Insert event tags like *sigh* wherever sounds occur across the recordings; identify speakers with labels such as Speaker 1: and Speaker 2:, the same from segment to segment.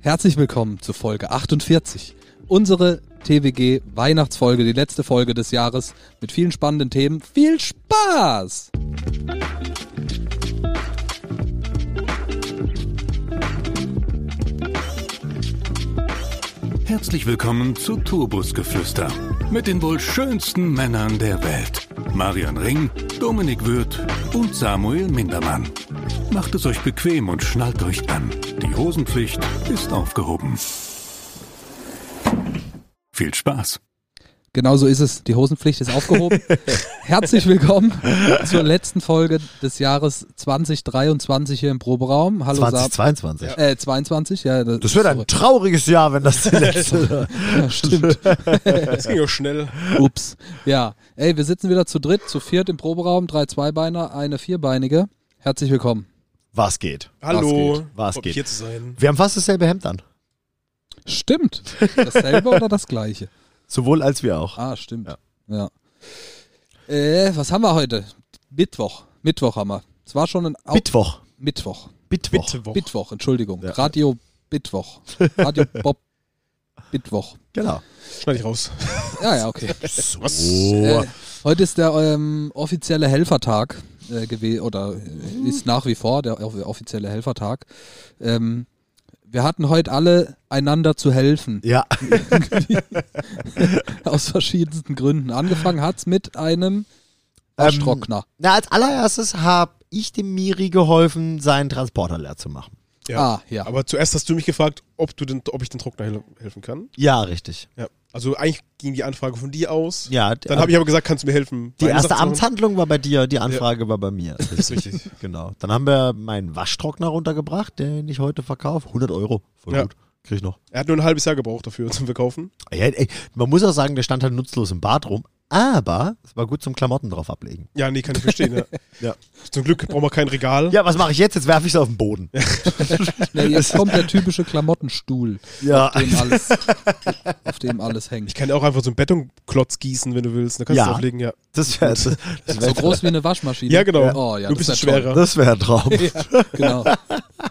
Speaker 1: Herzlich willkommen zu Folge 48. Unsere TWG Weihnachtsfolge, die letzte Folge des Jahres mit vielen spannenden Themen. Viel Spaß!
Speaker 2: Herzlich willkommen zu Turbusgeflüster mit den wohl schönsten Männern der Welt. Marion Ring, Dominik Würth und Samuel Mindermann. Macht es euch bequem und schnallt euch an. Die Hosenpflicht ist aufgehoben. Viel Spaß.
Speaker 1: Genau so ist es. Die Hosenpflicht ist
Speaker 3: *laughs*
Speaker 1: aufgehoben. Herzlich willkommen zur letzten Folge des Jahres 2023 hier im Proberaum.
Speaker 4: Also
Speaker 1: Hallo Saab.
Speaker 3: 2022.
Speaker 1: Äh, 22, ja.
Speaker 3: Das wird ein trauriges Jahr, wenn das
Speaker 4: *laughs*
Speaker 3: die letzte.
Speaker 1: Ja, stimmt.
Speaker 4: Das ging ja schnell.
Speaker 1: Ups. Ja. Ey, wir sitzen wieder zu dritt, zu viert im Proberaum. Drei Zweibeiner, eine Vierbeinige. Herzlich willkommen.
Speaker 3: Was geht?
Speaker 4: Hallo.
Speaker 3: geht? Was
Speaker 4: Ob
Speaker 3: geht?
Speaker 4: Hier zu sein.
Speaker 3: Wir haben fast dasselbe Hemd an.
Speaker 1: Stimmt. Dasselbe oder das gleiche?
Speaker 3: Sowohl als wir auch.
Speaker 1: Ah, stimmt. Ja.
Speaker 3: Ja.
Speaker 1: Äh, was haben wir heute? Mittwoch. Mittwoch haben wir. Es war schon ein Au-
Speaker 3: Mittwoch.
Speaker 1: Mittwoch.
Speaker 3: Mittwoch.
Speaker 4: Mittwoch.
Speaker 1: Mittwoch, Entschuldigung.
Speaker 3: Ja.
Speaker 1: Radio Mittwoch. Radio Bob Mittwoch.
Speaker 3: Genau.
Speaker 4: Schneid ich raus.
Speaker 1: Ja, ja, okay.
Speaker 3: So.
Speaker 1: Äh, heute ist der ähm, offizielle Helfertag äh, gewesen, oder äh, ist nach wie vor der off- offizielle Helfertag. Ähm, wir hatten heute alle einander zu helfen,
Speaker 3: Ja,
Speaker 1: *laughs* aus verschiedensten Gründen. Angefangen hat's mit einem Waschtrockner.
Speaker 3: na, als allererstes habe ich dem Miri geholfen, seinen Transporter leer zu machen.
Speaker 1: Ah, ja.
Speaker 4: Aber zuerst hast du mich gefragt, ob, du den, ob ich den Trockner hel helfen kann.
Speaker 3: Ja, richtig.
Speaker 4: Ja. Also eigentlich ging die Anfrage von dir aus.
Speaker 3: Ja,
Speaker 4: Dann habe ich aber gesagt, kannst du mir helfen?
Speaker 3: die
Speaker 4: meine
Speaker 3: erste
Speaker 4: Sachen zu machen?
Speaker 3: Amtshandlung war bei dir, die Anfrage war bei mir.
Speaker 4: Das ist richtig.
Speaker 3: *laughs* Genau. Dann haben wir meinen Waschtrockner runtergebracht, den ich heute verkaufe. 100 Euro. Voll
Speaker 4: Ja.
Speaker 3: gut. Krieg ich noch.
Speaker 4: Er hat nur ein halbes Jahr gebraucht dafür zum Verkaufen.
Speaker 3: Ja, ey, man muss auch sagen, der stand halt nutzlos im Bad rum, aber es war gut zum Klamotten drauf ablegen.
Speaker 4: Ja, nee, kann ich verstehen.
Speaker 3: *laughs*
Speaker 4: Ja.
Speaker 3: Ja.
Speaker 4: Zum Glück brauchen wir kein Regal.
Speaker 3: Ja, was mache ich jetzt? Jetzt werfe ich es auf den Boden.
Speaker 1: Nee, jetzt kommt der typische Klamottenstuhl,
Speaker 3: *laughs* Ja.
Speaker 1: auf dem alles, auf dem alles
Speaker 4: Ich
Speaker 1: hängt.
Speaker 4: kann auch einfach so einen Betonklotz gießen, wenn du willst. Da kannst
Speaker 3: Ja.
Speaker 4: du drauflegen, ja.
Speaker 3: Das wäre das, das
Speaker 1: So
Speaker 3: wär,
Speaker 1: groß wie eine Waschmaschine.
Speaker 4: Ja, genau.
Speaker 1: Oh, ja,
Speaker 4: Nur ein
Speaker 1: das
Speaker 4: bisschen
Speaker 1: wär toll.
Speaker 4: schwerer.
Speaker 3: das wär ein Traum.
Speaker 1: Genau.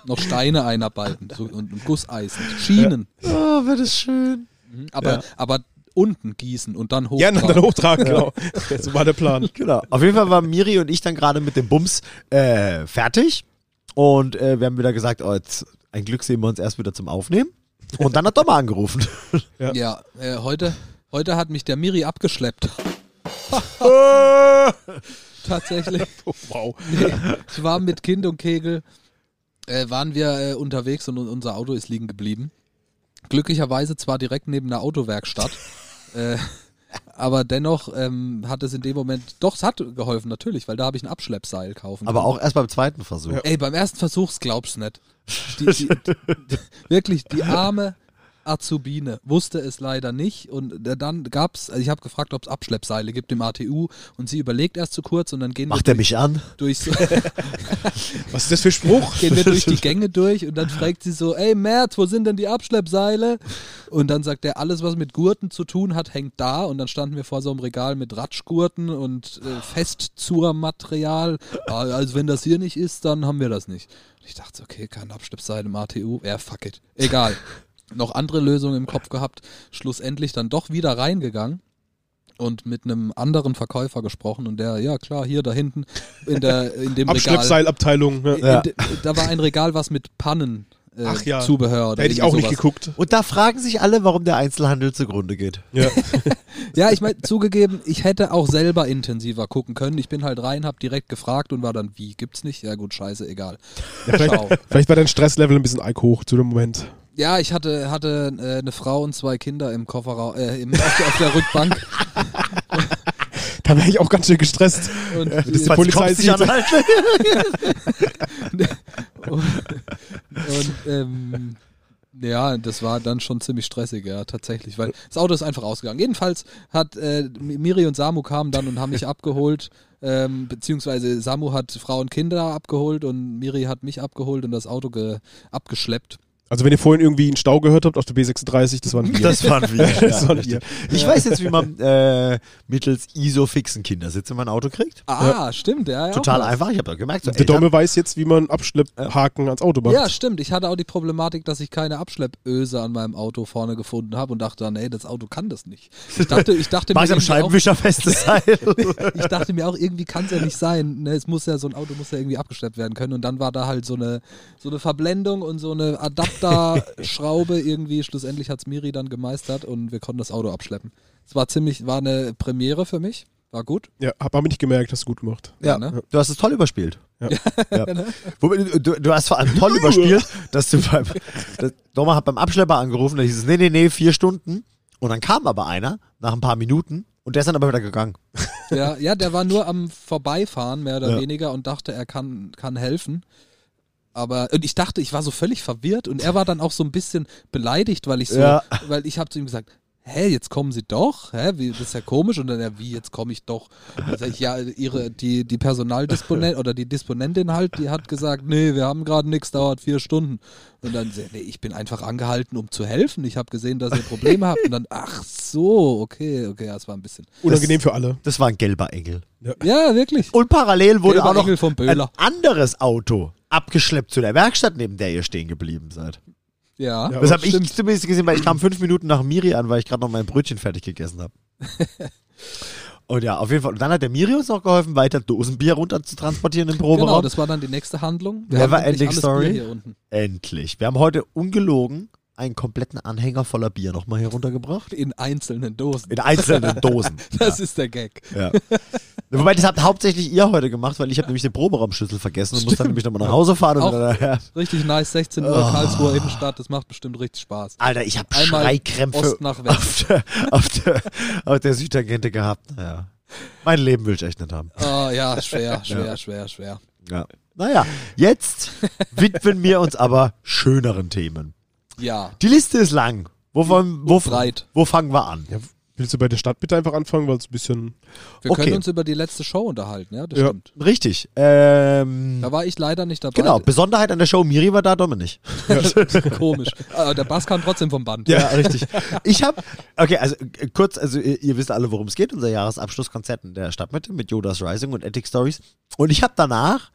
Speaker 1: Noch Steine einarbeiten so, und, und Gusseisen. Schienen.
Speaker 3: Oh, wäre das schön.
Speaker 1: Mhm, Aber, aber unten gießen und dann hoch.
Speaker 4: Ja, dann, dann hochtragen, genau. So war der Plan.
Speaker 3: Genau. Auf jeden Fall waren Miri und ich dann gerade mit dem Bums äh, fertig und äh, wir haben wieder gesagt, oh, jetzt, ein Glück sehen wir uns erst wieder zum Aufnehmen. Und dann hat Dommer
Speaker 4: *laughs*
Speaker 3: angerufen.
Speaker 1: Ja, äh, heute, heute hat mich der Miri abgeschleppt. *laughs* Tatsächlich.
Speaker 4: Oh, wow.
Speaker 1: Ich war mit Kind und Kegel, äh, waren wir äh, unterwegs und un- unser Auto ist liegen geblieben. Glücklicherweise zwar direkt neben einer
Speaker 3: *laughs*
Speaker 1: Autowerkstatt, äh, aber dennoch ähm, hat es in dem Moment, doch, es hat geholfen, natürlich, weil da habe ich ein Abschleppseil kaufen
Speaker 3: Aber
Speaker 1: können.
Speaker 3: auch erst beim zweiten Versuch.
Speaker 1: Ey, beim ersten Versuch glaubst du nicht. Die,
Speaker 3: *laughs*
Speaker 1: die, wirklich, die arme Azubine wusste es leider nicht. Und da- dann gab es, also ich habe gefragt, ob es Abschleppseile gibt im ATU. Und sie überlegt erst zu kurz und dann gehen
Speaker 3: Macht
Speaker 1: wir
Speaker 3: er
Speaker 1: durch,
Speaker 3: mich an?
Speaker 1: durch, so,
Speaker 3: *laughs*
Speaker 1: *laughs*
Speaker 4: Was ist das für ein Spruch?
Speaker 1: gehen
Speaker 4: *laughs*
Speaker 1: wir durch die Gänge durch. Und dann fragt sie so: Ey, Mert, wo sind denn die Abschleppseile? Und dann sagt er: Alles, was mit Gurten zu tun hat, hängt da. Und dann standen wir vor so einem Regal mit Ratschgurten und äh, Festzurmaterial. Ah, Also, wenn das hier nicht ist, dann haben wir das nicht. Und ich dachte, so, okay, kein Abschleppseil im ATU. Ja, fuck it. Egal. Noch andere Lösungen im Kopf gehabt. Schlussendlich dann doch wieder reingegangen und mit einem anderen Verkäufer gesprochen. Und der, ja klar, hier da hinten in, der, in
Speaker 4: *laughs*
Speaker 1: dem Regal.
Speaker 4: Abschleppseilabteilung. Äh, Ja.
Speaker 3: Ja.
Speaker 1: In de- Äh, da war ein Regal, was mit Pannen äh,
Speaker 4: Ach ja.
Speaker 1: Zubehör
Speaker 4: Da
Speaker 1: oder
Speaker 4: hätte ich
Speaker 1: irgendwie
Speaker 4: auch nicht
Speaker 1: sowas.
Speaker 4: geguckt.
Speaker 3: Und da fragen sich alle, warum der Einzelhandel zugrunde geht.
Speaker 4: Ja.
Speaker 1: Ja, ich meine, zugegeben, ich hätte auch selber intensiver gucken können. Ich bin halt rein, hab direkt gefragt und war dann, wie, gibt's nicht? Ja gut, scheiße, egal. Ciao.
Speaker 4: vielleicht, vielleicht war dein Stresslevel ein bisschen arg hoch zu dem Moment.
Speaker 1: Ja, ich hatte, hatte äh, eine Frau und zwei Kinder im Kofferraum, äh, im, auf, der- auf der
Speaker 4: *laughs*
Speaker 1: Rückbank.
Speaker 4: Da wäre ich auch ganz schön gestresst.
Speaker 1: Und,
Speaker 4: Die
Speaker 3: Weil
Speaker 4: Polizei
Speaker 3: Kopf sich
Speaker 4: sieht- halt-
Speaker 3: anhalten.
Speaker 1: und ähm, ja, das war dann schon ziemlich stressig, ja, tatsächlich, weil das Auto ist einfach ausgegangen. Jedenfalls hat äh, Miri und Samu kamen dann und haben
Speaker 3: *laughs*
Speaker 1: mich abgeholt, ähm, beziehungsweise Samu hat Frau und Kinder abgeholt und Miri hat mich abgeholt und das Auto ge abgeschleppt.
Speaker 4: Also wenn ihr vorhin irgendwie einen Stau gehört habt auf der B36, das waren wir.
Speaker 3: Das waren *laughs* wir.
Speaker 4: Das waren wir.
Speaker 3: Ich weiß jetzt, wie man äh, mittels ISO-fixen Kindersitz in mein Auto kriegt.
Speaker 1: Ah, stimmt, ja. ja auch
Speaker 3: Total
Speaker 1: was.
Speaker 3: einfach. Ich habe ja gemerkt, so ne?
Speaker 4: Der
Speaker 3: Eltern,
Speaker 4: Domme weiß jetzt, wie man Abschlepphaken ans Auto macht.
Speaker 1: Ja, stimmt. Ich hatte auch die Problematik, dass ich keine Abschleppöse an meinem Auto vorne gefunden habe und dachte dann, ey, das Auto kann das nicht. Ich dachte, ich dachte,
Speaker 3: mach ich am
Speaker 1: irgendwie auch,
Speaker 3: Scheibenwischer fest das Seil.
Speaker 1: *laughs* ich dachte mir auch, irgendwie kann es ja nicht sein. Ne? Es muss ja, so ein Auto muss ja irgendwie abgeschleppt werden können. Und dann war da halt so eine, so eine Verblendung und so eine Adapterschraube irgendwie. Schlussendlich hat es Miri dann gemeistert und wir konnten das Auto abschleppen. Es war ziemlich, war eine Premiere für mich. War gut.
Speaker 4: Ja, hab aber nicht gemerkt, hast du gut gemacht.
Speaker 3: Ja,
Speaker 1: ne?
Speaker 3: du hast es toll überspielt.
Speaker 4: Ja.
Speaker 3: *laughs* Ja.
Speaker 1: *laughs*
Speaker 3: Wobei, Du, du hast vor allem toll überspielt, dass du beim. dass- Dommer hat beim Abschlepper angerufen, da hieß es, nee, nee, nee, vier Stunden. Und dann kam aber einer nach ein paar Minuten und der ist dann aber wieder gegangen. *laughs*
Speaker 1: Ja, ja, der war nur am Vorbeifahren, mehr oder
Speaker 3: Ja.
Speaker 1: weniger, und dachte, er kann, kann helfen. Aber und ich dachte, ich war so völlig verwirrt und er war dann auch so ein bisschen beleidigt, weil ich so,
Speaker 3: Ja.
Speaker 1: weil ich habe zu ihm gesagt, hä, jetzt kommen sie doch, hä, wie, das ist ja komisch und dann ja, wie jetzt komme ich doch. Dann sag ich, ja, ihre die die Personaldisponent oder die Disponentin halt, die hat gesagt, nee, wir haben gerade nichts, dauert vier Stunden. Und dann sag ich, nee, ich bin einfach angehalten, um zu helfen. Ich habe gesehen, dass ihr Probleme habt und dann ach so, okay, okay, ja, es war ein bisschen.
Speaker 4: Unangenehm für alle.
Speaker 3: Das war ein gelber Engel.
Speaker 1: Ja, wirklich.
Speaker 3: Und parallel wurde
Speaker 1: Gelber
Speaker 3: auch noch
Speaker 1: Engel vom
Speaker 3: ein
Speaker 1: Böhler.
Speaker 3: anderes Auto abgeschleppt zu der Werkstatt, neben der ihr stehen geblieben seid.
Speaker 1: Ja.
Speaker 4: Ja.
Speaker 3: Das habe
Speaker 1: stimmt.
Speaker 3: ich zumindest gesehen, weil ich kam fünf Minuten nach Miri an, weil ich gerade noch mein Brötchen fertig
Speaker 1: *laughs*
Speaker 3: gegessen habe. Und ja, auf jeden Fall. Und dann hat der Miri uns noch geholfen, weiter Dosenbier runter zu transportieren im
Speaker 1: Genau,
Speaker 3: Proberaum.
Speaker 1: das war dann die nächste Handlung.
Speaker 3: Never
Speaker 1: haben endlich
Speaker 3: ending
Speaker 1: alles
Speaker 3: story.
Speaker 1: Bier hier unten.
Speaker 3: Endlich. Wir haben heute ungelogen einen kompletten Anhänger voller Bier nochmal hier runtergebracht.
Speaker 1: In einzelnen Dosen. *laughs*
Speaker 3: In einzelnen Dosen.
Speaker 1: das ist der Gag.
Speaker 3: Ja. Wobei, das habt hauptsächlich ihr heute gemacht, weil ich habe nämlich den Proberaumschlüssel vergessen und muss dann nämlich nochmal nach Hause fahren. Und
Speaker 1: Auch-
Speaker 3: dann,
Speaker 1: Richtig nice, 16 Uhr,
Speaker 3: Oh.
Speaker 1: Karlsruher Innenstadt, das macht bestimmt richtig Spaß.
Speaker 3: Alter, ich habe
Speaker 1: Einmal
Speaker 3: Schreikrämpfe
Speaker 1: Ost nach West.
Speaker 3: auf der, auf, der, auf der Südtangente gehabt. Ja. Mein Leben will ich echt nicht haben.
Speaker 1: Oh, ja,
Speaker 3: *laughs*
Speaker 1: schwer, schwer, schwer, schwer.
Speaker 3: Ja. Naja,
Speaker 1: *laughs*
Speaker 3: jetzt widmen wir uns aber schöneren Themen.
Speaker 1: Ja.
Speaker 3: Die Liste ist lang. Wo, wollen- wo,
Speaker 1: breit.
Speaker 3: wo fangen wir an?
Speaker 4: Ja, willst du bei der Stadt bitte einfach anfangen, weil es ein bisschen.
Speaker 1: Wir
Speaker 3: Okay.
Speaker 1: können uns über die letzte Show unterhalten, ja, das
Speaker 4: Ja.
Speaker 1: stimmt.
Speaker 3: Richtig. Ähm,
Speaker 1: Da war ich leider nicht dabei.
Speaker 3: genau, Besonderheit an der Show, Miri war da, Dominik.
Speaker 1: *laughs* Komisch. Äh, der Bass kam trotzdem vom Band.
Speaker 3: Ja, richtig. Ich habe, okay, also äh, kurz, also ihr, ihr wisst alle, worum es geht, unser Jahresabschlusskonzert in der Stadtmitte mit Yodas Rising und Attic Stories. Und ich habe danach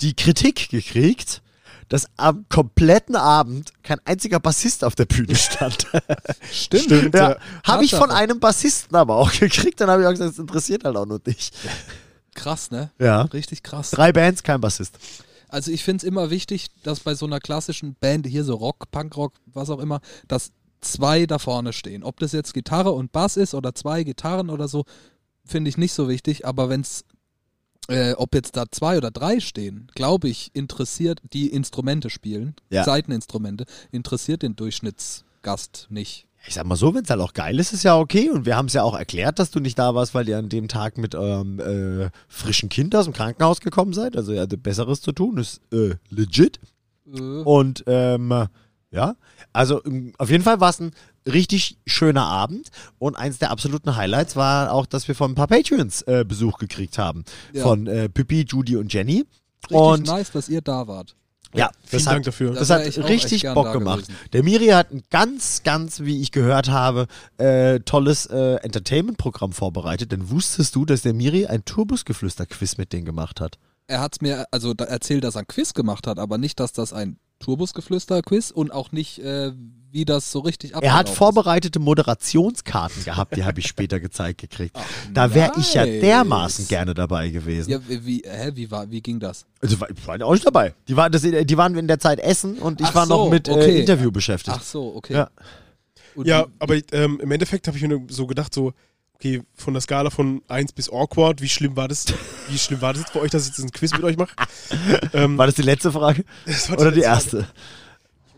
Speaker 3: die Kritik gekriegt, dass am kompletten Abend kein einziger Bassist auf der Bühne stand.
Speaker 1: Stimmt.
Speaker 3: ja,
Speaker 4: ja.
Speaker 3: habe ich von
Speaker 1: Tatsache.
Speaker 3: einem Bassisten aber auch gekriegt, dann habe ich auch gesagt, das interessiert halt auch nur dich.
Speaker 1: Krass, ne?
Speaker 3: Ja.
Speaker 1: Richtig krass.
Speaker 3: Drei Bands, kein Bassist.
Speaker 1: Also ich finde es immer wichtig, dass bei so einer klassischen Band, hier so Rock, Punkrock, was auch immer, dass zwei da vorne stehen. Ob das jetzt Gitarre und Bass ist oder zwei Gitarren oder so, finde ich nicht so wichtig. Aber wenn es, äh, ob jetzt da zwei oder drei stehen, glaube ich, interessiert die Instrumente spielen,
Speaker 3: Ja.
Speaker 1: Seiteninstrumente, interessiert den Durchschnittsgast nicht.
Speaker 3: Ich sag mal so, wenn es halt auch geil ist, ist ja okay. Und wir haben es ja auch erklärt, dass du nicht da warst, weil ihr an dem Tag mit eurem äh, frischen Kind aus dem Krankenhaus gekommen seid. Also ihr hattet Besseres zu tun, ist äh, legit.
Speaker 1: Äh,
Speaker 3: Und ähm, ja, also ähm, auf jeden Fall war es ein richtig schöner Abend. Und eins der absoluten Highlights war auch, dass wir von ein paar Patreons äh, Besuch gekriegt haben.
Speaker 1: Ja.
Speaker 3: Von äh, Pippi, Judy und Jenny.
Speaker 1: richtig
Speaker 3: und
Speaker 1: nice, dass ihr da wart.
Speaker 3: ja,
Speaker 4: Vielen
Speaker 3: das hat
Speaker 4: Dank dafür.
Speaker 1: Da
Speaker 3: das
Speaker 1: wär
Speaker 3: hat
Speaker 1: ich auch
Speaker 3: richtig
Speaker 1: echt gern
Speaker 3: Bock
Speaker 1: da
Speaker 3: gemacht.
Speaker 1: gewesen.
Speaker 3: Der Miri hat ein ganz, ganz, wie ich gehört habe, äh, tolles äh, Entertainment-Programm vorbereitet. Denn wusstest du, dass der Miri ein Turbusgeflüster-Quiz mit denen gemacht hat?
Speaker 1: er hat es mir also da erzählt, dass er ein Quiz gemacht hat, aber nicht, dass das ein Turbusgeflüster-Quiz und auch nicht, äh, wie das so richtig
Speaker 3: Er hat
Speaker 1: abgelaufen ist.
Speaker 3: vorbereitete Moderationskarten gehabt, die habe ich später gezeigt gekriegt. da wäre ich ja
Speaker 1: nice.
Speaker 3: dermaßen gerne dabei gewesen.
Speaker 1: Ja, wie, wie- hä, wie, war, wie ging das?
Speaker 3: Also, war- ich war auch nicht dabei. Die, war, das, die waren in der Zeit essen und ich
Speaker 1: Ach
Speaker 3: war noch
Speaker 1: so,
Speaker 3: mit äh,
Speaker 1: okay.
Speaker 3: Interview beschäftigt.
Speaker 1: Ach so, okay.
Speaker 3: Ja.
Speaker 1: Und
Speaker 4: Ja,
Speaker 1: wie-
Speaker 4: aber ähm, im Endeffekt habe ich mir nur so gedacht, so, okay, von der Skala von 1 bis awkward, wie schlimm war das? Wie schlimm war das jetzt bei euch, dass ich jetzt ein Quiz mit euch mache? Ähm,
Speaker 3: War das die letzte Frage?
Speaker 4: das war
Speaker 3: Oder die
Speaker 4: letzte
Speaker 3: erste?
Speaker 4: Frage.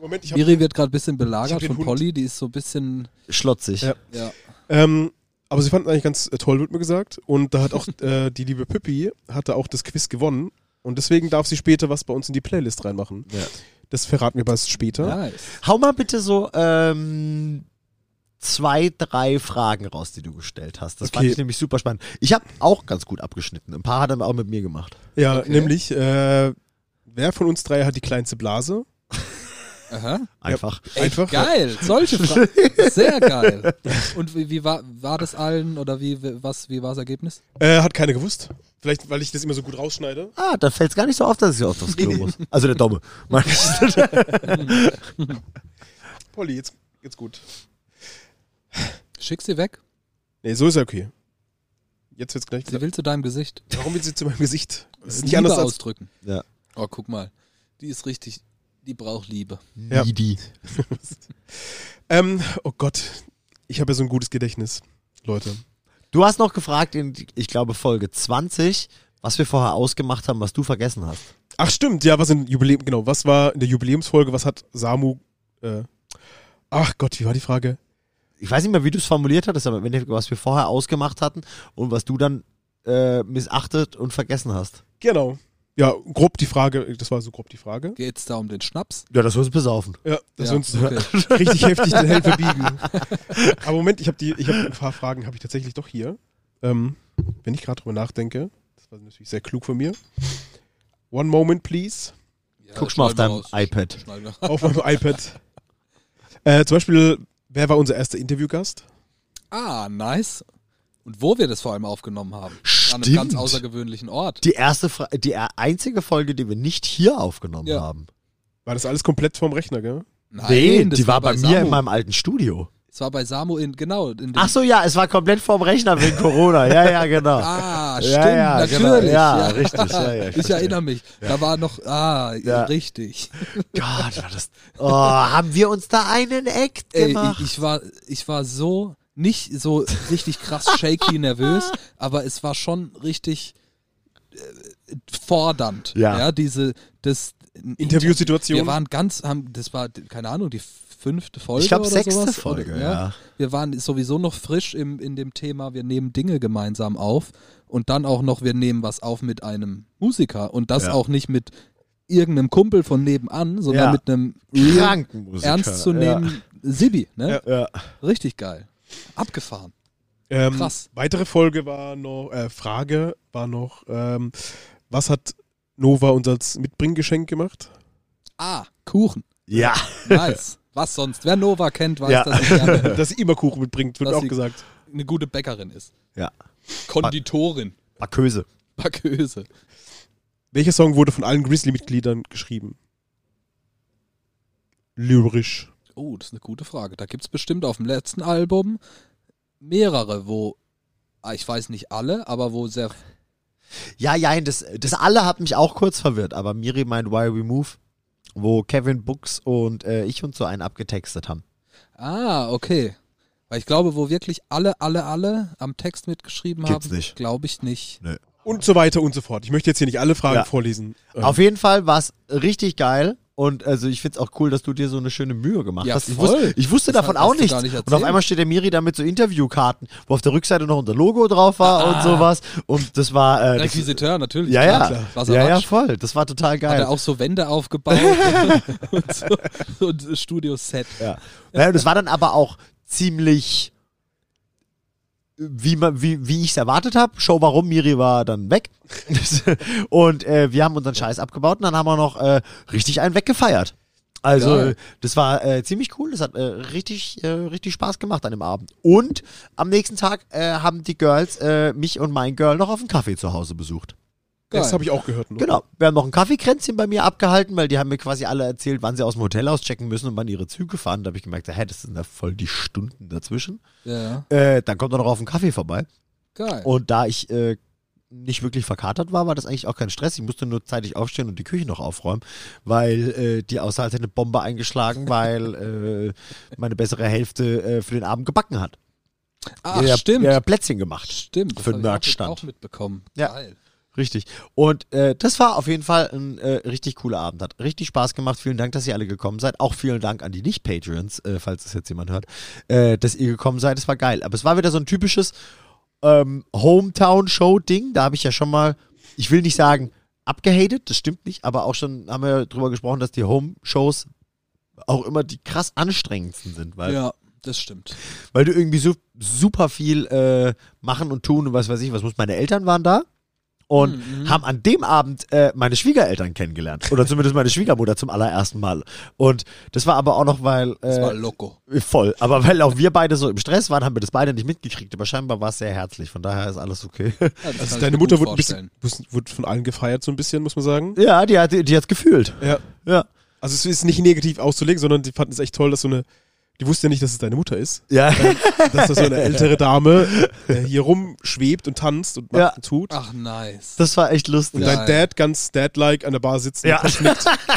Speaker 4: Moment, ich habe.
Speaker 1: Miri wird gerade ein bisschen
Speaker 4: Ich hab
Speaker 1: belagert
Speaker 4: den
Speaker 1: von
Speaker 4: Hund.
Speaker 1: Polly, die ist so ein bisschen,
Speaker 3: Schlotzig.
Speaker 4: Ja.
Speaker 1: ja,
Speaker 4: Ähm, aber sie fanden eigentlich ganz äh, toll, wird mir gesagt. Und da
Speaker 1: *laughs*
Speaker 4: hat auch äh, die liebe Pippi hatte auch das Quiz gewonnen. Und deswegen darf sie später was bei uns in die Playlist reinmachen.
Speaker 3: Ja.
Speaker 4: Das verraten wir bereits später.
Speaker 1: nice.
Speaker 3: Hau mal bitte so ähm, zwei, drei Fragen raus, die du gestellt hast. Das fand
Speaker 4: Okay.
Speaker 3: ich nämlich super spannend. Ich habe auch ganz gut abgeschnitten. Ein paar hat er auch mit mir gemacht.
Speaker 4: Ja,
Speaker 1: Okay.
Speaker 4: nämlich, äh, wer von uns drei hat die kleinste Blase?
Speaker 1: Aha.
Speaker 3: Einfach.
Speaker 1: Ey,
Speaker 4: Einfach.
Speaker 1: Geil, solche Fragen.
Speaker 4: *laughs*
Speaker 1: Sehr geil. Und wie, wie war, war das allen oder wie, was, wie war das Ergebnis?
Speaker 4: Äh, hat keiner gewusst. Vielleicht, weil ich das immer so gut rausschneide.
Speaker 3: Ah, da fällt es gar nicht so auf, dass ich oft aufs *laughs* Klo muss. Also der Domme. Meine *laughs* ich.
Speaker 4: Polly, jetzt geht's gut.
Speaker 1: Schick sie weg.
Speaker 4: Nee, so ist er okay. Jetzt wird's gleich.
Speaker 1: Sie will zu deinem Gesicht.
Speaker 4: Warum will sie zu meinem Gesicht? Das ist nicht
Speaker 1: Liebe
Speaker 4: anders als.
Speaker 1: ausdrücken.
Speaker 3: Ja.
Speaker 1: Oh, guck mal. Die ist richtig, die braucht Liebe.
Speaker 4: Ja.
Speaker 3: Needy.
Speaker 4: Ähm, oh Gott, ich habe ja so ein gutes Gedächtnis, Leute.
Speaker 3: Du hast noch gefragt in, ich glaube, Folge 20, was wir vorher ausgemacht haben, was du vergessen hast.
Speaker 4: Ach stimmt, ja, was in Jubiläum, genau, was war in der Jubiläumsfolge, was hat Samu, äh, ach Gott, wie war die Frage?
Speaker 3: Ich weiß nicht mehr, wie du es formuliert hattest, aber im Endeffekt, was wir vorher ausgemacht hatten und was du dann äh, missachtet und vergessen hast.
Speaker 4: Genau. Ja, grob die Frage, das war so grob die Frage.
Speaker 1: Geht's da um den Schnaps?
Speaker 3: Ja, das wirst du besaufen.
Speaker 4: Ja, dass
Speaker 1: Ja,
Speaker 4: wir uns
Speaker 1: okay.
Speaker 4: *laughs* richtig heftig den Held verbiegen. Aber Moment, ich habe die, ich habe ein paar Fragen, habe ich tatsächlich doch hier. Ähm, wenn ich gerade drüber nachdenke, das war natürlich sehr klug von mir. One moment, please.
Speaker 1: Ja,
Speaker 3: Guck mal auf
Speaker 1: schneiden
Speaker 3: deinem
Speaker 1: wir raus.
Speaker 3: iPad.
Speaker 1: Schneiden wir-
Speaker 4: auf meinem *laughs* iPad. Äh, zum Beispiel, wer war unser erster Interviewgast?
Speaker 1: Ah, nice. Und wo wir das vor allem aufgenommen haben. An einem
Speaker 3: Stimmt.
Speaker 1: ganz außergewöhnlichen Ort.
Speaker 3: Die erste, Fra die er- einzige Folge, die wir nicht hier aufgenommen
Speaker 1: Ja.
Speaker 3: haben.
Speaker 4: War das alles komplett vorm Rechner, gell?
Speaker 1: Nein,
Speaker 3: nee,
Speaker 1: das
Speaker 3: die war bei mir
Speaker 1: Samu.
Speaker 3: in meinem alten Studio.
Speaker 1: Das war bei Samu in, genau. In dem-
Speaker 3: Ach so, ja, es war komplett vorm Rechner wegen Corona. Ja,
Speaker 1: *laughs*
Speaker 3: ja, genau.
Speaker 1: Ah, stimmt,
Speaker 3: Ja, ja,
Speaker 1: natürlich.
Speaker 3: genau. Ja, richtig, ja, ja,
Speaker 1: *laughs*
Speaker 3: ich
Speaker 1: ich
Speaker 3: verstehe.
Speaker 1: erinnere mich. Da war noch, ah,
Speaker 3: Ja.
Speaker 1: richtig.
Speaker 3: Gott, war das. Oh, haben wir uns da einen Act
Speaker 1: Ey,
Speaker 3: gemacht?
Speaker 1: ich, ich, war, ich war so, nicht so richtig krass shaky nervös, aber es war schon richtig äh, fordernd.
Speaker 3: Ja.
Speaker 1: diese, das
Speaker 4: Interviewsituation.
Speaker 1: Wir waren ganz, haben, das war, keine Ahnung, die fünfte Folge.
Speaker 3: Ich glaub,
Speaker 1: oder
Speaker 3: sechste
Speaker 1: sowas.
Speaker 3: Folge,
Speaker 1: oder, ne?
Speaker 3: ja.
Speaker 1: Wir waren sowieso noch frisch im, in dem Thema, wir nehmen Dinge gemeinsam auf und dann auch noch, wir nehmen was auf mit einem Musiker und das
Speaker 3: Ja.
Speaker 1: auch nicht mit irgendeinem Kumpel von nebenan, sondern
Speaker 3: Ja.
Speaker 1: mit einem real,
Speaker 3: Krankenmusiker.
Speaker 1: ernst zu nehmen Sibi, ne?
Speaker 4: Ja.
Speaker 3: Ja. Ja.
Speaker 1: Richtig geil. Abgefahren.
Speaker 4: Ähm,
Speaker 1: Krass.
Speaker 4: Weitere Folge war noch, äh, Frage war noch, ähm, was hat Nova uns als Mitbringgeschenk gemacht?
Speaker 1: Ah, Kuchen.
Speaker 3: ja. *laughs*
Speaker 1: Nice. Was sonst? Wer Nova kennt, weiß,
Speaker 3: Ja.
Speaker 1: dass sie
Speaker 3: *laughs*
Speaker 1: gerne
Speaker 4: Dass sie immer Kuchen mitbringt, wird
Speaker 1: Dass
Speaker 4: mir auch
Speaker 1: sie-
Speaker 4: gesagt.
Speaker 1: eine gute Bäckerin ist.
Speaker 3: Ja.
Speaker 1: Konditorin.
Speaker 3: Baköse.
Speaker 1: Baköse.
Speaker 4: Welcher Song wurde von allen Grizzly-Mitgliedern geschrieben? Lyrisch.
Speaker 1: Oh, das ist eine gute Frage. Da gibt es bestimmt auf dem letzten Album mehrere, wo, ah, ich weiß nicht alle, aber wo sehr.
Speaker 3: Ja, ja, das, das alle hat mich auch kurz verwirrt, aber Miri meint Why We Move, wo Kevin Books und äh, ich und so einen abgetextet haben.
Speaker 1: Ah, okay. Weil ich glaube, wo wirklich alle, alle, alle am Text mitgeschrieben
Speaker 3: Gibt's
Speaker 1: haben,
Speaker 3: nicht.
Speaker 1: glaube ich nicht.
Speaker 4: Und so weiter und so fort. Ich möchte jetzt hier nicht alle Fragen
Speaker 3: Ja.
Speaker 4: vorlesen. Ähm,
Speaker 3: Auf jeden Fall war es richtig geil. Und also ich find's auch cool, dass du dir so eine schöne Mühe gemacht
Speaker 1: Ja,
Speaker 3: hast. Ich,
Speaker 1: voll.
Speaker 3: wusste- ich wusste
Speaker 1: Das
Speaker 3: davon
Speaker 1: hast
Speaker 3: auch
Speaker 1: du gar
Speaker 3: nichts.
Speaker 1: nicht
Speaker 3: und auf
Speaker 1: erzählt.
Speaker 3: einmal steht der Miri da mit so Interviewkarten, wo auf der Rückseite noch unser Logo drauf war
Speaker 1: Ah.
Speaker 3: und sowas. Und das war. Äh, das,
Speaker 1: Requisiteur, natürlich.
Speaker 3: ja,
Speaker 1: klar,
Speaker 3: ja.
Speaker 1: klar.
Speaker 3: Ja,
Speaker 1: Wasserratsch.
Speaker 3: ja, voll. Das war total
Speaker 1: Hat
Speaker 3: geil.
Speaker 1: er auch so Wände
Speaker 3: *laughs*
Speaker 1: aufgebaut und- und so, und so Studio-Set.
Speaker 3: Ja. Ja, das war dann aber auch ziemlich, wie, man, wie, wie ich es erwartet habe. Show warum, Miri war dann weg. *laughs* und äh, wir haben unseren Scheiß abgebaut und dann haben wir noch äh, richtig einen weggefeiert. Also,
Speaker 1: Geil.
Speaker 3: das war äh, ziemlich cool. Das hat äh, richtig, äh, richtig Spaß gemacht an dem Abend. Und am nächsten Tag äh, haben die Girls äh, mich und mein Girl noch auf dem Kaffee zu Hause besucht.
Speaker 4: das habe ich auch gehört. Noch.
Speaker 3: Genau. Wir haben noch ein Kaffeekränzchen bei mir abgehalten, weil die haben mir quasi alle erzählt, wann sie aus dem Hotel auschecken müssen und wann ihre Züge fahren. Da habe ich gemerkt, hä, das sind da voll die Stunden dazwischen.
Speaker 1: Ja,
Speaker 3: Äh, dann kommt er noch auf einen Kaffee vorbei.
Speaker 1: geil.
Speaker 3: Und da ich äh, nicht wirklich verkatert war, war das eigentlich auch kein Stress. Ich musste nur zeitig aufstehen und die Küche noch aufräumen, weil äh, die aussah, als hätte eine Bombe eingeschlagen, weil äh, meine bessere Hälfte äh, für den Abend gebacken hat.
Speaker 1: Ach,
Speaker 3: ja,
Speaker 1: Ah, stimmt.
Speaker 3: Ja, Plätzchen gemacht.
Speaker 1: Stimmt. das
Speaker 3: für
Speaker 1: hab
Speaker 3: den
Speaker 1: ich auch
Speaker 3: Merchstand.
Speaker 1: mit- auch mitbekommen.
Speaker 3: Ja.
Speaker 1: Geil.
Speaker 3: Richtig. Und äh, das war auf jeden Fall ein äh, richtig cooler Abend. Hat richtig Spaß gemacht. Vielen Dank, dass ihr alle gekommen seid. Auch vielen Dank an die Nicht-Patrons, äh, falls es jetzt jemand hört, äh, dass ihr gekommen seid. Es war geil. Aber es war wieder so ein typisches ähm, Hometown-Show-Ding. Da habe ich ja schon mal, ich will nicht sagen, abgehatet, das stimmt nicht, aber auch schon haben wir drüber gesprochen, dass die Home-Shows auch immer die krass anstrengendsten sind, weil,
Speaker 1: Ja, das stimmt.
Speaker 3: weil du irgendwie so super viel äh, machen und tun und was weiß ich, was muss. Meine Eltern waren da und haben an dem Abend äh, meine Schwiegereltern kennengelernt. Oder zumindest meine Schwiegermutter zum allerersten Mal. Und das war aber auch noch, weil.
Speaker 1: Das war
Speaker 3: äh,
Speaker 1: Loco.
Speaker 3: Voll. Aber weil auch wir beide so im Stress waren, haben wir das beide nicht mitgekriegt. Aber scheinbar war es sehr herzlich. Von daher ist alles okay.
Speaker 1: Ja, das kann
Speaker 4: Also
Speaker 1: ich
Speaker 4: deine
Speaker 1: mir
Speaker 4: Mutter
Speaker 1: gut
Speaker 4: wurde, ein bisschen, wurde von allen gefeiert, so ein bisschen, muss man sagen.
Speaker 3: ja, die hat, die hat's gefühlt.
Speaker 4: Ja.
Speaker 3: Ja.
Speaker 4: Also es ist nicht negativ auszulegen, sondern die fanden es echt toll, dass so eine. Die wusste ja nicht, dass es deine Mutter ist.
Speaker 3: Ja.
Speaker 4: Dass da
Speaker 3: *laughs*
Speaker 4: so eine ältere Dame äh, hier rumschwebt und tanzt und macht
Speaker 3: Ja.
Speaker 4: und tut.
Speaker 1: Ach, nice.
Speaker 3: Das war echt lustig.
Speaker 4: Und
Speaker 1: Ja.
Speaker 4: dein Dad ganz dad-like an der Bar sitzt. und
Speaker 3: Ja. *laughs*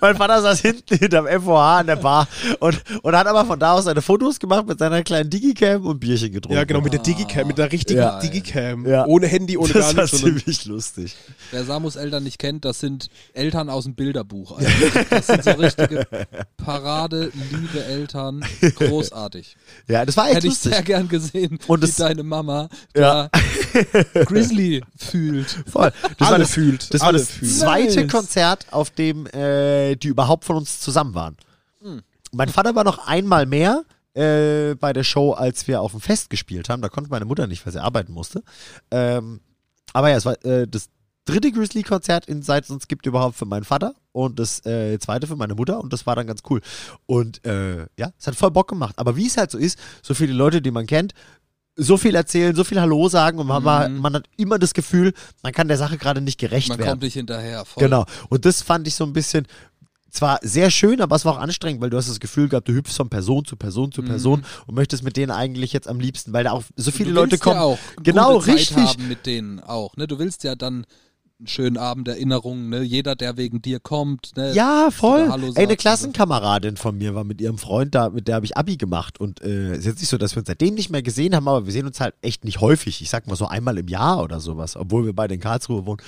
Speaker 3: mein Vater saß hinten hinterm FOH an der Bar und, und hat aber von da aus seine Fotos gemacht mit seiner kleinen Digicam und Bierchen getrunken.
Speaker 4: Ja, genau, mit der Digicam, mit der richtigen
Speaker 3: Ja.
Speaker 4: Digicam.
Speaker 3: Ja.
Speaker 4: Ohne Handy, ohne
Speaker 3: das
Speaker 4: gar
Speaker 3: war
Speaker 4: nichts. sondern-
Speaker 3: ziemlich lustig.
Speaker 1: Wer Samus Eltern nicht kennt, das sind Eltern aus dem Bilderbuch.
Speaker 3: *laughs*
Speaker 1: eigentlich. Das sind so richtige Parade, liebe Eltern. Großartig.
Speaker 3: Ja, das war echt
Speaker 1: Hätte ich
Speaker 3: lustig.
Speaker 1: sehr gern gesehen,
Speaker 3: Und
Speaker 1: wie
Speaker 3: das-
Speaker 1: deine Mama
Speaker 3: Ja.
Speaker 1: da
Speaker 3: *laughs*
Speaker 1: Grizzly fühlt.
Speaker 3: Voll. Das war
Speaker 4: Alle
Speaker 3: das,
Speaker 4: fühlt,
Speaker 3: Das war
Speaker 4: alle
Speaker 3: das
Speaker 4: fühlt.
Speaker 3: zweite
Speaker 1: Nice.
Speaker 3: Konzert, auf dem äh, die überhaupt von uns zusammen waren.
Speaker 4: Hm.
Speaker 3: Mein Vater war noch einmal mehr äh, bei der Show, als wir auf dem Fest gespielt haben. Da konnte meine Mutter nicht, weil sie arbeiten musste. Ähm, aber ja, es war äh, das dritte Grizzly-Konzert in Seit es uns gibt überhaupt für meinen Vater und das äh, zweite für meine Mutter und das war dann ganz cool. Und äh, ja, es hat voll Bock gemacht. Aber wie es halt so ist, so viele Leute, die man kennt, so viel erzählen, so viel Hallo sagen und man, war- man hat immer das Gefühl, man kann der Sache gerade nicht gerecht
Speaker 1: Mhm. Man
Speaker 3: werden.
Speaker 1: kommt nicht hinterher. Voll.
Speaker 3: Genau. Und das fand ich so ein bisschen zwar sehr schön, aber es war auch anstrengend, weil du hast das Gefühl gehabt, du hüpfst von Person zu Person zu Person und möchtest mit denen eigentlich jetzt am liebsten, weil da auch so viele
Speaker 1: Mhm. du
Speaker 3: Leute
Speaker 1: willst
Speaker 3: kommen.
Speaker 1: Ja auch
Speaker 3: genau,
Speaker 1: gute
Speaker 3: richtig.
Speaker 1: Zeit haben mit denen auch. Ne? Du willst ja dann einen schönen Abend Erinnerungen. Ne? Jeder, der wegen dir kommt. Ne?
Speaker 3: Ja, voll.
Speaker 1: Oder Hallo
Speaker 3: Ey, eine
Speaker 1: sagt
Speaker 3: Klassenkameradin von mir war mit ihrem Freund da, mit der habe ich Abi gemacht. Und äh, ist jetzt nicht so, dass wir uns seitdem nicht mehr gesehen haben, aber wir sehen uns halt echt nicht häufig. Ich sag mal so einmal im Jahr oder sowas, obwohl wir beide in Karlsruhe wohnen.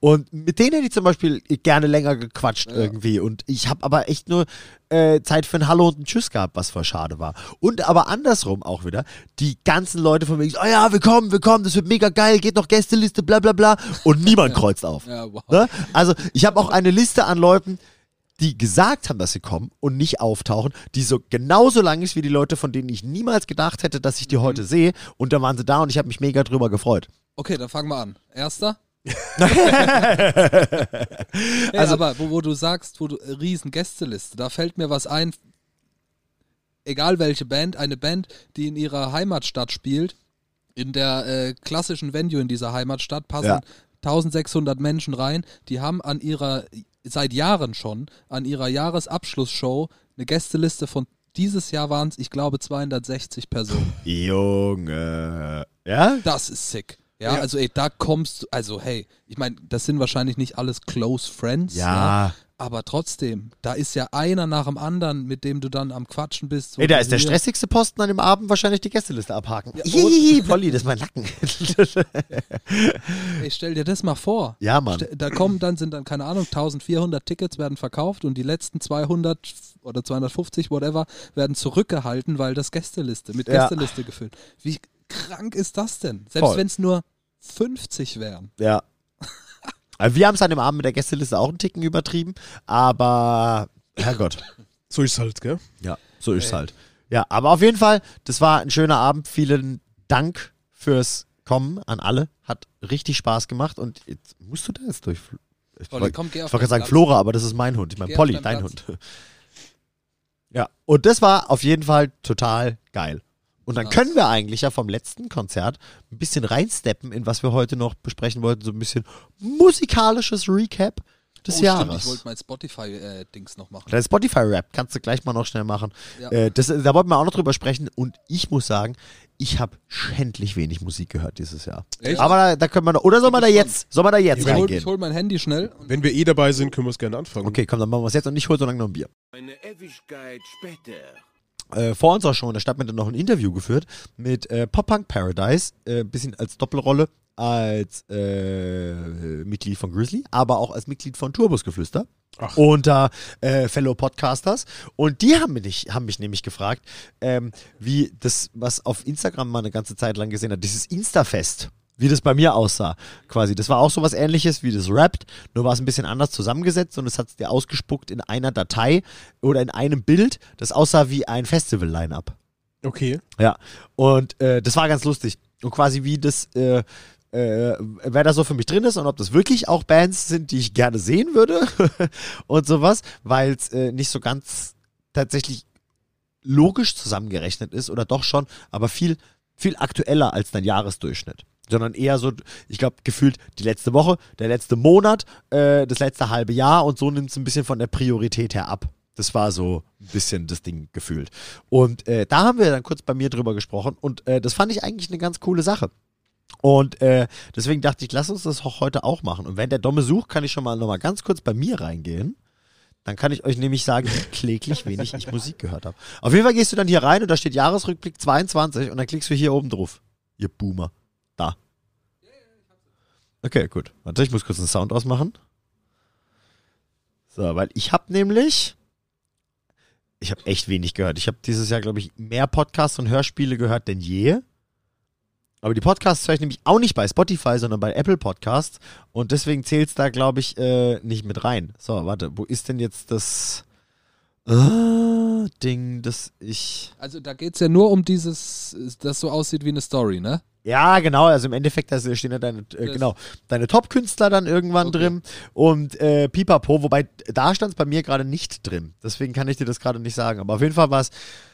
Speaker 3: Und mit denen hätte ich zum Beispiel gerne länger gequatscht irgendwie. Und ich habe aber echt nur äh, Zeit für ein Hallo und ein Tschüss gehabt, was voll schade war. Und aber andersrum auch wieder, die ganzen Leute von wegen, oh ja, wir kommen, wir kommen, das wird mega geil, geht noch Gästeliste, bla bla bla. Und niemand *laughs* kreuzt auf.
Speaker 1: Ja, wow.
Speaker 3: Ne? Also ich habe auch eine Liste an Leuten, die gesagt haben, dass sie kommen und nicht auftauchen, die so genauso lang ist wie die Leute, von denen ich niemals gedacht hätte, dass ich die heute sehe. Und da waren sie da und ich habe mich mega drüber gefreut.
Speaker 1: Okay, dann fangen wir an. Erster. hey, also, aber wo, wo du sagst, wo du äh, riesen Gästeliste, da fällt mir was ein. Egal welche Band, eine Band, die in ihrer Heimatstadt spielt, in der äh, klassischen Venue in dieser Heimatstadt passen
Speaker 3: Ja.
Speaker 1: 1600 Menschen rein, die haben an ihrer seit Jahren schon an ihrer Jahresabschlussshow eine Gästeliste von dieses Jahr waren es, ich glaube 260 Personen.
Speaker 3: Junge. Ja?
Speaker 1: Das ist sick. Ja,
Speaker 4: Ja.
Speaker 1: also ey, da kommst du, also hey, ich meine, das sind wahrscheinlich nicht alles close friends.
Speaker 3: Ja.
Speaker 1: ne? Aber trotzdem, da ist ja einer nach dem anderen, mit dem du dann am Quatschen bist.
Speaker 3: Ey, da ist der
Speaker 1: Hier.
Speaker 3: stressigste Posten an dem Abend wahrscheinlich die Gästeliste abhaken.
Speaker 1: Ja,
Speaker 3: Hihihi, Polly, das ist mein Nacken.
Speaker 1: Ey, stell dir das mal vor.
Speaker 3: ja, Mann.
Speaker 1: Ste- Da kommen dann, sind dann, keine Ahnung, 1400 Tickets werden verkauft und die letzten 200 oder 250, whatever, werden zurückgehalten, weil das Gästeliste, mit
Speaker 3: Ja.
Speaker 1: Gästeliste gefüllt. Wie krank ist das denn? Selbst
Speaker 3: Voll.
Speaker 1: wenn es nur 50 wären.
Speaker 3: Ja. Aber Wir haben es an dem Abend mit der Gästeliste auch einen Ticken übertrieben, aber Herrgott.
Speaker 4: So ist halt, gell?
Speaker 3: Ja, so ist halt. Ja, aber auf jeden Fall, das war ein schöner Abend. Vielen Dank fürs Kommen an alle. Hat richtig Spaß gemacht und jetzt musst du da jetzt durch. Ich
Speaker 1: Polly,
Speaker 3: wollte
Speaker 1: komm, geh auf
Speaker 3: gerade
Speaker 1: deinen
Speaker 3: sagen
Speaker 1: Platz.
Speaker 3: Flora, aber das ist mein Hund. Ich meine
Speaker 1: Geh auf
Speaker 3: Polly,
Speaker 1: deinen
Speaker 3: dein
Speaker 1: Platz.
Speaker 3: Hund. *laughs* Ja, und das war auf jeden Fall total geil. Und dann
Speaker 1: Nice.
Speaker 3: können wir eigentlich ja vom letzten Konzert ein bisschen reinsteppen in was wir heute noch besprechen wollten, so ein bisschen musikalisches Recap des
Speaker 1: oh, stimmt,
Speaker 3: Jahres.
Speaker 1: ich wollte mein Spotify-Dings noch machen.
Speaker 3: Dein Spotify-Rap kannst du gleich mal noch schnell machen.
Speaker 1: Ja.
Speaker 3: Äh, das, da wollten wir auch noch drüber sprechen. Und ich muss sagen, ich habe schändlich wenig Musik gehört dieses Jahr.
Speaker 1: Echt?
Speaker 3: Aber da, da können wir noch. Oder soll man da jetzt, soll man da jetzt
Speaker 1: Ich hol,
Speaker 3: reingehen?
Speaker 1: ich hol mein Handy schnell.
Speaker 4: Wenn wir eh dabei sind, können wir es gerne anfangen.
Speaker 3: Okay, komm, dann machen wir es jetzt und ich hole so lange noch ein Bier.
Speaker 5: Eine Ewigkeit später.
Speaker 3: äh, vor uns auch schon in der Stadtmitte noch ein Interview geführt mit äh, Pop Punk Paradise, äh, ein bisschen als Doppelrolle als äh, Mitglied von Grizzly, aber auch als Mitglied von Turbusgeflüster
Speaker 4: Ach.
Speaker 3: unter äh, Fellow Podcasters. Und die haben mich, haben mich nämlich gefragt, ähm, wie das, was auf Instagram mal eine ganze Zeit lang gesehen hat, dieses Instafest. Wie das bei mir aussah, quasi. Das war auch sowas ähnliches wie das Wrapped, nur war es ein bisschen anders zusammengesetzt und es hat dir ausgespuckt in einer Datei oder in einem Bild, das aussah wie ein Festival-Line-Up.
Speaker 4: Okay.
Speaker 3: Ja, und äh, das war ganz lustig. Und quasi wie das äh, äh, wer da so für mich drin ist und ob das wirklich auch Bands sind, die ich gerne sehen würde *laughs* und sowas, weil es äh, nicht so ganz tatsächlich logisch zusammengerechnet ist oder doch schon, aber viel, viel aktueller als dein Jahresdurchschnitt. Sondern eher so, ich glaube, gefühlt die letzte Woche, der letzte Monat, äh, das letzte halbe Jahr und so nimmt es ein bisschen von der Priorität her ab. Das war so ein bisschen das Ding gefühlt. Und äh, da haben wir dann kurz bei mir drüber gesprochen und äh, das fand ich eigentlich eine ganz coole Sache. Und äh, deswegen dachte ich, lass uns das auch heute auch machen. Und wenn der Domme sucht, kann ich schon mal nochmal ganz kurz bei mir reingehen. Dann kann ich euch nämlich sagen, wie kläglich wenig ich Musik gehört habe. Auf jeden Fall gehst du dann hier rein und da steht Jahresrückblick 22 und dann klickst du hier oben drauf. Ihr Boomer. Da. Okay, gut. Warte, ich muss kurz den Sound ausmachen. So, weil ich habe nämlich... Ich habe echt wenig gehört. Ich habe dieses Jahr, glaube ich, mehr Podcasts und Hörspiele gehört denn je. Aber die Podcasts höre ich nämlich auch nicht bei Spotify, sondern bei Apple Podcasts. Und deswegen zählt es da, glaube ich, äh, nicht mit rein. So, warte, wo ist denn jetzt das äh, Ding, das ich.
Speaker 1: Also da geht es ja nur um dieses, das so aussieht wie eine Story, ne?
Speaker 3: Ja, genau, also im Endeffekt, da stehen ja deine, äh,
Speaker 1: Das-
Speaker 3: genau, deine Top-Künstler dann irgendwann
Speaker 1: Okay.
Speaker 3: drin und äh, Pipapo, wobei da stand es bei mir gerade nicht drin. Deswegen kann ich dir das gerade nicht sagen. Aber auf jeden Fall war's,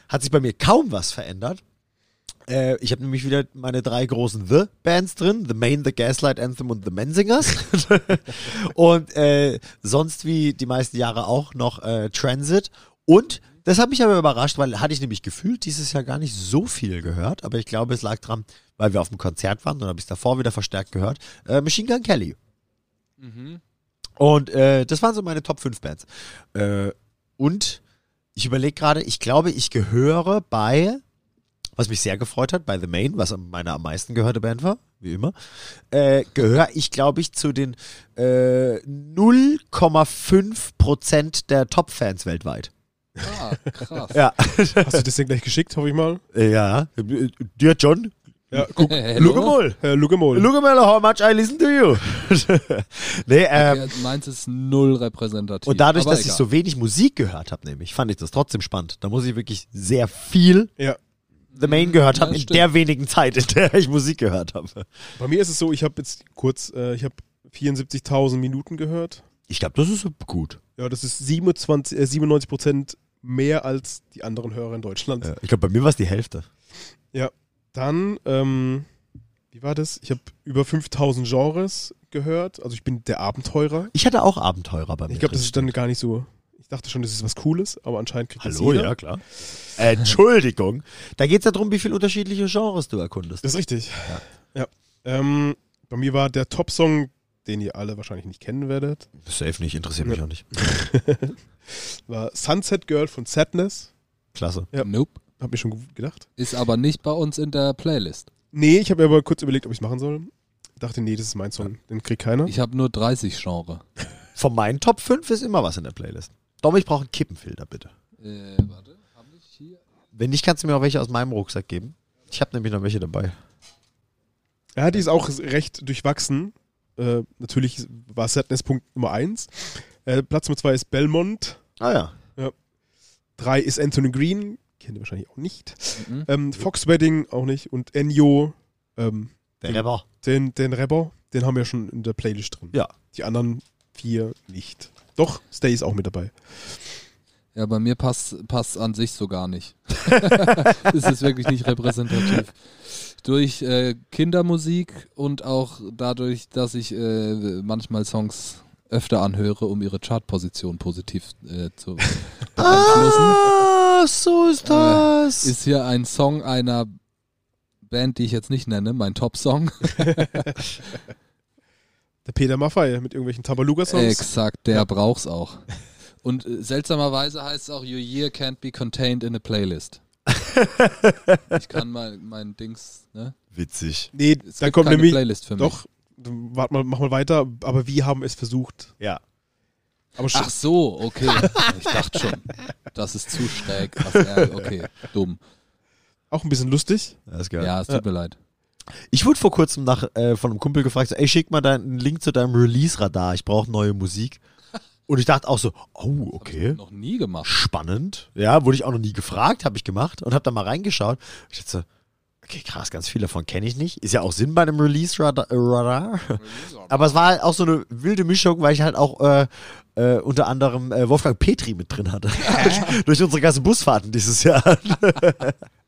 Speaker 3: hat sich bei mir kaum was verändert. Äh, ich habe nämlich wieder meine drei großen The-Bands drin: The Main, The Gaslight Anthem und The Menzingers.
Speaker 1: *laughs*
Speaker 3: und äh, sonst wie die meisten Jahre auch noch äh, Transit. Und das hat mich aber überrascht, weil hatte ich nämlich gefühlt dieses Jahr gar nicht so viel gehört. Aber ich glaube, es lag dran, weil wir auf dem Konzert waren und habe ich es davor wieder verstärkt gehört. Äh, Machine Gun Kelly. Und äh, das waren so meine Top 5 Bands. Äh, und ich überlege gerade, ich glaube, ich gehöre bei, was mich sehr gefreut hat, bei The Main, was meine am meisten gehörte Band war, wie immer, äh, gehöre ich, glaube ich, zu den äh, 0,5% der Top-Fans weltweit.
Speaker 1: Ah, krass.
Speaker 3: Ja.
Speaker 4: Hast du das denn gleich geschickt, hoffe ich mal?
Speaker 3: *laughs* ja. Dear John,
Speaker 4: Ja, guck.
Speaker 3: look
Speaker 1: Hello?
Speaker 3: mal.
Speaker 4: Äh, look mal.
Speaker 3: Hm. Look mal, how much I listen to you. *laughs* nee, ähm,
Speaker 1: Okay, meins ist null repräsentativ.
Speaker 3: Und dadurch,
Speaker 1: aber
Speaker 3: dass ich
Speaker 1: egal.
Speaker 3: so wenig Musik gehört habe, nämlich, fand ich das trotzdem spannend. Da muss ich wirklich sehr viel
Speaker 4: Ja.
Speaker 3: The Main gehört haben
Speaker 1: Ja,
Speaker 3: in
Speaker 1: stimmt.
Speaker 3: der wenigen Zeit, in der ich Musik gehört habe.
Speaker 4: Bei mir ist es so, ich habe jetzt kurz, äh, ich habe 74.000 Minuten gehört.
Speaker 3: Ich glaube, das ist gut.
Speaker 4: Ja, das ist 27, äh, 97 Prozent mehr als die anderen Hörer in Deutschland.
Speaker 3: Ja, Äh, Ich glaube, bei mir war es die Hälfte.
Speaker 4: Dann, ähm, wie war das? Ich habe über 5000 Genres gehört. Also ich bin der Abenteurer.
Speaker 3: Ich hatte auch Abenteurer bei mir.
Speaker 4: Ich glaube, das ist dann
Speaker 3: drin.
Speaker 4: gar nicht so. Ich dachte schon, das ist was Cooles, aber anscheinend kriegt das
Speaker 3: Hallo,
Speaker 4: jeder.
Speaker 3: ja, klar. Äh, Entschuldigung. Da geht es ja darum, wie viele unterschiedliche Genres du erkundest.
Speaker 4: Das ist richtig. Ja. Ähm, bei mir war der Top-Song, den ihr alle wahrscheinlich nicht
Speaker 3: *laughs*
Speaker 4: kennen werdet,
Speaker 3: Safe nicht, interessiert mich
Speaker 4: Ja.
Speaker 3: auch nicht.
Speaker 4: war Sunset Girl von Sadness.
Speaker 3: Klasse.
Speaker 4: Ja.
Speaker 1: Nope.
Speaker 4: Hab mir schon gedacht.
Speaker 1: Ist aber nicht bei uns in der Playlist.
Speaker 4: Nee, ich habe mir aber kurz überlegt, ob ich es machen soll. Dachte, nee, das ist mein Song. Den kriegt
Speaker 3: Hm?
Speaker 4: keiner.
Speaker 1: Ich habe nur 30 Genre.
Speaker 3: Von meinen Top 5 ist immer was in der Playlist. Dom, ich brauche einen Kippenfilter, bitte.
Speaker 1: Äh, warte. Hab ich hier?
Speaker 3: Wenn nicht, kannst du mir auch welche aus meinem Rucksack geben. Ich habe nämlich noch welche dabei.
Speaker 4: Ja, die ist auch recht durchwachsen. Äh, natürlich war Sadness Punkt Nummer 1. Äh, Platz Nummer 2 ist Belmont.
Speaker 3: Ah ja.
Speaker 4: 3 ist Anthony Green. Kennt ihr wahrscheinlich auch nicht.
Speaker 1: Mhm.
Speaker 4: Ähm, Fox Wedding auch nicht. Und Enyo, ähm,
Speaker 3: Der
Speaker 4: Mhm.
Speaker 3: Rapper.
Speaker 4: den, den Rapper, den haben wir schon in der Playlist drin.
Speaker 3: Ja.
Speaker 4: Die anderen vier nicht. Doch, Stay ist auch mit dabei.
Speaker 1: Ja, bei mir passt passt an sich so gar nicht. *laughs* es ist wirklich nicht repräsentativ. Durch äh, Kindermusik und auch dadurch, dass ich äh, manchmal Songs öfter anhöre, um ihre Chartposition positiv äh, zu beeinflussen,
Speaker 3: Ah, so ist das.
Speaker 1: ist hier ein Song einer Band, die ich jetzt nicht nenne, mein Top-Song.
Speaker 4: Der Peter Maffay mit irgendwelchen Tabaluga-Songs.
Speaker 1: Exakt, der braucht's auch. Und äh, seltsamerweise heißt es auch, your year can't be contained in a playlist. ich kann mein, mein Dings, ne?
Speaker 3: Witzig.
Speaker 4: Nee,
Speaker 1: Es
Speaker 4: dann
Speaker 1: gibt
Speaker 4: kommt
Speaker 1: keine
Speaker 4: nämlich.
Speaker 1: Playlist für mich.
Speaker 4: Doch, warte mal, mach mal weiter. Aber wir haben es versucht.
Speaker 3: Ja.
Speaker 4: Aber
Speaker 1: Ach so, okay. Ich dachte schon, das ist zu schräg. Was er, okay, dumm.
Speaker 4: auch ein bisschen lustig.
Speaker 3: Das ist geil.
Speaker 1: Ja, es tut mir leid.
Speaker 3: Ich wurde vor kurzem nach, äh, von einem Kumpel gefragt, so, ey, schick mal deinen Link zu deinem Release-Radar, ich brauche neue Musik. Und ich dachte auch so, oh, okay,
Speaker 1: Noch nie gemacht.
Speaker 3: spannend. Ja, wurde ich auch noch nie gefragt, habe ich gemacht und habe da mal reingeschaut. Ich dachte so, Okay, krass, ganz viel davon kenne ich nicht. Ist ja auch Sinn bei einem Release-Radar. Aber es war halt auch so eine wilde Mischung, weil ich halt auch äh, äh, unter anderem äh, Wolfgang Petri mit drin hatte. durch, *laughs* durch unsere ganzen Busfahrten dieses Jahr.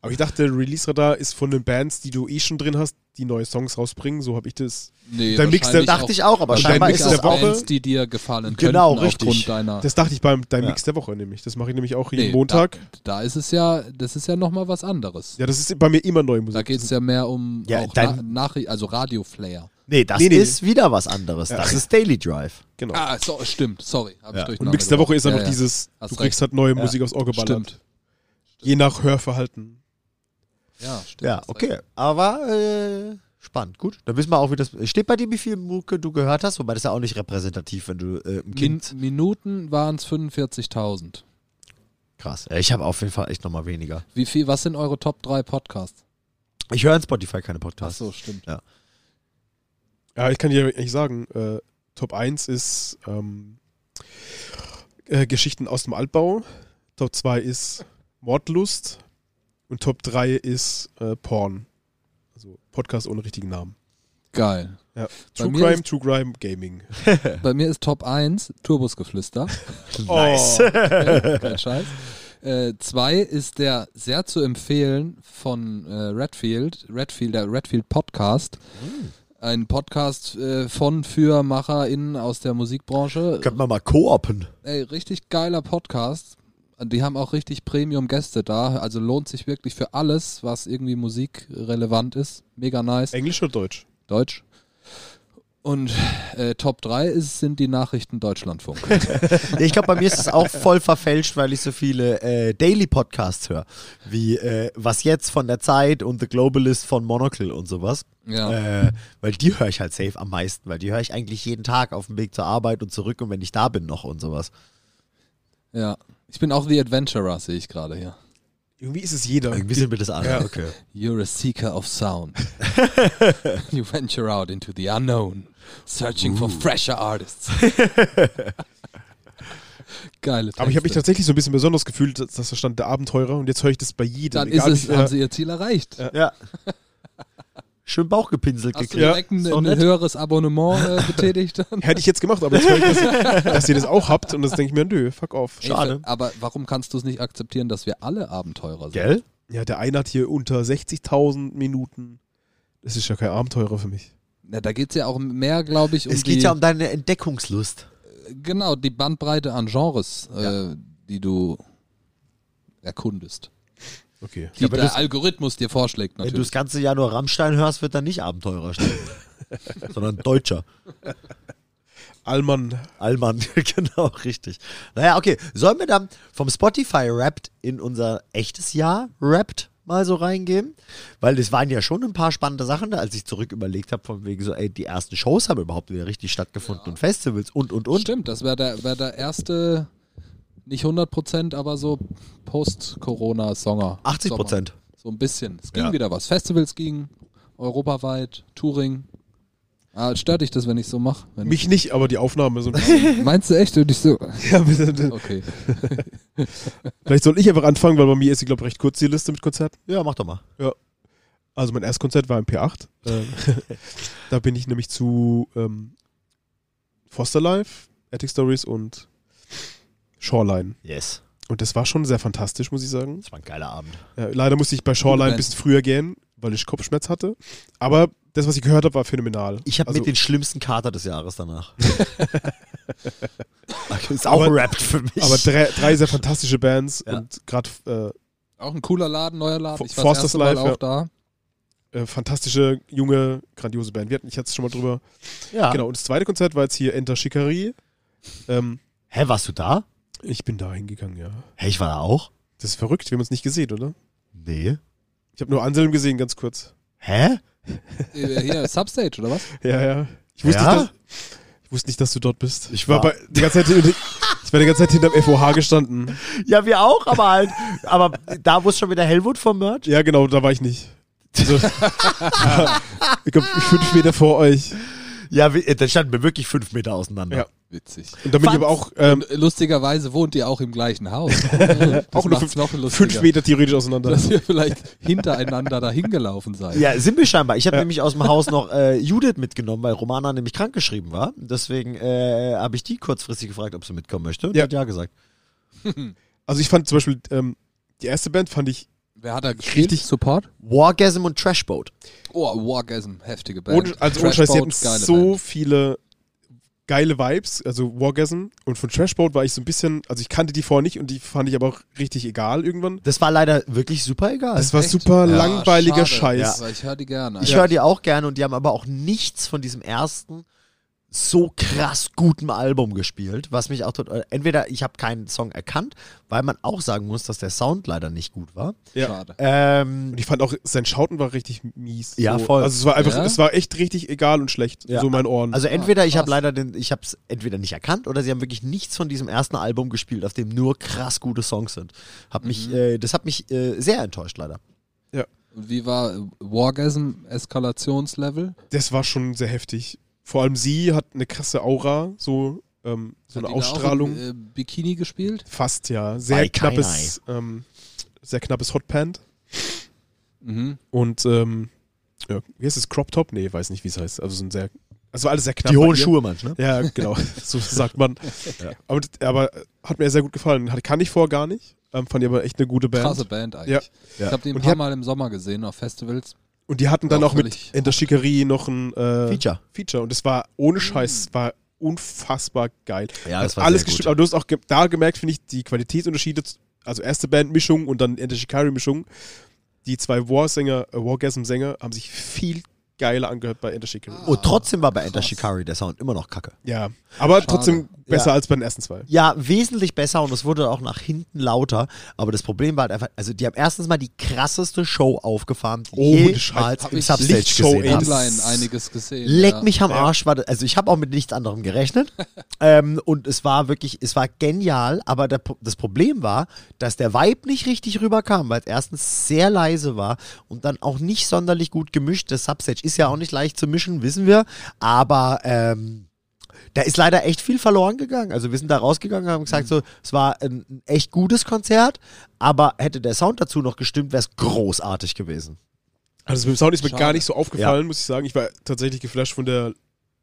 Speaker 4: Aber ich dachte, Release-Radar ist von den Bands, die du eh schon drin hast, die neue Songs rausbringen. So habe ich das.
Speaker 1: Nee,
Speaker 4: Dein Mix der-
Speaker 1: wahrscheinlich
Speaker 3: Dachte ich auch, aber
Speaker 1: wahrscheinlich
Speaker 3: scheinbar
Speaker 1: Mix
Speaker 3: ist es
Speaker 1: aus
Speaker 3: auch-
Speaker 1: Bands, die dir gefallen
Speaker 3: Genau,
Speaker 1: könnten
Speaker 3: richtig.
Speaker 1: aufgrund deiner.
Speaker 4: Das dachte ich beim deinem
Speaker 3: Ja.
Speaker 4: Mix der Woche nämlich. Das mache ich nämlich auch jeden
Speaker 1: Ah. Nee,
Speaker 4: Montag.
Speaker 1: Da, da ist es ja, das ist ja nochmal was anderes.
Speaker 4: ja, das ist bei mir immer neue Musik.
Speaker 1: Da geht es ja mehr um
Speaker 3: Ja,
Speaker 1: auch na,
Speaker 3: dein-
Speaker 1: Nachricht, also Radioflayer.
Speaker 3: Nee, das
Speaker 4: Nee, nee.
Speaker 3: ist wieder was anderes. Das ist Daily Drive.
Speaker 4: Genau.
Speaker 1: Ah, so, stimmt, sorry. Hab
Speaker 3: Ja.
Speaker 1: ich durcheinander
Speaker 4: Und Mix der Woche ist dann
Speaker 1: gebracht.
Speaker 4: noch
Speaker 1: Ja, ja.
Speaker 4: dieses,
Speaker 1: Hast
Speaker 4: du
Speaker 1: recht.
Speaker 4: kriegst halt neue
Speaker 3: Ja.
Speaker 4: Musik aufs Ohr geballert.
Speaker 1: Stimmt.
Speaker 4: Je nach Hörverhalten.
Speaker 1: Ja, stimmt.
Speaker 3: Ja,
Speaker 1: Hast
Speaker 3: okay.
Speaker 1: recht.
Speaker 3: Aber äh, spannend, gut. Dann wissen wir auch, wie das. Steht bei dir, wie viel Mucke du gehört hast? Wobei das ist ja auch nicht repräsentativ, wenn du äh, ein
Speaker 1: Min
Speaker 3: Kind.
Speaker 1: Minuten waren es 45.000.
Speaker 3: Krass. Ja, Ich habe auf jeden Fall echt nochmal weniger.
Speaker 1: Wie viel, was sind eure Top 3 Podcasts?
Speaker 3: Ich höre in Spotify keine
Speaker 1: Ach
Speaker 3: Podcasts.
Speaker 1: so, stimmt.
Speaker 4: Ja, ich kann dir eigentlich sagen, äh, Top 1 ist ähm, äh, Geschichten aus dem Altbau. Top 2 ist Mordlust. Und Top 3 ist äh, Porn. Also Podcast ohne richtigen Namen.
Speaker 1: Geil.
Speaker 4: Ja.
Speaker 1: Bei
Speaker 4: True
Speaker 1: mir
Speaker 4: Crime,
Speaker 1: ist-
Speaker 4: True Crime, Gaming.
Speaker 1: Bei mir ist Top 1 Turbusgeflüster.
Speaker 3: Hm.
Speaker 4: Nice.
Speaker 1: Okay, kein Scheiß. Äh, zwei ist der sehr zu empfehlen von äh, Redfield, Redfield, der Redfield Podcast. Ein Podcast äh, von für MacherInnen aus der Musikbranche.
Speaker 3: Könnten wir mal koopen.
Speaker 1: Ey, richtig geiler Podcast. Die haben auch richtig Premium-Gäste da. Also lohnt sich wirklich für alles, was irgendwie musikrelevant ist. Mega nice.
Speaker 4: Englisch oder Deutsch?
Speaker 1: Deutsch. Und äh, Top 3 ist, sind die Nachrichten Deutschlandfunk.
Speaker 4: *laughs*
Speaker 3: Ja, ich glaube, bei mir ist es auch voll verfälscht, weil ich so viele äh, Daily-Podcasts höre. Wie äh, Was Jetzt von der Zeit und The Globalist von Monocle und sowas.
Speaker 1: Ja.
Speaker 3: Äh, weil die höre ich halt safe am meisten, weil die höre ich eigentlich jeden Tag auf dem Weg zur Arbeit und zurück und wenn ich da bin noch und sowas.
Speaker 1: ja. Ich bin auch The Adventurer, sehe ich gerade hier.
Speaker 4: Irgendwie ist es jeder.
Speaker 3: Irgendwie sind wir das alle.
Speaker 4: Ja.
Speaker 3: okay.
Speaker 1: You're a seeker of
Speaker 4: *laughs*
Speaker 1: sound. you venture out into the unknown, searching for fresher
Speaker 4: *laughs*
Speaker 1: artists. Geile
Speaker 4: Aber ich habe mich
Speaker 1: Texte.
Speaker 4: tatsächlich so ein bisschen besonders gefühlt, dass das da stand der Abenteurer und jetzt höre ich das bei jedem.
Speaker 1: Dann ist
Speaker 4: egal
Speaker 1: es,
Speaker 4: wie- Äh.
Speaker 1: haben sie ihr Ziel erreicht.
Speaker 3: Ja. Schön Bauch gepinselt
Speaker 1: Hast du
Speaker 3: gekriegt.
Speaker 1: direkt ein,
Speaker 3: so
Speaker 1: ein
Speaker 3: nett.
Speaker 1: höheres Abonnement äh, betätigt?
Speaker 3: *laughs*
Speaker 1: Dann?
Speaker 4: Hätte ich jetzt gemacht, aber jetzt höre ich,
Speaker 1: *laughs*
Speaker 4: das, dass ihr das auch habt und das denke ich mir, nö, fuck off.
Speaker 3: Schade.
Speaker 1: Aber warum kannst du es nicht akzeptieren, dass wir alle Abenteurer sind?
Speaker 3: Gell?
Speaker 4: Ja, der eine hat hier unter 60.000 Minuten. Das ist ja kein Abenteurer für mich.
Speaker 1: Na, da geht es ja auch mehr, glaube ich, um
Speaker 3: es
Speaker 1: die,
Speaker 3: geht ja um deine Entdeckungslust.
Speaker 1: genau, die Bandbreite an Genres, äh, die du erkundest.
Speaker 4: Okay.
Speaker 1: Die der Algorithmus dir vorschlägt,
Speaker 3: Wenn du das
Speaker 1: natürlich.
Speaker 3: ganze Jahr nur Rammstein hörst, wird dann nicht Abenteurer stehen. sondern Deutscher.
Speaker 4: Allmann.
Speaker 3: Allmann, *laughs* genau, richtig. Naja, okay. Sollen wir dann vom Spotify Wrapped in unser echtes Jahr Wrapped mal so reingehen? Weil es waren ja schon ein paar spannende Sachen da, als ich zurück überlegt habe, von wegen so, ey, die ersten Shows haben überhaupt wieder richtig stattgefunden und Festivals und, und, und.
Speaker 1: Stimmt, das wäre der, wär der erste, nicht 100 Prozent, aber so Post-Corona-Songer.
Speaker 3: 80 Prozent.
Speaker 1: Sommer. So ein bisschen. Es ging
Speaker 3: Ja.
Speaker 1: wieder was. Festivals gingen, europaweit, Touring. Ah, stört dich das, wenn ich so mache?
Speaker 4: Mich nicht, aber die Aufnahme so ein
Speaker 1: *laughs*
Speaker 4: bisschen.
Speaker 1: Meinst du echt? Und ich so.
Speaker 4: ja, bitte, bitte.
Speaker 1: Okay.
Speaker 4: Vielleicht soll ich einfach anfangen, weil bei mir ist sie, glaube ich, recht kurz die Liste mit Konzerten.
Speaker 3: Ja, mach doch mal.
Speaker 4: Also mein erstes Konzert war im P8.
Speaker 3: *laughs*
Speaker 4: Ähm, da bin ich nämlich zu ähm, Foster Life, Attic Stories und Shoreline.
Speaker 3: Yes.
Speaker 4: Und das war schon sehr fantastisch, muss ich sagen.
Speaker 3: Das war ein geiler Abend.
Speaker 4: Ja, leider musste ich bei Shoreline
Speaker 1: Band.
Speaker 4: ein bisschen früher gehen, weil ich Kopfschmerz hatte. Aber das, was ich gehört habe, war phänomenal.
Speaker 3: Ich habe
Speaker 4: also,
Speaker 3: mit den schlimmsten Kater des Jahres *laughs* danach. ist auch
Speaker 4: Aber-
Speaker 3: Wrapped für mich.
Speaker 4: *laughs* aber drei, drei sehr fantastische Bands
Speaker 3: Ja.
Speaker 4: und gerade äh,
Speaker 1: Auch ein cooler Laden, neuer Laden. Ich war das
Speaker 4: Forsters
Speaker 1: erste Mal
Speaker 4: Life,
Speaker 1: auch
Speaker 4: ja.
Speaker 1: da.
Speaker 4: äh, fantastische, junge, grandiose Band. Wir hatten, ich hatte es schon mal drüber.
Speaker 3: ja.
Speaker 4: Genau, und das zweite Konzert war jetzt hier Enter Shikari. Ähm,
Speaker 3: Hä, warst du da?
Speaker 4: ich bin da hingegangen, ja.
Speaker 3: Hä, ich war da auch?
Speaker 4: Das ist verrückt, wir haben uns nicht gesehen, oder?
Speaker 3: Nee.
Speaker 4: Ich habe nur Anselm gesehen, ganz kurz.
Speaker 3: Hä?
Speaker 1: Äh, Hier,
Speaker 4: *laughs*
Speaker 1: Substage, oder was?
Speaker 4: Ja, ja. Ich wusste,
Speaker 3: Ja?
Speaker 4: nicht, dass, ich wusste nicht, dass du dort bist.
Speaker 3: Ich war-
Speaker 4: bei, die ganze Zeit, ich war die ganze Zeit hinterm FOH gestanden.
Speaker 3: Ja, wir auch, *laughs* aber halt, aber da, wo es schon wieder Hellwood vom Merch.
Speaker 4: Ja, genau, da war ich nicht.
Speaker 3: *laughs*
Speaker 4: Also, ich glaube, fünf Meter vor euch.
Speaker 3: Ja, wir- äh, dann standen wir wirklich fünf Meter auseinander.
Speaker 4: Ja.
Speaker 1: Witzig.
Speaker 4: Und damit ich aber auch, ähm,
Speaker 1: Und lustigerweise wohnt ihr auch im gleichen
Speaker 4: *laughs*
Speaker 1: Haus. Das
Speaker 4: auch nur
Speaker 1: macht's
Speaker 4: fünf,
Speaker 1: noch
Speaker 4: fünf
Speaker 1: lustiger.
Speaker 4: Meter theoretisch auseinander.
Speaker 1: dass ihr vielleicht hintereinander dahin gelaufen seid.
Speaker 3: Ja, sind wir scheinbar. Ich habe nämlich aus dem Haus noch *laughs* äh, Judith mitgenommen, weil Romana nämlich krankgeschrieben war. Deswegen äh, habe ich die kurzfristig gefragt, ob sie mitkommen möchte. Und die
Speaker 4: Ja.
Speaker 3: hat ja gesagt.
Speaker 4: Also ich fand zum Beispiel, ähm, die erste Band fand ich,
Speaker 1: Wer hat da gespielt?
Speaker 4: Richtig-
Speaker 1: Support?
Speaker 3: Wargasm und Trashboat.
Speaker 1: Oh, Wargasm, heftige Band.
Speaker 4: ohne, also ohne
Speaker 1: Trashboat,
Speaker 4: Scheiß, die hatten
Speaker 1: geile
Speaker 4: so
Speaker 1: Band.
Speaker 4: viele geile Vibes, also Wargasm und von Trashboat war ich so ein bisschen, also ich kannte die vorher nicht und die fand ich aber auch richtig egal irgendwann.
Speaker 3: Das war leider wirklich super egal.
Speaker 4: Das war
Speaker 1: Ah, Echt?
Speaker 4: super
Speaker 1: Ja,
Speaker 4: langweiliger
Speaker 1: schade,
Speaker 4: Scheiß.
Speaker 1: Aber ich höre die gerne.
Speaker 3: ich
Speaker 1: Ja.
Speaker 3: höre die auch gerne und die haben aber auch nichts von diesem ersten so krass guten Album gespielt, was mich auch tot, entweder ich habe keinen Song erkannt, weil man auch sagen muss, dass der Sound leider nicht gut war.
Speaker 4: Ja.
Speaker 1: Schade.
Speaker 3: Ähm,
Speaker 4: Und ich fand auch, sein Schauten war richtig mies.
Speaker 3: Ja,
Speaker 4: so.
Speaker 3: voll.
Speaker 4: Also es war einfach,
Speaker 1: Ja?
Speaker 4: es war echt richtig egal und schlecht,
Speaker 3: Ja.
Speaker 4: so in meinen Ohren.
Speaker 3: Also entweder ich habe
Speaker 1: krass.
Speaker 3: leider den, ich habe es entweder nicht erkannt oder sie haben wirklich nichts von diesem ersten Album gespielt, auf dem nur krass gute Songs sind. Hab
Speaker 4: Mhm.
Speaker 3: mich, äh, das hat mich äh, sehr enttäuscht leider.
Speaker 1: Und wie war äh, Wargasm Eskalationslevel?
Speaker 4: das war schon sehr heftig. Vor allem sie hat eine krasse Aura, so, ähm,
Speaker 1: Hat
Speaker 4: so
Speaker 1: die
Speaker 4: eine
Speaker 1: da auch
Speaker 4: Ausstrahlung.
Speaker 1: im, äh, Bikini gespielt?
Speaker 4: Fast, ja. Sehr
Speaker 3: Bei
Speaker 4: knappes, ähm, sehr knappes Hotpant.
Speaker 1: Mhm.
Speaker 4: Und, ähm, ja, wie heißt es? Crop Top? Nee, weiß nicht, wie es heißt. Also so ein sehr, also war alles sehr knapp.
Speaker 3: Die
Speaker 4: bei
Speaker 3: hohen
Speaker 4: ihr.
Speaker 3: Schuhe manchmal. Ne?
Speaker 4: Ja, genau, *laughs* so
Speaker 1: *laughs*
Speaker 4: sagt man. Aber, aber hat mir sehr gut gefallen. Hat- Kann ich vorher gar nicht. Ähm, fand ich aber echt eine gute Band.
Speaker 1: Krasse Band eigentlich.
Speaker 3: Ja.
Speaker 1: Ich habe die ein
Speaker 4: Und die
Speaker 1: paar
Speaker 4: hat-
Speaker 1: Mal im Sommer gesehen auf Festivals.
Speaker 4: Und die hatten dann
Speaker 1: Auch
Speaker 4: auch mit
Speaker 1: völlig
Speaker 4: Enter Schickerie noch ein äh,
Speaker 3: Feature.
Speaker 4: Feature. Und es war
Speaker 1: Mm.
Speaker 4: ohne Scheiß, es war unfassbar geil.
Speaker 3: Ja,
Speaker 4: Hat
Speaker 3: das war
Speaker 4: alles
Speaker 3: sehr gut.
Speaker 4: gestimmt. Aber du hast auch ge da gemerkt, finde ich, die Qualitätsunterschiede, z- also erste Bandmischung und dann Enter Shikari Mischung. Die zwei War-Sänger, äh, Wargasm-Sänger haben sich viel geiler angehört bei Enter Shikari.
Speaker 1: Ah.
Speaker 3: Und trotzdem war bei Enter Shikari der Sound immer noch kacke.
Speaker 4: Ja, aber trotzdem besser
Speaker 3: Ja.
Speaker 4: als bei den ersten zwei.
Speaker 3: Ja, wesentlich besser und es wurde auch nach hinten lauter. Aber das Problem war halt einfach, also die haben erstens mal die krasseste Show aufgefahren, die
Speaker 4: Ohne Scheiß.
Speaker 3: jemals
Speaker 1: Hab
Speaker 3: im
Speaker 1: ich
Speaker 3: Substage
Speaker 4: Lichtshow,
Speaker 3: gesehen
Speaker 4: ey,
Speaker 3: habe.
Speaker 4: das-
Speaker 1: Online einiges gesehen.
Speaker 3: Leck
Speaker 1: ja.
Speaker 3: mich am Arsch, war das, also ich habe auch mit nichts anderem gerechnet ähm, und es war wirklich, es war genial, aber der, Pro- das Problem war, dass der Vibe nicht richtig rüberkam, weil es erstens sehr leise war und dann auch nicht sonderlich gut gemischt. Das Substage ist ja auch nicht leicht zu mischen, wissen wir, aber ähm, da ist leider echt viel verloren gegangen. Also wir sind da rausgegangen und haben gesagt, so, es war ein ein echt gutes Konzert, aber hätte der Sound dazu noch gestimmt, wäre es großartig gewesen.
Speaker 4: Also mit dem Sound ist mir
Speaker 1: Schade.
Speaker 4: gar nicht so aufgefallen, muss ich sagen. Ich war tatsächlich geflasht von der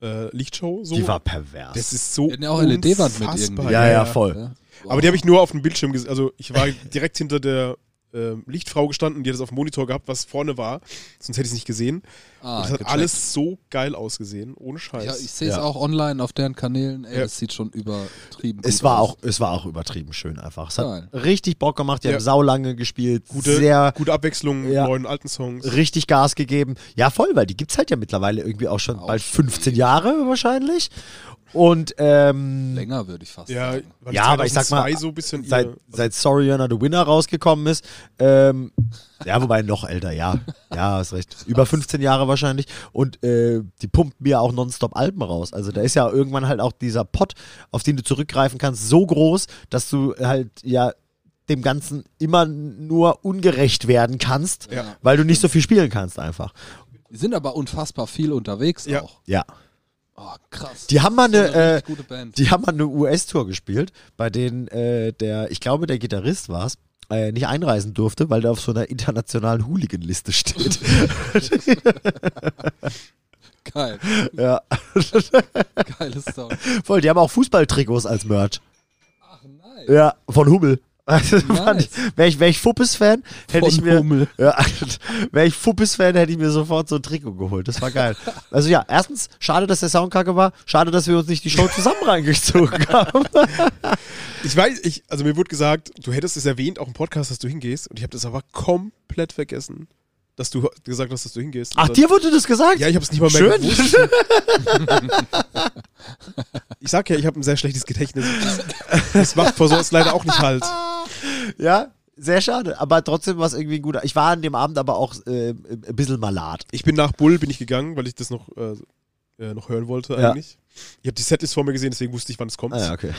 Speaker 4: äh, Lichtshow. So.
Speaker 3: Die war pervers.
Speaker 4: das ist so.
Speaker 1: Die hatten ja auch LED-Wand mit
Speaker 4: unfassbar
Speaker 1: irgendwie.
Speaker 3: ja, ja,
Speaker 4: geil.
Speaker 3: voll.
Speaker 1: Ja.
Speaker 4: Aber die habe ich nur auf dem Bildschirm gesehen. Also
Speaker 3: *laughs*
Speaker 4: ich war direkt hinter der ähm, Lichtfrau gestanden, die hat das auf dem Monitor gehabt, was vorne war. Sonst hätte ich es nicht gesehen.
Speaker 1: Ah,
Speaker 4: Und es hat
Speaker 1: gecheckt.
Speaker 4: alles so geil ausgesehen, ohne Scheiß.
Speaker 1: Ja, ich sehe es
Speaker 3: Ja.
Speaker 1: auch online auf deren Kanälen. Ey,
Speaker 4: Ja.
Speaker 1: das sieht schon übertrieben
Speaker 3: Es
Speaker 1: gut
Speaker 3: war
Speaker 1: aus.
Speaker 3: auch, es war auch übertrieben schön einfach. Es hat
Speaker 1: Geil.
Speaker 3: richtig Bock gemacht. Die
Speaker 4: Ja.
Speaker 3: haben saulange gespielt,
Speaker 4: gute,
Speaker 3: sehr
Speaker 4: gute Abwechslung,
Speaker 3: Ja.
Speaker 4: neuen alten Songs.
Speaker 3: richtig Gas gegeben. Ja, voll, weil die gibt's halt ja mittlerweile irgendwie auch schon
Speaker 1: Auch
Speaker 3: bald
Speaker 1: schon
Speaker 3: 15 Jahre wahrscheinlich. Und ähm,
Speaker 1: länger, würde ich fast
Speaker 4: Ja,
Speaker 1: sagen.
Speaker 4: weil
Speaker 3: Ja, aber ich sag mal,
Speaker 4: 2002 so ein bisschen
Speaker 3: seit,
Speaker 4: ihre-
Speaker 3: seit Sorry You're Not a Winner rausgekommen ist, ähm, ja, wobei noch älter, ja. Ja, hast recht. Über 15 Jahre wahrscheinlich. Und äh, die pumpen ja auch nonstop Alben raus. Also da ist ja irgendwann halt auch dieser Pot, auf den du zurückgreifen kannst, so groß, dass du halt ja dem Ganzen immer nur ungerecht werden kannst,
Speaker 4: Ja.
Speaker 3: weil du nicht so viel spielen kannst einfach.
Speaker 1: Die sind aber unfassbar viel unterwegs
Speaker 4: Ja.
Speaker 1: auch.
Speaker 3: Ja.
Speaker 1: Oh, krass.
Speaker 3: Die haben mal
Speaker 1: So
Speaker 3: eine, äh,
Speaker 1: richtig gute Band.
Speaker 3: Die haben mal eine US-Tour gespielt, bei denen äh, der, ich glaube, der Gitarrist war es, äh, nicht einreisen durfte, weil der auf so einer internationalen Hooligan-Liste steht. *laughs*
Speaker 1: Geil.
Speaker 3: *laughs*
Speaker 1: *laughs*
Speaker 3: ja,
Speaker 1: Geiles Song.
Speaker 3: voll. Die haben auch Fußballtrikots als Merch.
Speaker 1: Ach nein.
Speaker 3: Ja, von Hummel. Also,
Speaker 1: Nice.
Speaker 3: fand ich- Wäre ich, wär ich Fuppes-Fan, hätte
Speaker 1: Von
Speaker 3: ich mir.
Speaker 1: Hummel.
Speaker 3: Ja, *laughs* wäre ich Fuppes-Fan, hätte ich mir sofort so ein Trikot geholt. Das war geil. Also ja, erstens, schade, dass der Sound kacke war. Schade, dass wir uns nicht die Show zusammen *laughs* reingezogen haben.
Speaker 4: Ich weiß, ich, also mir wurde gesagt, du hättest es erwähnt, auch im Podcast, dass du hingehst. Und ich habe das aber komplett vergessen, dass du gesagt hast, dass du hingehst.
Speaker 3: Ach,
Speaker 4: Und dann-
Speaker 3: dir wurde das gesagt?
Speaker 4: Ja, ich habe es nicht mal mehr
Speaker 3: Schön.
Speaker 4: gewusst. Ich sag ja, ich habe ein sehr schlechtes Gedächtnis. *laughs* Das macht vor sowas leider auch nicht halt.
Speaker 3: Ja, sehr schade. Aber trotzdem war es irgendwie ein guter. Ich war an dem Abend aber auch äh, ein bisschen malat.
Speaker 4: Ich bin nach Bull bin ich gegangen, weil ich das noch, äh, äh, noch hören wollte
Speaker 3: Ja.
Speaker 4: Ah,
Speaker 3: Ah, *laughs*
Speaker 4: *laughs* eigentlich. Ich habe die Setlist vor mir gesehen, deswegen wusste ich, wann es kommt.
Speaker 3: okay.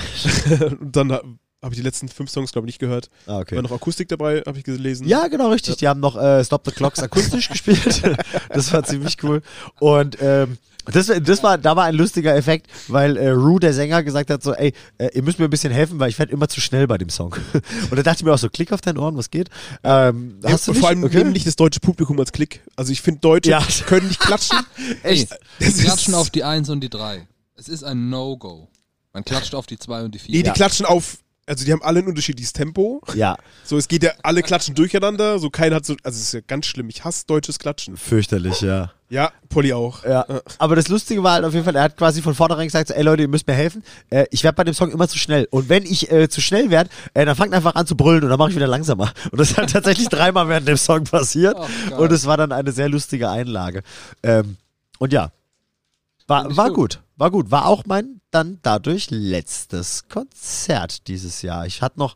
Speaker 4: Und dann ha- Habe ich die letzten fünf Songs, glaube ich, nicht gehört.
Speaker 3: Ah, okay.
Speaker 4: War noch Akustik dabei, habe ich gelesen.
Speaker 3: Ja, genau, richtig. Die haben noch äh, Stop the Clocks
Speaker 4: *laughs*
Speaker 3: akustisch gespielt. Das war ziemlich cool. Und ähm, das, das war, da war ein lustiger Effekt, weil äh, Rue, der Sänger, gesagt hat so, ey, äh, ihr müsst mir ein bisschen helfen, weil ich werde immer zu schnell bei dem Song. *laughs* Und da dachte ich mir auch so, klick auf deinen Ohren, was geht? Ähm,
Speaker 4: Ja,
Speaker 3: hast du
Speaker 4: und
Speaker 3: nicht?
Speaker 4: vor allem
Speaker 3: okay.
Speaker 4: nehmen nicht das deutsche Publikum als Klick. Also ich finde, Deutsche
Speaker 3: Ja.
Speaker 4: *laughs* können
Speaker 3: *laughs*
Speaker 4: nicht klatschen.
Speaker 1: Echt?
Speaker 4: Das ist-
Speaker 1: Die klatschen auf die 1 und die 3. Es ist ein No-Go. Man klatscht auf die 2 und die 4.
Speaker 4: *laughs* Nee, die klatschen auf. Also die haben alle ein unterschiedliches Tempo.
Speaker 3: Ja,
Speaker 4: So, es geht ja, alle klatschen durcheinander. So, keiner hat so. Also es ist ja ganz schlimm. Ich hasse deutsches Klatschen.
Speaker 3: fürchterlich, ja.
Speaker 4: Ja, Polly auch.
Speaker 3: Ja.
Speaker 1: Äh.
Speaker 3: Aber das Lustige war halt auf jeden Fall, er hat quasi von vornherein gesagt, so, ey Leute, ihr müsst mir helfen. Äh, ich werde bei dem Song immer zu schnell. Und wenn ich äh, zu schnell werde, äh, dann fangt einfach an zu brüllen und dann mache ich wieder langsamer. *laughs* Und das hat tatsächlich dreimal während dem Song passiert.
Speaker 1: Oh Gott.
Speaker 3: und es war dann eine sehr lustige Einlage. Ähm, und ja, war,
Speaker 1: ich
Speaker 3: war
Speaker 1: gut.
Speaker 3: gut. War gut. War auch mein dann dadurch letztes Konzert dieses Jahr. Ich hatte noch,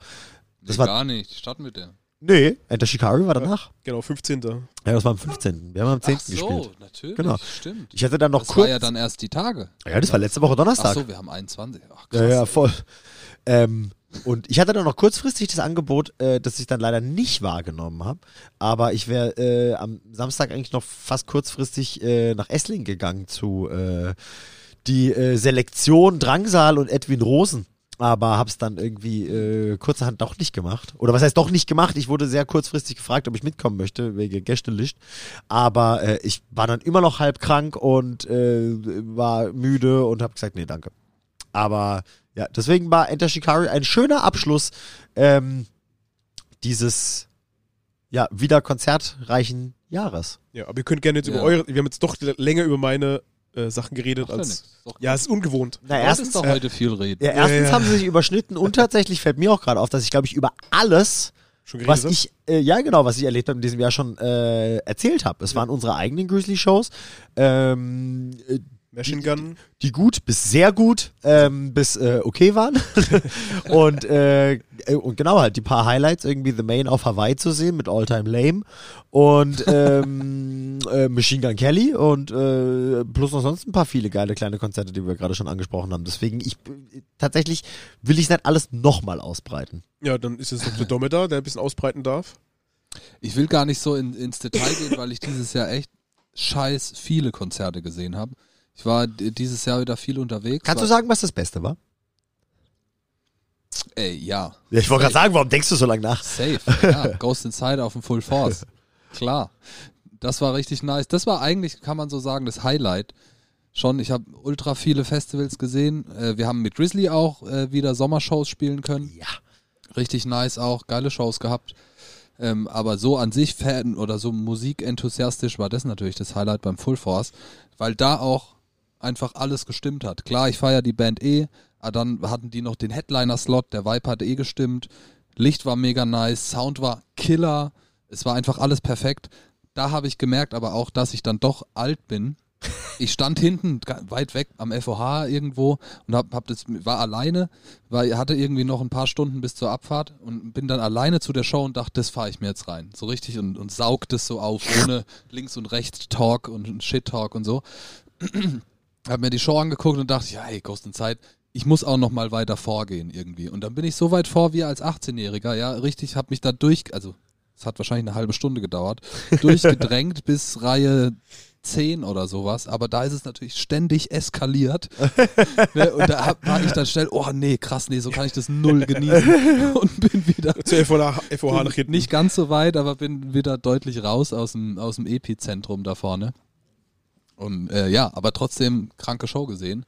Speaker 3: das
Speaker 1: Nee,
Speaker 3: war-
Speaker 1: gar nicht. Statt mit der.
Speaker 3: nee, Enter Shikari war
Speaker 1: Äh.
Speaker 3: danach.
Speaker 4: Genau, 15.
Speaker 3: Ja, das war am 15. Wir haben am 10. gespielt.
Speaker 1: natürlich.
Speaker 3: Genau.
Speaker 1: Stimmt.
Speaker 3: Ich hatte dann noch
Speaker 1: das
Speaker 3: kurz.
Speaker 1: war ja dann erst die Tage.
Speaker 3: ja, das war letzte Woche Donnerstag.
Speaker 1: Ach so, wir haben 21. Ach, krass.
Speaker 3: Ja, ja, voll. Ähm, und ich hatte dann noch kurzfristig das Angebot, äh, das ich dann leider nicht wahrgenommen habe. Aber ich wäre äh, am Samstag eigentlich noch fast kurzfristig äh, nach Esslingen gegangen zu äh, die äh, Selektion Drangsal und Edwin Rosen. Aber habe es dann irgendwie äh, kurzerhand doch nicht gemacht. Oder was heißt doch nicht gemacht? Ich wurde sehr kurzfristig gefragt, ob ich mitkommen möchte, wegen Gästelicht. Aber äh, ich war dann immer noch halb krank und äh, war müde und habe gesagt, nee, danke. Aber ja, deswegen war Enter Shikari ein schöner Abschluss ähm, dieses ja wieder konzertreichen Jahres.
Speaker 4: Ja, aber ihr könnt gerne jetzt
Speaker 1: Ja.
Speaker 4: über eure. Wir haben jetzt doch länger über meine äh, Sachen geredet
Speaker 1: Macht ja
Speaker 4: als.
Speaker 1: nix. Doch-
Speaker 4: Ja, es ist ungewohnt.
Speaker 3: Na,
Speaker 1: Du wolltest
Speaker 3: erstens,
Speaker 1: doch
Speaker 3: äh,
Speaker 1: heute viel reden.
Speaker 3: ja, erstens
Speaker 4: Ja, ja.
Speaker 3: haben sie sich überschnitten und tatsächlich fällt mir auch gerade auf, dass ich glaube ich über alles,
Speaker 4: Schon
Speaker 3: was
Speaker 4: hab?
Speaker 3: ich äh, ja genau, was ich erlebt habe in diesem Jahr schon äh, erzählt habe. Es waren unsere eigenen Grizzly Shows. Ähm, äh,
Speaker 4: Machine Gun.
Speaker 3: die gut bis sehr gut ähm, bis äh, okay waren *laughs* und äh, äh, und genau halt die paar Highlights irgendwie The Main auf Hawaii zu sehen mit All Time Lame *laughs* und ähm, äh, Machine Gun Kelly und äh, plus noch sonst ein paar viele geile kleine Konzerte, die wir gerade schon angesprochen haben. Deswegen ich tatsächlich will ich nicht alles nochmal ausbreiten.
Speaker 4: Ja, dann ist jetzt noch
Speaker 1: *laughs*
Speaker 4: der Domme da, der ein bisschen ausbreiten darf.
Speaker 1: Ich will gar nicht so in, ins Detail gehen, weil ich dieses Jahr echt scheiß viele Konzerte gesehen habe. Ich war d- dieses Jahr wieder viel unterwegs.
Speaker 3: Kannst
Speaker 1: war,
Speaker 3: du sagen, was das Beste war?
Speaker 1: Ey, ja.
Speaker 3: Ja, ich wollte gerade sagen, warum denkst du so lange nach?
Speaker 1: Safe.
Speaker 3: *laughs*
Speaker 1: Ja, Ghost Inside auf dem Full Force. Klar. Das war richtig nice. Das war eigentlich, kann man so sagen, das Highlight. Schon, ich habe ultra viele Festivals gesehen. Äh, wir haben mit Grizzly auch äh, wieder Sommershows spielen können.
Speaker 3: Ja.
Speaker 1: Richtig nice auch, geile Shows gehabt. Ähm, aber so an sich Fan oder so musikenthusiastisch war das natürlich das Highlight beim Full Force, weil da auch einfach alles gestimmt hat. Klar, ich feiere die Band eh, aber dann hatten die noch den Headliner-Slot, der Vibe hat eh gestimmt, Licht war mega nice, Sound war killer, es war einfach alles perfekt. Da habe ich gemerkt aber auch, dass ich dann doch alt bin. Ich stand hinten ga- weit weg am FOH irgendwo und hab, hab das, war alleine, weil hatte irgendwie noch ein paar Stunden bis zur Abfahrt und bin dann alleine zu der Show und dachte, das fahre ich mir jetzt rein. So richtig und, und saug das so auf, ohne links und rechts Talk und Shit Talk und so. hab mir die Show angeguckt und dachte, ja, hey, Ghost in Zeit, ich muss auch noch mal weiter vorgehen irgendwie. Und dann bin ich so weit vor wie als 18-Jähriger, ja, richtig, hab mich da durch, also es hat wahrscheinlich eine halbe Stunde gedauert, durchgedrängt bis Reihe 10 oder sowas, aber da ist es natürlich ständig
Speaker 4: *laughs*
Speaker 1: eskaliert. ne? Und da hab, war ich dann schnell, oh nee, krass, nee, so kann ich das null
Speaker 4: *laughs*
Speaker 1: genießen und bin wieder
Speaker 4: Zur FOH, FOH Oh, nach hinten.
Speaker 1: nicht ganz so weit, aber bin wieder deutlich raus aus dem, aus dem Epizentrum da vorne. Und äh, ja, aber trotzdem kranke Show gesehen.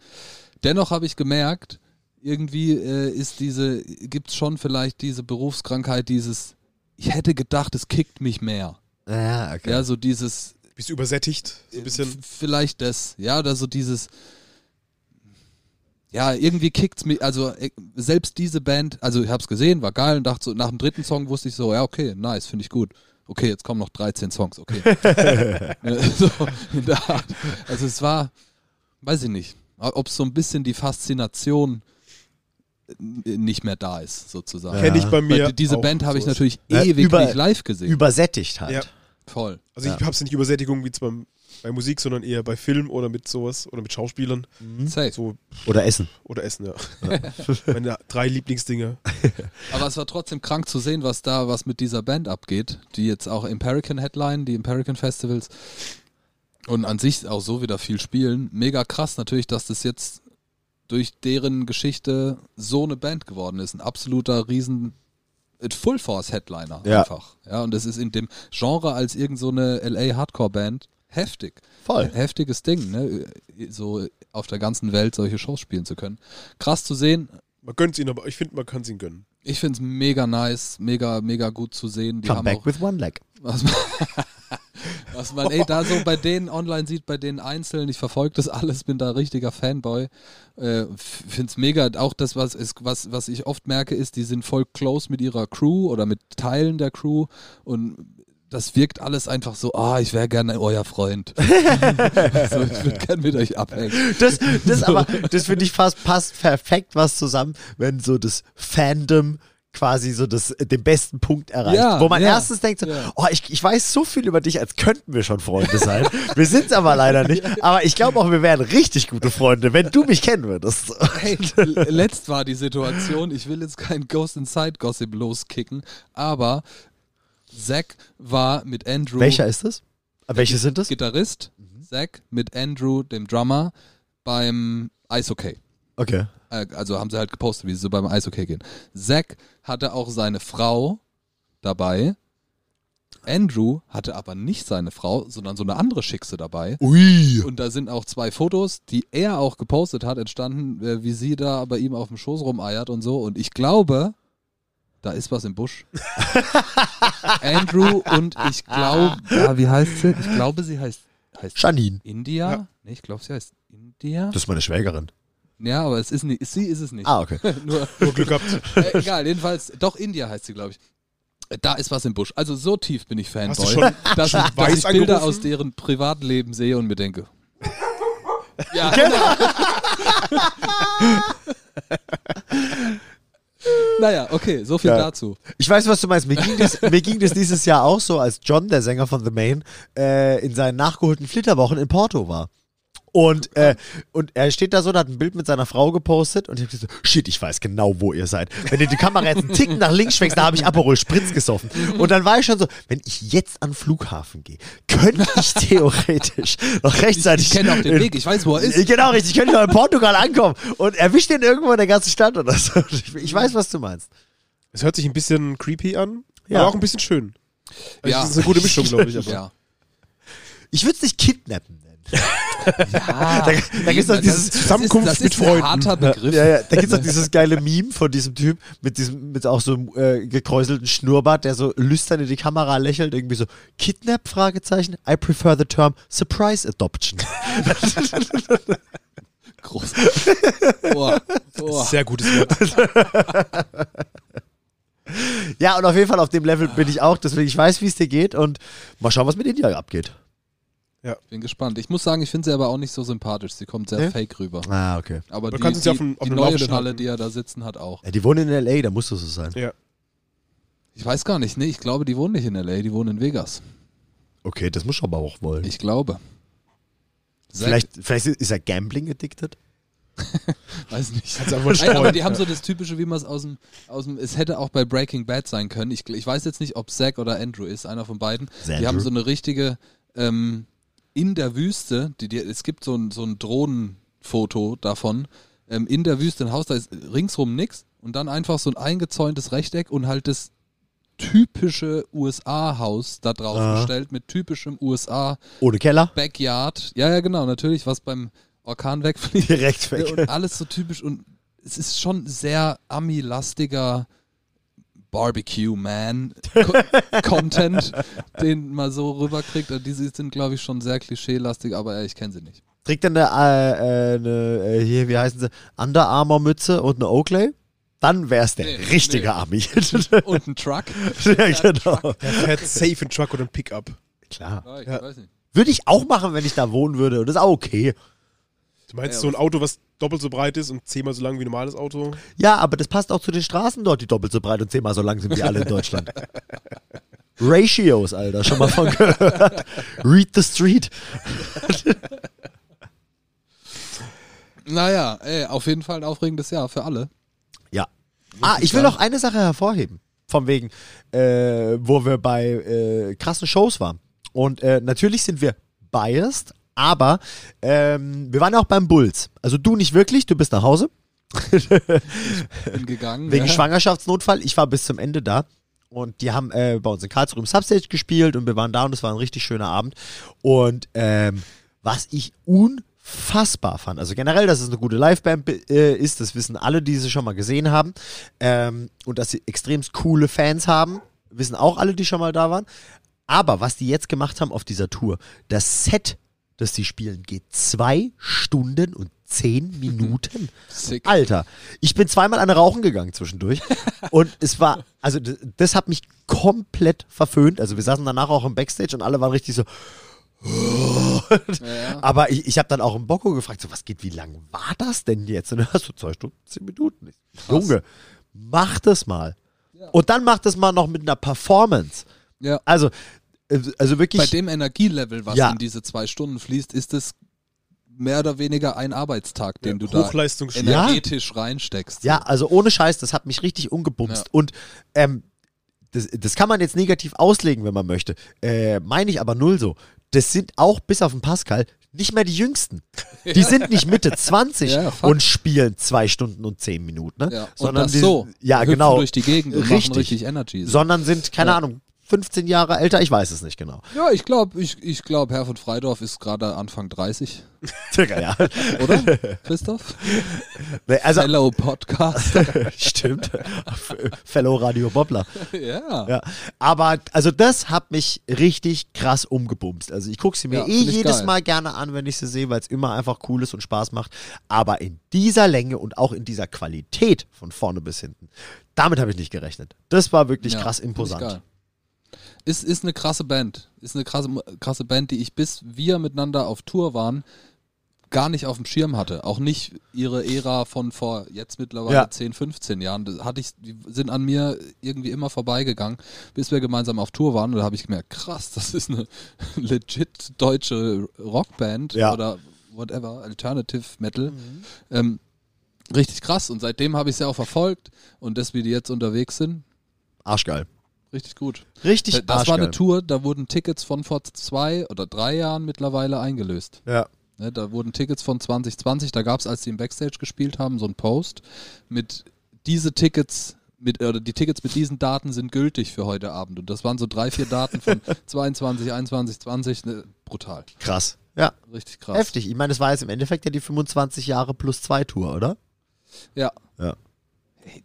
Speaker 1: Dennoch habe ich gemerkt, irgendwie äh, ist diese, gibt es schon vielleicht diese Berufskrankheit, dieses, ich hätte gedacht, es kickt mich mehr.
Speaker 3: Ja, Ah, okay.
Speaker 1: Ja, so dieses,
Speaker 4: Bist du übersättigt. So ein
Speaker 1: v-
Speaker 4: bisschen.
Speaker 1: Ähm, Vielleicht das, ja, oder so dieses. Ja, irgendwie kickt's mich, also äh, selbst diese Band, also ich hab's gesehen, war geil und dachte so, nach dem dritten Song wusste ich so, ja, okay, nice, finde ich gut. Okay, jetzt kommen noch 13 Songs,
Speaker 4: *laughs*
Speaker 1: okay. *laughs* Ne, so, in der Art. Also es war, weiß ich nicht, ob so ein bisschen die Faszination äh, nicht mehr da ist, sozusagen.
Speaker 4: Kenn ich bei
Speaker 1: Weil
Speaker 4: mir.
Speaker 1: die- diese
Speaker 4: auch
Speaker 1: Band habe ich
Speaker 4: sowas.
Speaker 1: natürlich
Speaker 3: Ja,
Speaker 1: ewig
Speaker 3: über-
Speaker 1: nicht live gesehen.
Speaker 3: Übersättigt halt.
Speaker 4: Ja.
Speaker 1: Voll.
Speaker 4: Also ich hab's nicht Übersättigung wie zum Bei Musik, sondern eher bei Film oder mit sowas oder mit Schauspielern.
Speaker 1: Safe.
Speaker 4: So,
Speaker 3: Mhm. Oder Essen.
Speaker 4: oder
Speaker 1: *laughs*
Speaker 4: Essen, ja. Meine drei Lieblingsdinge.
Speaker 1: Aber es war trotzdem krank zu sehen, was da, was mit dieser Band abgeht, die jetzt auch Imperican Headline, die Imperican Festivals und an sich auch so wieder viel spielen. Mega krass natürlich, dass das jetzt durch deren Geschichte so eine Band geworden ist. Ein absoluter Riesen Full Force Headliner
Speaker 3: Ja.
Speaker 1: einfach. Ja, und das ist in dem Genre als irgend so eine LA Hardcore Band heftig.
Speaker 3: Voll.
Speaker 1: Heftiges Ding, ne? So auf der ganzen Welt solche Shows spielen zu können. Krass zu sehen,
Speaker 4: Man gönnt ihnen, aber ich finde, man kann es ihnen gönnen.
Speaker 1: ich finde es mega nice, mega, mega gut zu sehen. Die
Speaker 3: Come
Speaker 1: haben
Speaker 3: back
Speaker 1: auch,
Speaker 3: with one leg.
Speaker 1: was man, *laughs* was man ey, da so bei denen online sieht, bei denen einzeln, ich verfolge das alles, bin da richtiger Fanboy. Äh, finde es mega, auch das, was, ist, was, was ich oft merke, ist, die sind voll close mit ihrer Crew oder mit Teilen der Crew und das wirkt alles einfach so, ah, ich wäre gerne euer Freund. *laughs* so, ich würde gerne mit euch abhängen. *laughs*
Speaker 3: Das, das aber, das finde ich fast, passt perfekt was zusammen, wenn so das Fandom quasi so das, den besten Punkt erreicht.
Speaker 1: Ja,
Speaker 3: wo man
Speaker 1: ja,
Speaker 3: erstens denkt, so,
Speaker 1: ja.
Speaker 3: oh, ich, ich weiß so viel über dich, als könnten wir schon Freunde sein. wir sind es aber leider
Speaker 1: *laughs*
Speaker 3: nicht. Aber ich glaube auch, wir wären richtig gute Freunde, wenn du mich kennen würdest.
Speaker 1: Hey, l- letzt war die Situation, ich will jetzt kein Ghost Inside Gossip loskicken, aber Zack war mit Andrew,
Speaker 3: *laughs* Welcher ist das? Äh, Welche sind das? Mhm.
Speaker 1: Gitarrist, Zack mit Andrew, dem Drummer, beim Eishockey.
Speaker 3: Okay.
Speaker 1: Äh, Also haben sie halt gepostet, wie sie so beim Eishockey gehen. Zack hatte auch seine Frau dabei. Andrew hatte aber nicht seine Frau, sondern so eine andere Schickse dabei.
Speaker 3: Ui.
Speaker 1: Und da sind auch zwei Fotos, die er auch gepostet hat, entstanden, äh, wie sie da bei ihm auf dem Schoß rumeiert und so. Und ich glaube, da ist was im Busch. Andrew und ich glaube, ja, Ah, wie heißt sie? Ich glaube, sie heißt, heißt sie
Speaker 3: Janine.
Speaker 1: India.
Speaker 4: Ja.
Speaker 1: Nee, ich glaube, sie heißt India.
Speaker 3: Das ist meine Schwägerin.
Speaker 1: Ja, aber es ist nicht, sie ist es nicht.
Speaker 3: Ah, okay.
Speaker 1: *laughs* Nur, *laughs*
Speaker 4: Nur Glück gehabt. *laughs*
Speaker 1: äh, egal, jedenfalls, doch India heißt sie, glaube ich. Äh, Da ist was im Busch. Also so tief bin ich Fanboy,
Speaker 4: Hast du schon-
Speaker 1: *laughs* dass, ich, dass
Speaker 4: weiß
Speaker 1: ich Bilder
Speaker 4: angerufen?
Speaker 1: aus deren Privatleben sehe und mir
Speaker 4: *laughs*
Speaker 1: denke. ja,
Speaker 4: Genau.
Speaker 1: *laughs* Naja, okay, so viel
Speaker 3: Ja.
Speaker 1: dazu.
Speaker 3: Ich weiß, was du meinst. Mir ging, das, mir ging das dieses Jahr auch so, als John, der Sänger von The Main, äh, in seinen nachgeholten Flitterwochen in Porto war. Und, äh, und er steht da so und hat ein Bild mit seiner Frau gepostet und ich hab gesagt, shit, ich weiß genau, wo ihr seid. Wenn du die Kamera jetzt einen Ticken nach links schwenkst, da habe ich Aperol Spritz gesoffen. Und dann war ich schon so, wenn ich jetzt an den Flughafen gehe, könnte ich theoretisch noch rechtzeitig...
Speaker 1: *laughs* Ich kenne auch den
Speaker 3: in-
Speaker 1: Weg, ich weiß, wo er ist.
Speaker 3: Genau, richtig. Ich könnte noch in Portugal ankommen und erwischt den irgendwo in der ganzen Stadt oder so. Ich- Ich weiß, was du meinst.
Speaker 4: Es hört sich ein bisschen creepy an,
Speaker 3: Ja.
Speaker 4: aber auch ein bisschen schön. Also
Speaker 1: Ja.
Speaker 4: Das ist eine gute Mischung, glaube ich. Aber.
Speaker 1: Ja.
Speaker 3: Ich würde es nicht kidnappen nennen.
Speaker 1: *laughs* ja.
Speaker 3: *laughs* Da, da gibt's doch dieses
Speaker 4: halt Zusammenkunft
Speaker 1: das ist, das
Speaker 4: mit
Speaker 1: ist ein
Speaker 4: Freunden.
Speaker 1: harter Begriff.
Speaker 3: ja, ja,
Speaker 1: *laughs*
Speaker 3: da gibt's doch
Speaker 4: halt
Speaker 3: dieses geile Meme von diesem Typ mit diesem mit auch so einem äh, gekräuselten Schnurrbart, der so lüstern in die Kamera lächelt, irgendwie so Kidnap Fragezeichen. I prefer the term
Speaker 1: *laughs*
Speaker 3: surprise adoption.
Speaker 4: *laughs*
Speaker 1: Groß. Boah, boah.
Speaker 4: Sehr gutes Wort.
Speaker 3: ja, und auf jeden Fall auf dem Level bin ich auch, deswegen ich weiß, wie es dir geht und mal schauen, was mit India abgeht.
Speaker 1: Bin gespannt. Ich muss sagen, ich finde sie aber auch nicht so sympathisch. Sie kommt sehr
Speaker 3: Nee?
Speaker 1: fake rüber.
Speaker 3: Ah, okay.
Speaker 1: Aber
Speaker 4: Man
Speaker 1: die,
Speaker 4: kann sie
Speaker 1: die,
Speaker 4: auf dem- auf
Speaker 1: die
Speaker 4: dem
Speaker 1: neue
Speaker 4: Laufenden
Speaker 1: Schnalle,
Speaker 4: halten.
Speaker 1: die er da sitzen hat, auch.
Speaker 3: Ja, die wohnen in LA, da muss das so sein.
Speaker 4: Ja.
Speaker 1: Ich weiß gar nicht, ne? Ich glaube, die wohnen nicht in L.A., die wohnen in Vegas.
Speaker 3: Okay, das muss man aber auch wollen.
Speaker 1: Ich glaube. Zack,
Speaker 3: vielleicht, vielleicht ist er Gambling addicted.
Speaker 1: Weiß nicht.
Speaker 4: Kannst einfach mal
Speaker 1: Nein, aber
Speaker 4: streuen.
Speaker 1: die haben so das Typische, wie man es aus dem, aus dem. Es hätte auch bei Breaking Bad sein können. Ich, ich weiß jetzt nicht, ob Zack oder Andrew ist, einer von beiden.
Speaker 3: Xandru.
Speaker 1: Die haben so eine richtige. Ähm, in der Wüste, die, die, es gibt so ein, so ein Drohnenfoto davon. Ähm, in der Wüste ein Haus, da ist ringsrum nix. Und dann einfach so ein eingezäuntes Rechteck und halt das typische USA-Haus da drauf
Speaker 3: Aha.
Speaker 1: gestellt mit typischem USA
Speaker 3: Ohne
Speaker 1: *laughs*
Speaker 3: Keller.
Speaker 1: Backyard. Ja, ja, genau, natürlich, was beim Orkan wegfliegt.
Speaker 3: Direkt weg.
Speaker 1: Und alles so typisch und es ist schon sehr Ami-lastiger
Speaker 3: *laughs*
Speaker 1: Barbecue-Man-Content, den man so rüberkriegt. Und Diese sind, glaube ich, schon sehr klischeelastig, aber äh, ich kenne sie nicht.
Speaker 3: Trägt er eine, äh, äh, eine äh, hier, wie heißen sie, Under Armour Mütze und eine Oakley? Dann wär's der
Speaker 1: Nee,
Speaker 3: richtige
Speaker 1: nee. *laughs*
Speaker 3: Army. *laughs*
Speaker 1: Und ein Truck.
Speaker 3: ja, genau.
Speaker 4: Er fährt safe einen Truck oder einen Pickup.
Speaker 3: Klar.
Speaker 1: Ja, ich
Speaker 4: Ja.
Speaker 1: weiß nicht.
Speaker 3: Würde ich auch machen, wenn ich da wohnen würde. Und das ist auch okay.
Speaker 4: Du meinst
Speaker 1: Ja,
Speaker 4: so ein Auto, was doppelt so breit ist und zehnmal so lang wie ein normales Auto?
Speaker 1: *laughs*
Speaker 3: Ja, aber das passt auch zu den Straßen dort, die doppelt so breit und zehnmal so lang sind wie alle in Deutschland. Ratios, Alter, schon mal von gehört. Read the Street.
Speaker 1: Naja, ey, auf jeden Fall ein aufregendes Jahr für alle.
Speaker 3: Ja. Ah, ich will noch eine Sache hervorheben. Von wegen, äh, wo wir bei äh, krassen Shows waren. Und äh, natürlich sind wir biased, aber ähm, wir waren ja auch beim Bulls. Also du nicht wirklich, du bist nach Hause.
Speaker 1: Bin gegangen.
Speaker 3: Wegen
Speaker 1: ja.
Speaker 3: Schwangerschaftsnotfall. Ich war bis zum Ende da. Und die haben äh, bei uns in Karlsruhe im Substage gespielt und wir waren da und es war ein richtig schöner Abend. Und ähm, was ich unfassbar fand, also generell, dass es eine gute Liveband äh, ist, das wissen alle, die sie schon mal gesehen haben. Ähm, und dass sie extremst coole Fans haben, wissen auch alle, die schon mal da waren. Aber was die jetzt gemacht haben auf dieser Tour, das Set, das die spielen, geht zwei Stunden und zehn Minuten.
Speaker 1: Sick.
Speaker 3: Alter, ich bin zweimal an Rauchen gegangen zwischendurch. und es war, also d- das hat mich komplett verföhnt. Also wir saßen danach auch im Backstage und alle waren richtig so. Aber ich, ich habe dann auch im Bocco gefragt, so was geht, wie lang war das denn jetzt? Und dann hast du zwei Stunden, zehn Minuten. Ich, Junge, mach das mal. Und dann mach das mal noch mit einer Performance.
Speaker 1: Ja.
Speaker 3: Also, äh, also wirklich.
Speaker 1: Bei dem Energielevel, was
Speaker 3: Ja.
Speaker 1: in diese zwei Stunden fließt, ist es mehr oder weniger ein Arbeitstag, den du da
Speaker 4: Hochleistungssport.
Speaker 3: Ja.
Speaker 1: energetisch reinsteckst.
Speaker 3: Ja, also ohne Scheiß, das hat mich richtig umgebumst.
Speaker 1: Ja.
Speaker 3: Und ähm, das, das kann man jetzt negativ auslegen, wenn man möchte. Äh, Meine ich aber null so. Das sind auch bis auf den Pascal nicht mehr die
Speaker 1: *laughs*
Speaker 3: Jüngsten. Die sind nicht Mitte 20
Speaker 1: Ja, fuck.
Speaker 3: und spielen zwei Stunden und zehn Minuten. Ne?
Speaker 1: Ja, und
Speaker 3: Sondern
Speaker 1: das
Speaker 3: die,
Speaker 1: so.
Speaker 3: Ja,
Speaker 1: Hüpfen
Speaker 3: genau.
Speaker 1: durch die Gegend und
Speaker 3: Richtig.
Speaker 1: machen richtig Energy.
Speaker 3: Sondern sind, keine Ahnung, 15 Jahre älter, ich weiß es nicht genau. *laughs*
Speaker 1: ja, ich glaube, ich, ich glaub, Herr von Freidorf ist gerade Anfang 30,
Speaker 3: Circa, ja.
Speaker 1: oder?
Speaker 3: *laughs*
Speaker 1: Christoph?
Speaker 3: Nee,
Speaker 1: *laughs*
Speaker 3: Also, *laughs*
Speaker 1: Hello Podcast. *laughs*
Speaker 3: stimmt. Fellow Radio Bobbler.
Speaker 1: ja.
Speaker 3: Ja, aber also das hat mich richtig krass umgebumst. Also ich gucke sie mir
Speaker 1: Ja,
Speaker 3: eh
Speaker 1: find ich
Speaker 3: jedes
Speaker 1: geil.
Speaker 3: Mal gerne an, wenn ich sie sehe, weil es immer einfach cool ist und Spaß macht. Aber in dieser Länge und auch in dieser Qualität von vorne bis hinten, damit habe ich nicht gerechnet. Das war wirklich
Speaker 1: Ja,
Speaker 3: krass
Speaker 1: find ich
Speaker 3: imposant.
Speaker 1: geil. Ist, ist eine krasse Band. Ist eine krasse, krasse Band, die ich bis wir miteinander auf Tour waren, gar nicht auf dem Schirm hatte. Auch nicht ihre Ära von vor jetzt mittlerweile
Speaker 3: Ja.
Speaker 1: 10, 15 Jahren. Das hatte ich, die sind an mir irgendwie immer vorbeigegangen, bis wir gemeinsam auf Tour waren. Und da habe ich gemerkt, krass, das ist eine *laughs* legit deutsche Rockband
Speaker 3: Ja. Mhm.
Speaker 1: oder whatever, Alternative Metal. Ähm, richtig krass. Und seitdem habe ich sie auch verfolgt. Und das, wie die jetzt unterwegs sind,
Speaker 3: Arschgeil.
Speaker 1: richtig gut.
Speaker 3: Richtig
Speaker 1: Da- das war
Speaker 3: arschgeil.
Speaker 1: eine Tour, da wurden Tickets von vor zwei oder drei Jahren mittlerweile eingelöst.
Speaker 3: Ja.
Speaker 1: Ne, da wurden Tickets von 2020, da gab es, als die im Backstage gespielt haben, so ein Post mit diese Tickets, mit, oder die Tickets mit diesen Daten sind gültig für heute Abend. Und das waren so drei, vier Daten
Speaker 3: *laughs*
Speaker 1: von 22, 21, 20. Ne, brutal.
Speaker 3: Krass. Ja,
Speaker 1: Richtig krass.
Speaker 3: heftig. Ich meine, das war jetzt im Endeffekt ja die 25 Jahre plus 2 Tour, oder?
Speaker 1: Ja.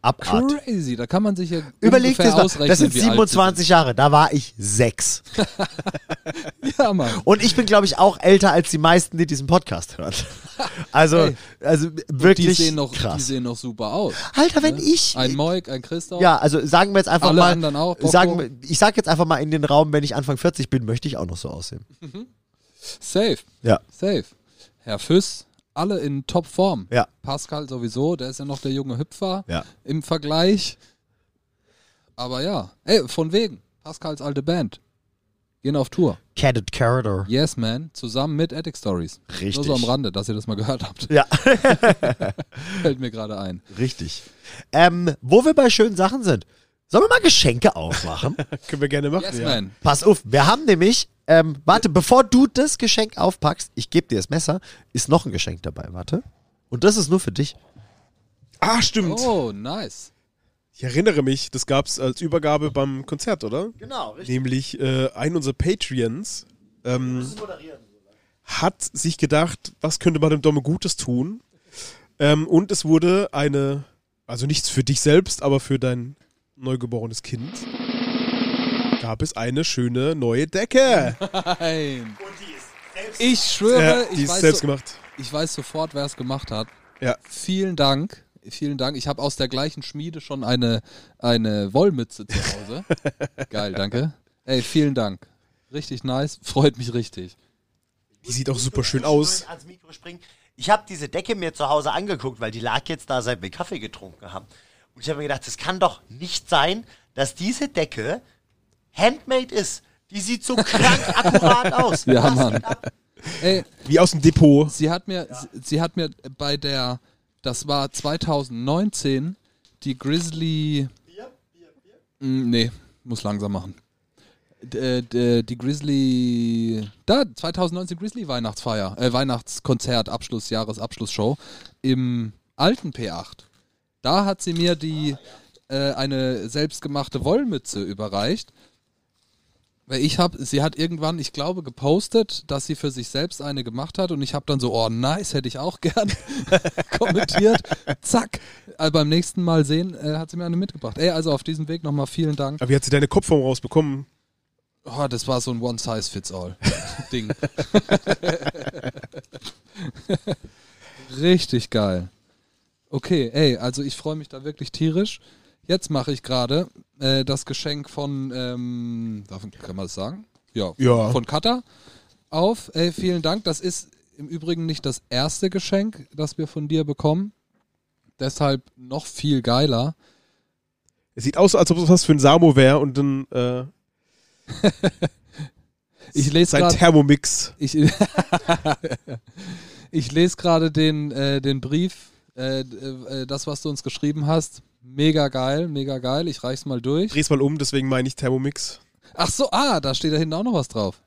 Speaker 3: Abart.
Speaker 1: Crazy, da kann man sich ja
Speaker 3: Überleg
Speaker 1: ungefähr
Speaker 3: das mal.
Speaker 1: ausrechnen,
Speaker 3: Das sind
Speaker 1: wie alt sie
Speaker 3: 27 Jahre. Da war ich sechs.
Speaker 1: sind. *laughs* Ja, Mann.
Speaker 3: Und ich bin, glaube ich, auch älter als die meisten, die diesen
Speaker 1: *laughs*
Speaker 3: Podcast hören. Also,
Speaker 1: Hey.
Speaker 3: also
Speaker 1: Die
Speaker 3: wirklich
Speaker 1: sehen, noch, die
Speaker 3: krass.
Speaker 1: sehen noch super aus.
Speaker 3: Alter, wenn
Speaker 1: ne?
Speaker 3: ich.
Speaker 1: Ein Moik, ein Christoph.
Speaker 3: ja, also sagen wir jetzt einfach
Speaker 1: Alle
Speaker 3: mal.
Speaker 1: anderen auch, Bocco.
Speaker 3: sagen, wir- ich sag jetzt einfach mal in den Raum, wenn ich Anfang 40 bin, möchte ich auch noch so aussehen.
Speaker 1: Safe.
Speaker 3: Ja.
Speaker 1: Safe. Herr Füss, alle in Topform.
Speaker 3: Ja.
Speaker 1: Pascal sowieso, der ist ja noch der junge Hüpfer
Speaker 3: Ja.
Speaker 1: im Vergleich. Aber ja, ey, von wegen. Pascals alte Band. Gehen auf Tour.
Speaker 3: Cadet Corridor.
Speaker 1: Yes, man. Zusammen mit Attic Stories.
Speaker 3: Richtig.
Speaker 1: Nur so am Rande, dass ihr das mal gehört habt.
Speaker 3: Ja,
Speaker 1: *laughs* Fällt mir gerade ein.
Speaker 3: richtig. Ähm, wo wir bei schönen Sachen sind, sollen wir mal Geschenke aufmachen?
Speaker 4: Können wir gerne machen.
Speaker 1: Yes,
Speaker 4: ja.
Speaker 1: man.
Speaker 3: Pass auf, wir haben nämlich. Ähm, warte, bevor du das Geschenk aufpackst, ich gebe dir das Messer, ist noch ein Geschenk dabei, warte. Und das ist nur für dich.
Speaker 4: Ah, stimmt.
Speaker 1: Oh, nice.
Speaker 4: Ich erinnere mich, das gab es als Übergabe beim Konzert, oder?
Speaker 3: Genau, richtig.
Speaker 4: Nämlich äh, ein unserer Patreons ähm, hat sich gedacht, was könnte man dem Domme Gutes tun? Ähm, und es wurde eine, also nichts für dich selbst, aber für dein neugeborenes Kind, gab es eine schöne neue Decke.
Speaker 1: Nein. Ich schwöre,
Speaker 4: Ja,
Speaker 1: ich,
Speaker 4: die ist
Speaker 1: weiß
Speaker 4: selbst
Speaker 1: so,
Speaker 4: gemacht.
Speaker 1: ich weiß sofort, wer es gemacht hat.
Speaker 4: Ja.
Speaker 1: Vielen Dank. Vielen Dank. Ich habe aus der gleichen Schmiede schon eine, eine Wollmütze zu Hause. Geil, danke. Ey, vielen Dank. Richtig nice. Freut mich richtig.
Speaker 4: Die sieht auch super schön aus.
Speaker 3: ans Mikro springen. Ich habe diese Decke mir zu Hause angeguckt, weil die lag jetzt da, seit wir Kaffee getrunken haben. Und ich habe mir gedacht, das kann doch nicht sein, dass diese Decke
Speaker 6: handmade ist. Die sieht
Speaker 1: *laughs*
Speaker 6: so krank akkurat aus.
Speaker 1: Ja,
Speaker 6: Was
Speaker 1: Mann.
Speaker 6: ab-
Speaker 1: Ey,
Speaker 4: Wie aus dem Depot.
Speaker 1: sie hat mir, sie, sie hat mir bei der, das war 2019, die Grizzly. Mm, Nee, muss langsam machen. D, äh, d, die Grizzly. Da, 2019 Grizzly Weihnachtsfeier, äh, Weihnachtskonzert, Abschluss, Jahresabschlussshow im alten P8. Da hat sie mir die äh, eine selbstgemachte Wollmütze überreicht. Weil ich habe, sie hat irgendwann, ich glaube, gepostet, dass sie für sich selbst eine gemacht hat und ich habe dann so, oh nice, hätte ich auch *laughs* gern kommentiert. Zack. Äh, beim nächsten Mal sehen, äh, hat sie mir eine mitgebracht. Ey, also auf diesem Weg nochmal vielen Dank.
Speaker 4: Aber wie hat sie deine Kopfform rausbekommen?
Speaker 1: Oh, das war so ein *laughs* One-Size-Fits-All-Ding. Richtig geil. Okay, ey, also ich freue mich da wirklich tierisch. Jetzt mache ich gerade äh, das Geschenk von, ähm, darf, kann man das sagen? Ja,
Speaker 4: Ja.
Speaker 1: von Kata auf. Ey, vielen Dank. Das ist im Übrigen nicht das erste Geschenk, das wir von dir bekommen. Deshalb noch viel geiler.
Speaker 4: Es sieht aus, als ob es was für ein Samo wäre und dann äh,
Speaker 1: Ich lese
Speaker 4: sein
Speaker 1: gerade.
Speaker 4: Thermomix.
Speaker 1: Ich, *laughs* ich lese gerade den, äh, den Brief, äh, d- äh, das, was du uns geschrieben hast. Mega geil, mega geil. Ich reich's mal durch.
Speaker 4: Dreh's mal um, deswegen meine ich Thermomix.
Speaker 1: Ach so, ah, da steht da hinten auch noch was drauf.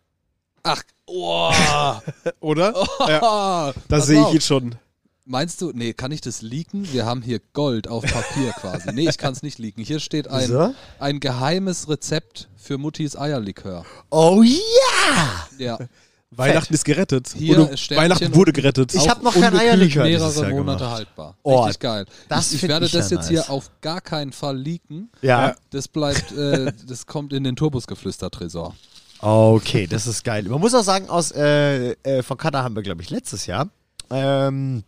Speaker 1: Ach, oh,
Speaker 4: Oder? ja,
Speaker 1: ah,
Speaker 4: das
Speaker 1: pass
Speaker 4: sehe ich
Speaker 1: auf.
Speaker 4: jetzt schon.
Speaker 1: Meinst du, nee, kann ich das leaken? Wir haben hier Gold auf Papier quasi. Nee, ich kann es nicht leaken. Hier steht ein,
Speaker 3: Wieso?
Speaker 1: ein geheimes Rezept für Muttis Eierlikör.
Speaker 3: Oh ja!
Speaker 1: Ja,
Speaker 4: Weihnachten ist gerettet.
Speaker 1: Hier,
Speaker 4: Oder
Speaker 1: Sternchen
Speaker 4: Weihnachten
Speaker 1: und-
Speaker 4: wurde gerettet.
Speaker 3: Ich
Speaker 1: Auch
Speaker 3: hab noch kein
Speaker 1: ungekühlt
Speaker 3: Eierlikör
Speaker 1: mehrere
Speaker 3: dieses Jahr
Speaker 1: Monate
Speaker 3: gemacht.
Speaker 1: haltbar.
Speaker 3: Oh,
Speaker 1: Richtig geil.
Speaker 3: das
Speaker 1: ich, ich
Speaker 3: find
Speaker 1: werde
Speaker 3: ich
Speaker 1: das
Speaker 3: ja
Speaker 1: jetzt
Speaker 3: nice.
Speaker 1: hier auf gar keinen Fall leaken.
Speaker 3: Ja.
Speaker 1: Das bleibt, äh, das kommt in den
Speaker 3: *laughs*
Speaker 1: Turbusgeflüster-Tresor.
Speaker 3: Okay, das ist geil. Man muss auch sagen, aus äh, äh, von Kanada haben wir, glaube ich, letztes Jahr. Ähm,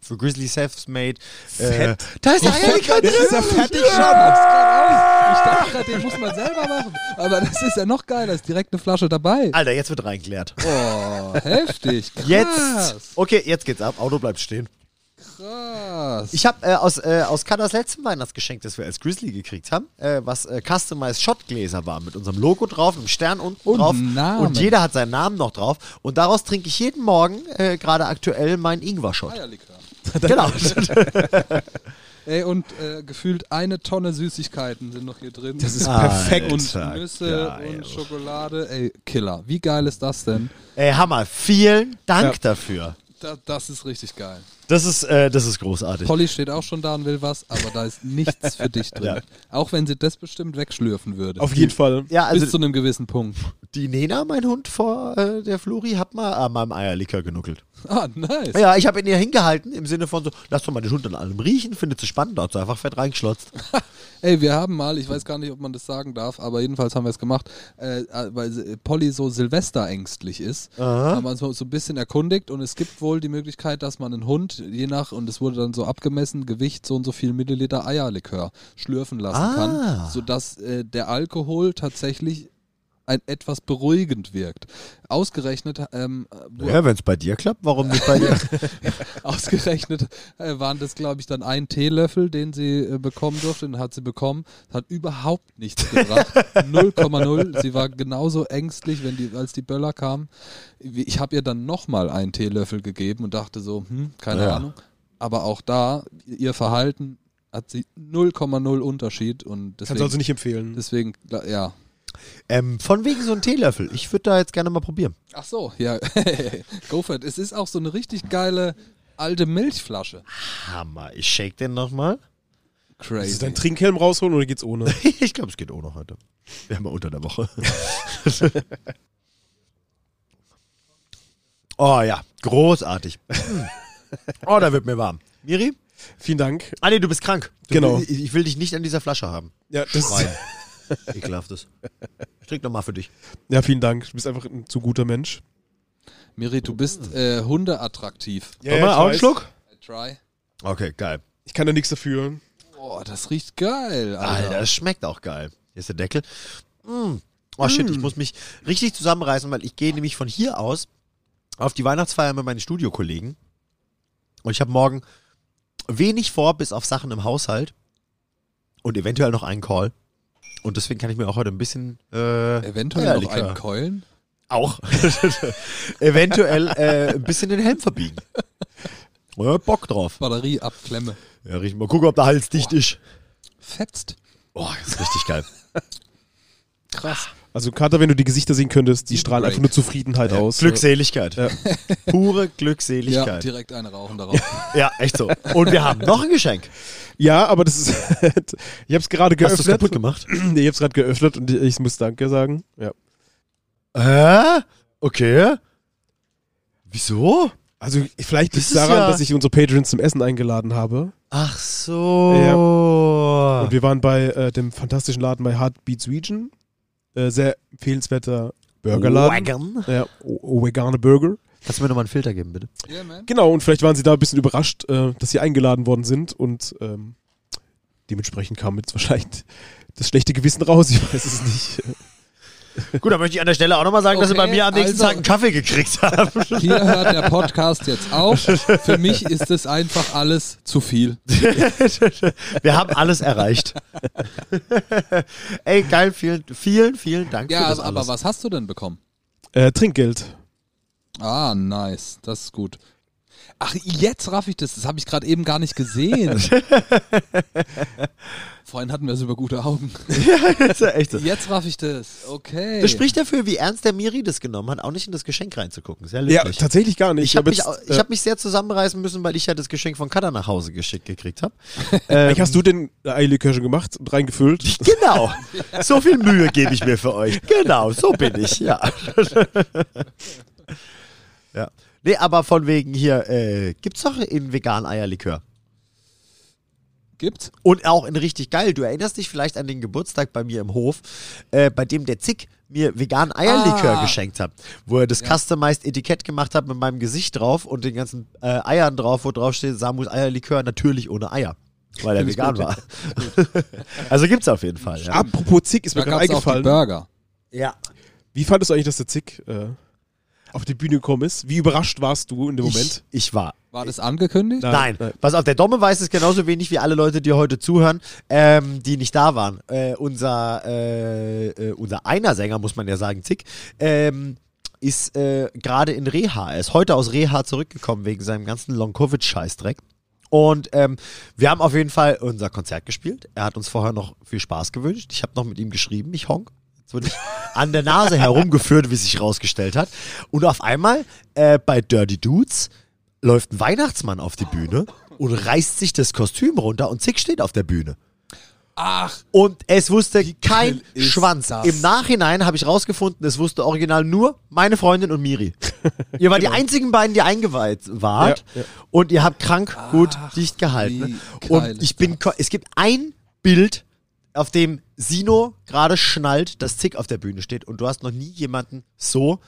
Speaker 3: für Grizzly Selfmade. Äh, da ist der Eierlikör drin!
Speaker 4: ist ja fertig
Speaker 1: Ich dachte gerade, den muss man selber machen. Aber das ist ja noch geiler, ist direkt eine Flasche dabei.
Speaker 3: Alter, jetzt wird reingeleert.
Speaker 1: Oh, heftig. Krass.
Speaker 3: *laughs* Jetzt! Okay, jetzt geht's ab. Auto bleibt stehen.
Speaker 1: Krass.
Speaker 3: Ich habe äh, aus, äh, aus Kadas letztem Weihnachtsgeschenk, das wir als Grizzly gekriegt haben, äh, was äh, Customized Shotgläser waren mit unserem Logo drauf, einem Stern unten
Speaker 1: Und
Speaker 3: drauf
Speaker 1: Namen.
Speaker 3: und jeder hat seinen Namen noch drauf und daraus trinke ich jeden Morgen äh, gerade aktuell meinen Ingwer-Shot.
Speaker 1: Eierlikör.
Speaker 3: *laughs* genau.
Speaker 1: Ey, und äh, gefühlt eine Tonne Süßigkeiten sind noch hier drin. Das ist
Speaker 3: perfekt.
Speaker 1: Und Nüsse
Speaker 3: Geil.
Speaker 1: und Schokolade. Ey, Killer. Wie geil ist das denn?
Speaker 3: Ey, Hammer, vielen Dank
Speaker 4: Ja.
Speaker 3: dafür.
Speaker 1: Da, das ist richtig geil.
Speaker 3: Das ist, äh, das ist großartig.
Speaker 1: Polly steht auch schon da und will was, aber da ist nichts für
Speaker 4: *laughs*
Speaker 1: dich drin.
Speaker 3: Ja.
Speaker 1: Auch wenn sie das bestimmt wegschlürfen würde.
Speaker 4: Auf jeden Fall.
Speaker 3: Ja,
Speaker 1: Bis zu
Speaker 3: also
Speaker 1: einem gewissen Punkt. *laughs*
Speaker 3: die Nena, mein Hund vor äh, der Flori, hat mal an meinem Eierlikör genuckelt.
Speaker 1: Ah, nice.
Speaker 3: Ja, ich habe ihn ihr hingehalten im Sinne von so, lass doch mal den Hund an allem riechen, findet sie spannend, da hat sie einfach fett reingeschlotzt.
Speaker 1: Ey, wir haben mal, ich weiß gar nicht, ob man das sagen darf, aber jedenfalls haben wir es gemacht, äh, äh, weil äh, Polly so silvesterängstlich ist, haben wir uns mal so ein bisschen erkundigt und es gibt wohl die Möglichkeit, dass man einen Hund, je nach, und es wurde dann so abgemessen, Gewicht so und so viel Milliliter Eierlikör schlürfen lassen kann, sodass äh, der Alkohol tatsächlich ein, etwas beruhigend wirkt. Ausgerechnet ähm, wo-
Speaker 3: Ja, wenn es bei dir klappt, warum nicht bei dir?
Speaker 1: Ausgerechnet äh, waren das, glaube ich, dann ein Teelöffel, den sie äh, bekommen durfte. Den hat sie bekommen. Das hat überhaupt nichts gebracht. 0,0. Sie war genauso ängstlich, wenn die, als die Böller kamen. Wie- Ich habe ihr dann nochmal einen Teelöffel gegeben und dachte so, hm, keine
Speaker 3: Ja.
Speaker 1: Ahnung. Aber auch da, ihr Verhalten hat sie 0,0 Unterschied. Und
Speaker 4: Kannst du also
Speaker 1: deswegen,
Speaker 4: nicht empfehlen.
Speaker 1: deswegen ja.
Speaker 3: *laughs* ähm, von wegen so ein Teelöffel. Ich würde da jetzt gerne mal probieren.
Speaker 1: Ach so, ja. *laughs* Go for it. Es ist auch so eine richtig geile alte Milchflasche.
Speaker 3: Hammer, ich shake den nochmal.
Speaker 1: Crazy.
Speaker 4: Ist dein Trinkhelm rausholen oder geht's ohne?
Speaker 3: *laughs* ich glaube, es geht ohne heute. Wir haben ja unter der Woche. *laughs* oh ja, großartig. *laughs* Oh, da wird mir warm. Miri?
Speaker 4: Vielen Dank.
Speaker 3: Ah nee, du bist krank. Du,
Speaker 4: Genau.
Speaker 3: Ich, ich will dich nicht an dieser Flasche haben.
Speaker 4: Ja, das,
Speaker 3: Schreien. Ekelhaftes. Ich trink nochmal für dich.
Speaker 4: *laughs* ja, vielen Dank. Du bist einfach ein zu guter Mensch.
Speaker 1: Miri, du
Speaker 3: Hm.
Speaker 1: bist äh, hundeattraktiv.
Speaker 3: Wollen wir auch einen Schluck?
Speaker 1: I try.
Speaker 3: Okay, geil.
Speaker 4: Ich kann da nichts dafür.
Speaker 1: Boah, das riecht geil, Alter.
Speaker 3: Alter, das schmeckt auch geil. Hier ist der Deckel. Mm. Oh shit, ich muss mich richtig zusammenreißen, weil ich gehe nämlich von hier aus auf die Weihnachtsfeier mit meinen Studiokollegen. Und ich habe morgen wenig vor, bis auf Sachen im Haushalt und eventuell noch einen Call. Und deswegen kann ich mir auch heute ein bisschen. Äh,
Speaker 1: Eventuell noch
Speaker 3: Eierlikör.
Speaker 1: einen Keulen.
Speaker 3: Auch. *laughs* Eventuell äh, ein bisschen den Helm *laughs* verbiegen. Ja, Bock drauf.
Speaker 1: Batterie abklemme.
Speaker 3: Ja, riech mal. Gucken, ob der Hals dicht ist.
Speaker 1: Fetzt.
Speaker 3: Boah, das ist richtig geil.
Speaker 1: Krass.
Speaker 4: Also Kater, wenn du die Gesichter sehen könntest, die strahlen einfach nur Zufriedenheit aus.
Speaker 3: Glückseligkeit. *laughs* Pure
Speaker 1: Ja,
Speaker 3: Glückseligkeit. Ja,
Speaker 1: direkt einen rauchen darauf.
Speaker 3: echt so. Und wir haben noch ein Geschenk.
Speaker 4: Ja, aber das ist. *laughs* halt- ich hab's gerade
Speaker 3: Hast du es
Speaker 4: geöffnet. *clears throat*
Speaker 3: kaputt gemacht?
Speaker 4: Nee, ich hab's gerade geöffnet und ich muss Danke sagen. Ja.
Speaker 3: Hä? Okay. Wieso?
Speaker 4: Also vielleicht liegt es
Speaker 3: Das ist
Speaker 4: daran,
Speaker 3: ja-
Speaker 4: dass ich unsere Patrons zum Essen eingeladen habe.
Speaker 3: Ach so. Ah.
Speaker 4: Und wir waren bei äh, dem fantastischen Laden bei Heartbeats Region. Äh, sehr empfehlenswerter Burgerladen.
Speaker 3: Wagon.
Speaker 4: Ja, o- o- vegane Burger.
Speaker 3: Kannst du mir nochmal einen Filter geben, bitte?
Speaker 1: yeah, man.
Speaker 4: Genau, und vielleicht waren sie da ein bisschen überrascht, äh, dass sie eingeladen worden sind und ähm, dementsprechend kam jetzt wahrscheinlich das schlechte Gewissen raus. Ich weiß es nicht.
Speaker 3: Gut, dann möchte ich an der Stelle auch nochmal sagen, dass sie
Speaker 1: Okay,
Speaker 3: bei mir am nächsten
Speaker 1: also-
Speaker 3: Tag einen Kaffee gekriegt haben. *laughs*
Speaker 1: Hier hört der Podcast jetzt auf. Für mich ist es einfach alles zu
Speaker 3: *laughs*
Speaker 1: viel.
Speaker 3: wir haben alles *laughs* erreicht. Ey, geil, vielen, vielen, vielen Dank
Speaker 1: Ja,
Speaker 3: für das
Speaker 1: aber
Speaker 3: alles.
Speaker 1: was hast du denn bekommen?
Speaker 4: Äh, Trinkgeld.
Speaker 1: Ah, nice. Das ist gut. Ach, jetzt raff ich das. Das habe ich gerade eben gar nicht
Speaker 3: *laughs*
Speaker 1: gesehen. Vorhin hatten wir es über gute
Speaker 3: *laughs*
Speaker 1: Augen.
Speaker 3: Das ist ja echt so.
Speaker 1: Jetzt raff ich das. Okay.
Speaker 3: Das spricht dafür, wie ernst der Miri das genommen hat, auch nicht in das Geschenk reinzugucken. Sehr
Speaker 4: Ja,
Speaker 3: löblich.
Speaker 4: tatsächlich gar nicht.
Speaker 3: ich habe mich,
Speaker 4: jetzt,
Speaker 3: au-
Speaker 4: äh,
Speaker 3: ich hab mich sehr zusammenreißen müssen, weil ich ja das Geschenk von Kada nach Hause geschickt gekriegt habe. ähm,
Speaker 4: Eigentlich äh, hast du den Eierlikör schon gemacht und reingefüllt.
Speaker 3: *laughs* Genau. So viel Mühe gebe ich mir für euch. Genau, so bin ich, ja. *laughs* ja. Nee, aber von wegen hier, äh, gibt's doch in vegan Eierlikör.
Speaker 1: Gibt's?
Speaker 3: Und auch in richtig geil. Du erinnerst dich vielleicht an den Geburtstag bei mir im Hof, äh, bei dem der Zick mir vegan Eierlikör
Speaker 1: Ah.
Speaker 3: geschenkt hat, wo er das customized Etikett gemacht hat mit meinem Gesicht drauf und den ganzen äh, Eiern drauf, wo drauf steht Samus Eierlikör, natürlich ohne Eier, weil er
Speaker 4: Find ich
Speaker 3: vegan
Speaker 4: gut.
Speaker 3: war. *laughs* also gibt's auf jeden Fall. Ja.
Speaker 4: Apropos Zick ist mir
Speaker 1: Da
Speaker 4: gerade
Speaker 1: gab es auch die
Speaker 4: eingefallen.
Speaker 1: Burger.
Speaker 3: ja.
Speaker 4: Wie fandest du eigentlich, dass der Zick äh, auf die Bühne gekommen ist? Wie überrascht warst du in dem Moment?
Speaker 3: Ich, ich war
Speaker 1: War das angekündigt?
Speaker 3: Nein, pass auf, der Domme weiß es genauso wenig wie alle Leute, die heute zuhören, ähm, die nicht da waren. Äh, unser, äh, äh, unser einer Sänger, muss man ja sagen, Zick, ähm, ist äh, gerade in Reha. Er ist heute aus Reha zurückgekommen wegen seinem ganzen Long-Covid-Scheißdreck. Und ähm, wir haben auf jeden Fall unser Konzert gespielt. Er hat uns vorher noch viel Spaß gewünscht. Ich habe noch mit ihm geschrieben, ich honk. Jetzt wurde ich an
Speaker 1: *laughs*
Speaker 3: der Nase herumgeführt, wie sich rausgestellt hat. Und auf einmal äh, bei Dirty Dudes läuft ein Weihnachtsmann auf die Bühne und reißt sich das Kostüm runter und Zick steht auf der Bühne.
Speaker 1: Ach,
Speaker 3: Und es wusste kein
Speaker 1: geil ist
Speaker 3: Schwanz.
Speaker 1: das?
Speaker 3: Im Nachhinein habe ich rausgefunden, es wusste original nur meine Freundin
Speaker 1: *laughs*
Speaker 3: und Miri. ihr wart die
Speaker 1: Genau.
Speaker 3: einzigen beiden, die eingeweiht wart. Und ihr habt krank gut dicht gehalten. ne?
Speaker 1: wie geil
Speaker 3: Und
Speaker 1: ist
Speaker 3: ich bin, ko- es gibt ein Bild, auf dem Sino gerade schnallt, dass Zick auf der Bühne steht. Und du hast noch nie jemanden so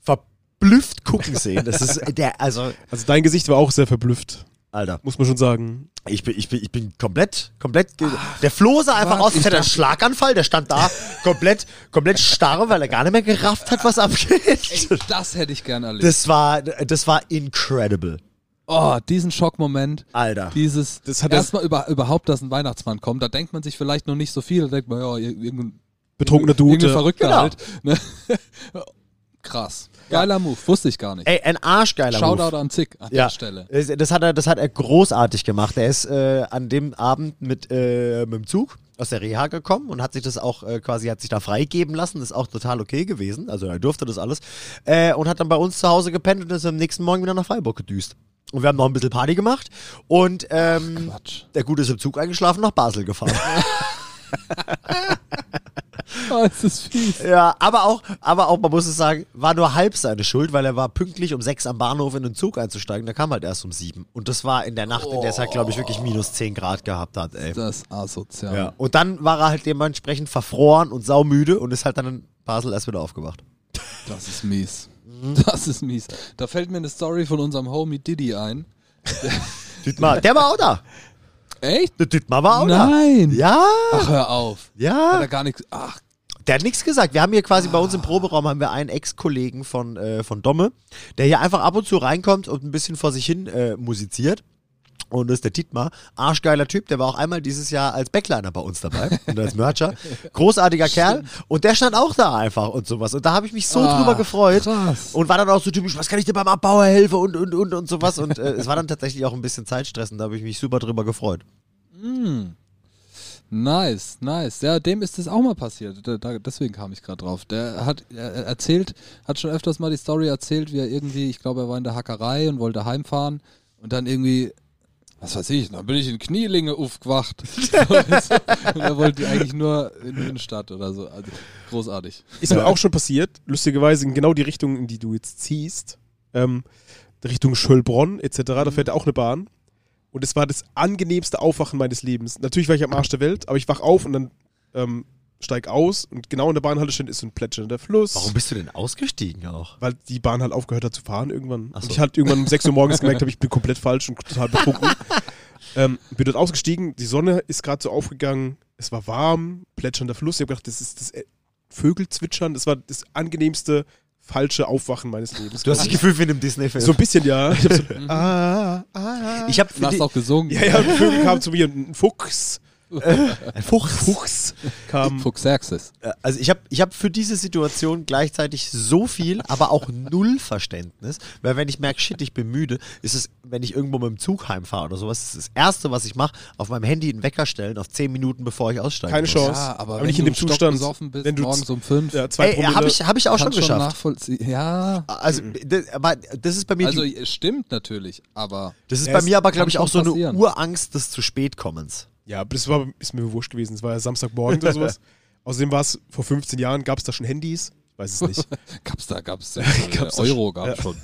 Speaker 3: verblüfft gucken sehen. Das ist
Speaker 1: *laughs*
Speaker 3: der, also,
Speaker 4: Also dein Gesicht war auch sehr verblüfft,
Speaker 3: Alter.
Speaker 4: muss man schon sagen.
Speaker 3: Ich bin, ich bin, ich bin komplett, komplett. ge- der Floh sah einfach
Speaker 1: Quatsch,
Speaker 3: aus, als
Speaker 1: ich
Speaker 3: hätte er einen Schlaganfall. Der stand da komplett, komplett starr, weil er gar nicht mehr gerafft hat, was abgeht.
Speaker 1: ey, das hätte ich gern erlebt.
Speaker 3: Das war, das war incredible.
Speaker 1: Oh, diesen Schockmoment.
Speaker 3: Alter.
Speaker 1: Dieses
Speaker 4: Das hat er-
Speaker 1: erstmal über, überhaupt, dass ein Weihnachtsmann kommt, da denkt man sich vielleicht noch nicht so viel. Da denkt man, ja, ir- irgendein
Speaker 4: Betrunkener
Speaker 1: irgendein
Speaker 4: Dude.
Speaker 1: Verrückter
Speaker 3: Genau.
Speaker 1: halt. Ne? *laughs* Krass. Geiler Move, wusste ich gar nicht.
Speaker 3: Ey, ein arschgeiler
Speaker 1: Shoutout
Speaker 3: Move.
Speaker 1: an Zick an
Speaker 3: Ja,
Speaker 1: der Stelle. *laughs*
Speaker 3: Das- das hat, er, das hat er großartig gemacht. Er ist äh, an dem Abend mit, äh, mit dem Zug aus der Reha gekommen und hat sich das auch äh, quasi, hat sich da freigeben lassen. Das ist auch total okay gewesen. Also er durfte das alles. Äh, und hat dann bei uns zu Hause gepennt und ist am nächsten Morgen wieder nach Freiburg gedüst. Und wir haben noch ein bisschen Party gemacht. Und ähm,
Speaker 1: Quatsch.
Speaker 3: der Gute ist im Zug eingeschlafen, nach Basel gefahren.
Speaker 1: Oh, es ist fies.
Speaker 3: Ja, aber auch, aber auch, man muss es sagen, war nur halb seine Schuld, weil er war pünktlich um sechs am Bahnhof in den Zug einzusteigen, da kam halt erst um sieben. Und das war in der Nacht, in der es halt, glaube ich, wirklich minus zehn Grad gehabt hat, ey.
Speaker 1: Das ist asozial.
Speaker 3: Ja. Und dann war er halt dementsprechend verfroren und saumüde und ist halt dann in Basel erst wieder aufgewacht.
Speaker 1: Das ist mies.
Speaker 3: Mhm.
Speaker 1: Das ist mies. Da fällt mir eine Story von unserem Homie Diddy ein.
Speaker 3: Dietmar, der war auch da.
Speaker 1: Echt?
Speaker 3: Der Dietmar war auch
Speaker 1: Nein.
Speaker 3: da. Ja,
Speaker 1: Ach, hör auf. Hat
Speaker 3: ja.
Speaker 1: er gar nichts. Ach,
Speaker 3: Der hat nichts gesagt. Wir haben hier quasi bei uns im Proberaum haben wir einen Ex-Kollegen von, äh, von Domme, der hier einfach ab und zu reinkommt und ein bisschen vor sich hin äh, musiziert. Und das ist der Dietmar. Arschgeiler Typ, der war auch einmal dieses Jahr als Backliner bei uns dabei *laughs* und als Mercher. Großartiger Kerl. Und der stand auch da einfach und sowas. Und da habe ich mich so
Speaker 1: Ah,
Speaker 3: drüber gefreut.
Speaker 1: krass.
Speaker 3: Und war dann auch so typisch, was kann ich dir beim Abbau helfen und, und, und, und sowas. Und äh, es war dann tatsächlich auch ein bisschen Zeitstress und da habe ich mich super drüber gefreut.
Speaker 1: Nice, nice. Ja, dem ist das auch mal passiert. Da, da, deswegen kam ich gerade drauf. Der hat äh, erzählt, hat schon öfters mal die Story erzählt, wie er irgendwie, ich glaube, er war in der Hackerei und wollte heimfahren und dann irgendwie, was weiß ich, dann bin ich in Knielinge
Speaker 3: *laughs*
Speaker 1: aufgewacht. und er wollte eigentlich nur in die Innenstadt oder so. Also, großartig.
Speaker 4: Ist mir auch schon passiert, lustigerweise in genau die Richtung, in die du jetzt ziehst, ähm, Richtung Schöllbronn etc., da
Speaker 3: Mhm.
Speaker 4: fährt auch eine Bahn. Und es war das angenehmste Aufwachen meines Lebens. Natürlich war ich am Arsch der Welt, aber ich wach auf und dann ähm, steig aus und genau in der Bahnhaltestelle ist so ein plätschernder Fluss.
Speaker 3: Warum bist du denn ausgestiegen auch?
Speaker 4: Weil die Bahn halt aufgehört hat zu fahren irgendwann.
Speaker 3: Ach so.
Speaker 4: Und ich halt irgendwann um 6
Speaker 1: *laughs*
Speaker 4: Uhr morgens gemerkt habe, ich bin komplett falsch und total betrunken. ähm, bin dort ausgestiegen, die Sonne ist gerade so aufgegangen, es war warm, plätschernder Fluss. Ich habe gedacht, das ist das äh, Vögelzwitschern, das war das angenehmste falsche Aufwachen meines
Speaker 1: *laughs*
Speaker 4: Lebens.
Speaker 3: Du hast das Gefühl wie in einem Disney-Film.
Speaker 4: so ein bisschen, ja. Ich hab so, ah, ah.
Speaker 3: ich habe
Speaker 1: Du hast auch gesungen.
Speaker 4: ja, ja, ein Vögel kam zu mir, ein Fuchs.
Speaker 3: ein Fuchs.
Speaker 4: Fuchs kam.
Speaker 1: Fuchsaxis.
Speaker 3: Äh, Also ich habe ich hab für diese Situation gleichzeitig so viel, aber auch null Verständnis, weil wenn ich merke, shit, ich bin müde, ist es, wenn ich irgendwo mit dem Zug heimfahre oder sowas, ist das Erste, was ich mache, auf meinem Handy einen Wecker stellen, auf 10 Minuten, bevor ich aussteige.
Speaker 4: Keine Chance.
Speaker 1: Ja, aber,
Speaker 4: Aber
Speaker 1: wenn
Speaker 4: nicht in
Speaker 1: du
Speaker 4: dem Zustand.
Speaker 1: besoffen bist,
Speaker 4: Wenn du
Speaker 1: morgens
Speaker 4: z-
Speaker 1: um fünf,
Speaker 4: Ja, zwei
Speaker 3: Ey,
Speaker 4: Promille.
Speaker 3: habe ich, hab ich auch schon
Speaker 1: kannst schon
Speaker 3: geschafft.
Speaker 1: nachvollziehen. Ja,
Speaker 3: also, das, aber das ist bei mir,
Speaker 1: also
Speaker 3: die,
Speaker 1: stimmt natürlich,
Speaker 3: *laughs*
Speaker 1: aber
Speaker 3: das ist
Speaker 4: Ja,
Speaker 3: bei
Speaker 4: es
Speaker 3: mir aber, glaube
Speaker 1: kann
Speaker 3: ich, auch
Speaker 1: schon
Speaker 3: so eine
Speaker 1: passieren.
Speaker 3: Urangst des zu spät kommens.
Speaker 4: Ja, aber das war, ist mir wurscht gewesen. Es war ja Samstagmorgen
Speaker 1: *laughs*
Speaker 4: oder sowas. Außerdem war es vor 15 Jahren, gab es da schon Handys? Ich weiß es
Speaker 1: *laughs*
Speaker 4: nicht.
Speaker 1: gab's da,
Speaker 3: *laughs*
Speaker 1: gab's,
Speaker 4: Gab's da
Speaker 1: Euro gab's schon.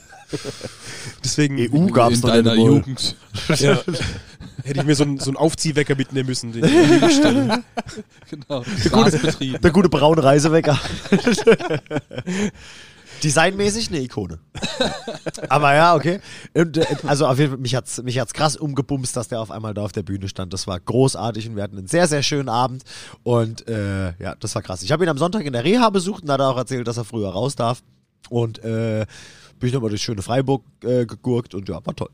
Speaker 4: Deswegen
Speaker 3: EU gab's
Speaker 1: in
Speaker 3: noch nicht
Speaker 1: deiner
Speaker 3: mal.
Speaker 1: Jugend.
Speaker 4: ja, *laughs* hätte ich mir so einen, so einen Aufziehwecker mitnehmen
Speaker 3: *laughs*
Speaker 4: müssen. Den ich in die Gegend stelle.
Speaker 1: *laughs* Genau. Gasbetrieb.
Speaker 3: Der gute braune Reisewecker. *laughs* Designmäßig eine Ikone. Aber ja, okay. Und, äh, also auf jeden Fall, mich hat's, mich hat's krass umgebumst, dass der auf einmal da auf der Bühne stand. Das war großartig und wir hatten einen sehr, sehr schönen Abend. Und äh, ja, das war krass. Ich habe ihn am Sonntag in der Reha besucht und da hat er auch erzählt, dass er früher raus darf. Und äh, bin ich nochmal durch schöne Freiburg äh, gegurkt und ja, war toll.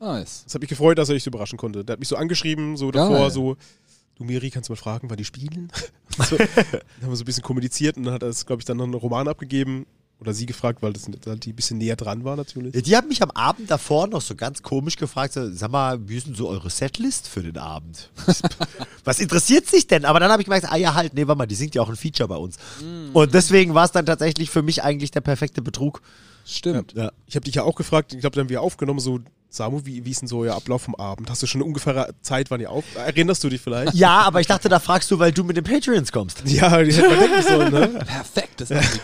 Speaker 1: Nice.
Speaker 4: Das hat mich gefreut, dass er dich so überraschen konnte. Der hat mich so angeschrieben, so
Speaker 1: Geil.
Speaker 4: davor, so, du Miri, kannst du mal fragen, wann die spielen?
Speaker 3: *laughs*
Speaker 4: so, dann haben wir so ein bisschen kommuniziert und dann hat er es, glaube ich, dann noch einen Roman abgegeben. Oder sie gefragt, weil das halt die ein bisschen näher dran war natürlich.
Speaker 3: Ja, Die haben mich am Abend davor noch so ganz komisch gefragt, so, sag mal, wie ist denn so eure Setlist für den Abend? *laughs* Was interessiert sich denn? Aber dann habe ich gemerkt, ah ja, halt, nee, warte mal, die singt ja auch ein Feature bei uns. Und deswegen war es dann tatsächlich für mich eigentlich der perfekte Betrug.
Speaker 1: Stimmt.
Speaker 3: Ja.
Speaker 4: Ich habe dich ja auch gefragt, ich glaube, dann haben wir aufgenommen, so, Samu, wie, wie ist denn so euer Ablauf vom Abend? Hast du schon eine ungefähre Zeit, wann ihr auf? Erinnerst du dich vielleicht?
Speaker 3: ja, aber ich dachte, da fragst du, weil du mit den Patreons kommst.
Speaker 4: ja, die hätte
Speaker 3: *laughs*
Speaker 4: man denken sollen, ne?
Speaker 1: Perfekt. Das ist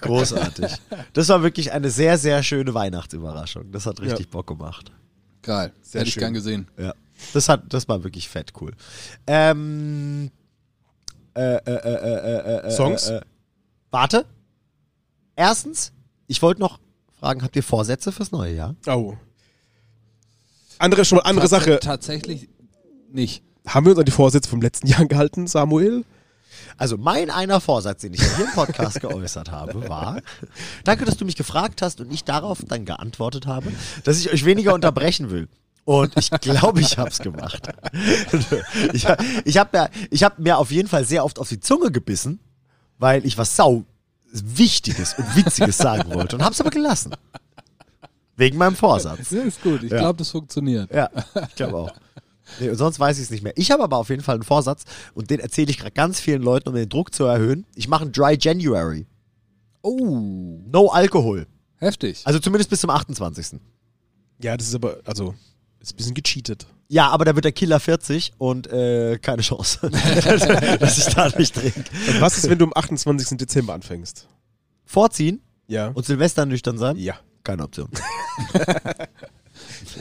Speaker 3: Großartig. Das war wirklich eine sehr, sehr schöne Weihnachtsüberraschung. Das hat richtig Bock gemacht.
Speaker 1: geil.
Speaker 4: Sehr
Speaker 1: Hätte ich
Speaker 4: schön.
Speaker 1: gern gesehen.
Speaker 3: Ja. Das, hat, das war wirklich fett cool. Ähm, äh, äh, äh, äh, äh, äh,
Speaker 4: Songs?
Speaker 3: Äh, warte. Erstens, ich wollte noch fragen, habt ihr Vorsätze fürs neue Jahr?
Speaker 4: Au. Oh. Andere, schon mal andere
Speaker 1: Tats-
Speaker 4: Sache.
Speaker 1: Tatsächlich nicht.
Speaker 4: Haben wir uns an die Vorsätze vom letzten *laughs* Jahr gehalten, Samuel?
Speaker 3: Also mein einer Vorsatz, den ich hier im Podcast geäußert habe, war, danke, dass du mich gefragt hast und ich darauf dann geantwortet habe, dass ich euch weniger unterbrechen will. Und ich glaube, ich habe es gemacht. *laughs* Ich, ha- ich habe mir, ich hab mir auf jeden Fall sehr oft auf die Zunge gebissen, weil ich was sau Wichtiges und Witziges sagen wollte und habe es aber gelassen. Wegen meinem Vorsatz.
Speaker 1: Ja, ist gut. Ich glaube, das funktioniert. *laughs*
Speaker 3: Ja, ich glaube auch. Nee, und sonst weiß ich es nicht mehr. Ich habe aber auf jeden Fall einen Vorsatz und den erzähle ich gerade ganz vielen Leuten, um den Druck zu erhöhen. Ich mache einen Dry January.
Speaker 1: Oh,
Speaker 3: No Alkohol.
Speaker 1: heftig.
Speaker 3: Also zumindest bis zum 28.
Speaker 4: Ja, das ist aber, also, ist ein bisschen gecheatet.
Speaker 3: Ja, aber da wird der Killer 40 und äh, keine Chance, *laughs* dass ich da nicht trinke.
Speaker 4: Und was ist, wenn du am 28. Dezember anfängst?
Speaker 3: Vorziehen
Speaker 4: Ja.
Speaker 3: und Silvester nüchtern sein?
Speaker 4: ja.
Speaker 3: Keine Option.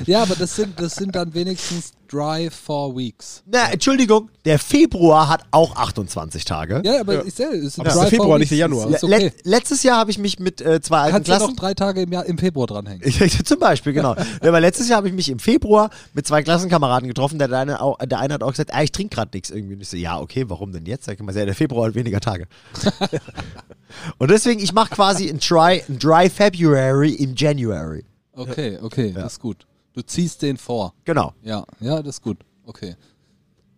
Speaker 1: Ja, aber das sind, das sind dann wenigstens dry four weeks.
Speaker 3: Na, Entschuldigung, der Februar hat auch 28 Tage.
Speaker 1: Ja, aber
Speaker 4: Ja.
Speaker 1: ich sehe, es sind
Speaker 4: Aber
Speaker 1: dry
Speaker 4: es ist der
Speaker 1: four
Speaker 4: Februar,
Speaker 1: weeks.
Speaker 4: nicht der Januar.
Speaker 1: Das Ist
Speaker 3: Le-
Speaker 1: okay.
Speaker 3: letztes Jahr habe ich mich mit äh, zwei alten
Speaker 1: Kannst du noch
Speaker 3: Klassen...
Speaker 1: drei Tage im, Jahr, im Februar dranhängen.
Speaker 3: Ich, zum Beispiel, genau. Ja, Aber letztes Jahr habe ich mich im Februar mit zwei Klassenkameraden getroffen. Der, der, eine, au- der eine hat auch gesagt, ah, ich trinke gerade nichts irgendwie. Und ich so, ja, okay, warum denn jetzt? Da kann man sagen, ja, der Februar hat
Speaker 1: *laughs*
Speaker 3: weniger Tage. und deswegen, ich mache quasi ein Dry, ein Dry February im January.
Speaker 1: Okay, okay, das ist gut. Du ziehst den vor.
Speaker 3: Genau.
Speaker 1: Ja, ja, das ist gut. Okay.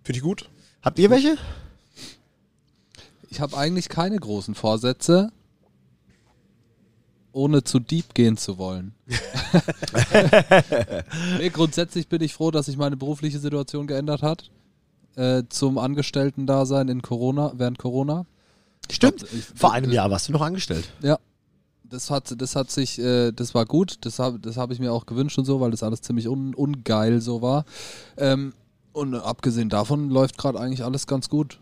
Speaker 4: Finde ich gut.
Speaker 3: Habt ihr welche?
Speaker 1: Ich habe eigentlich keine großen Vorsätze, ohne zu deep gehen zu wollen. nee, grundsätzlich bin ich froh, dass sich meine berufliche Situation geändert hat. Äh, zum Angestellten-Dasein in Corona, während Corona.
Speaker 3: Stimmt.
Speaker 1: Ich-
Speaker 3: Vor einem Jahr warst du noch angestellt.
Speaker 1: Ja. Das hat, das hat sich, äh, das war gut, das habe das hab ich mir auch gewünscht und so, weil das alles ziemlich un, ungeil so war. Ähm, und abgesehen davon läuft gerade eigentlich alles ganz gut.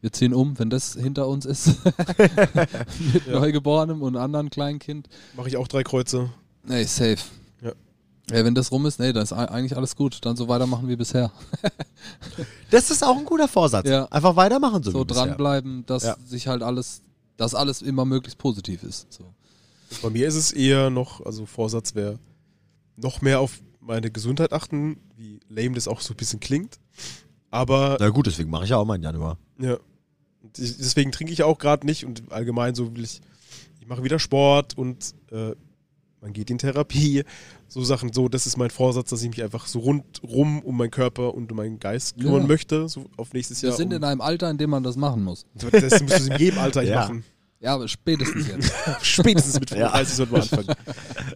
Speaker 1: Wir ziehen um, wenn das hinter uns ist. *laughs* Mit Neugeborenem und anderen Kleinkind.
Speaker 4: Mache ich auch drei Kreuze.
Speaker 1: Nee, safe.
Speaker 4: Ja.
Speaker 1: Ja, wenn das rum ist, nee, dann ist ei- eigentlich alles gut. Dann so weitermachen wie bisher.
Speaker 3: Das ist auch ein guter Vorsatz.
Speaker 1: Ja.
Speaker 3: Einfach weitermachen so,
Speaker 1: So
Speaker 3: wie bisher.
Speaker 1: dranbleiben, dass
Speaker 3: Ja.
Speaker 1: sich halt alles, dass alles immer möglichst positiv ist. So.
Speaker 4: Bei mir ist es eher noch, also Vorsatz wäre, noch mehr auf meine Gesundheit achten, wie lame das auch so ein bisschen klingt. Aber
Speaker 3: Na gut, deswegen mache ich ja auch mal im Januar.
Speaker 4: Ja. Und ich- Deswegen trinke ich auch gerade nicht und allgemein so will ich, ich mache wieder Sport und äh, man geht in Therapie, so Sachen. So, das ist mein Vorsatz, dass ich mich einfach so rundrum um meinen Körper und um meinen Geist kümmern
Speaker 1: Ja.
Speaker 4: möchte, so auf nächstes
Speaker 1: Wir
Speaker 4: Jahr.
Speaker 1: sind
Speaker 4: um,
Speaker 1: in einem Alter, in dem man das machen muss.
Speaker 4: das musst du in jedem Alter
Speaker 3: Ja.
Speaker 4: machen.
Speaker 1: Ja, aber spätestens jetzt.
Speaker 4: Spätestens
Speaker 3: *laughs*
Speaker 4: mit
Speaker 3: Ja.
Speaker 4: 35 sollten wir anfangen.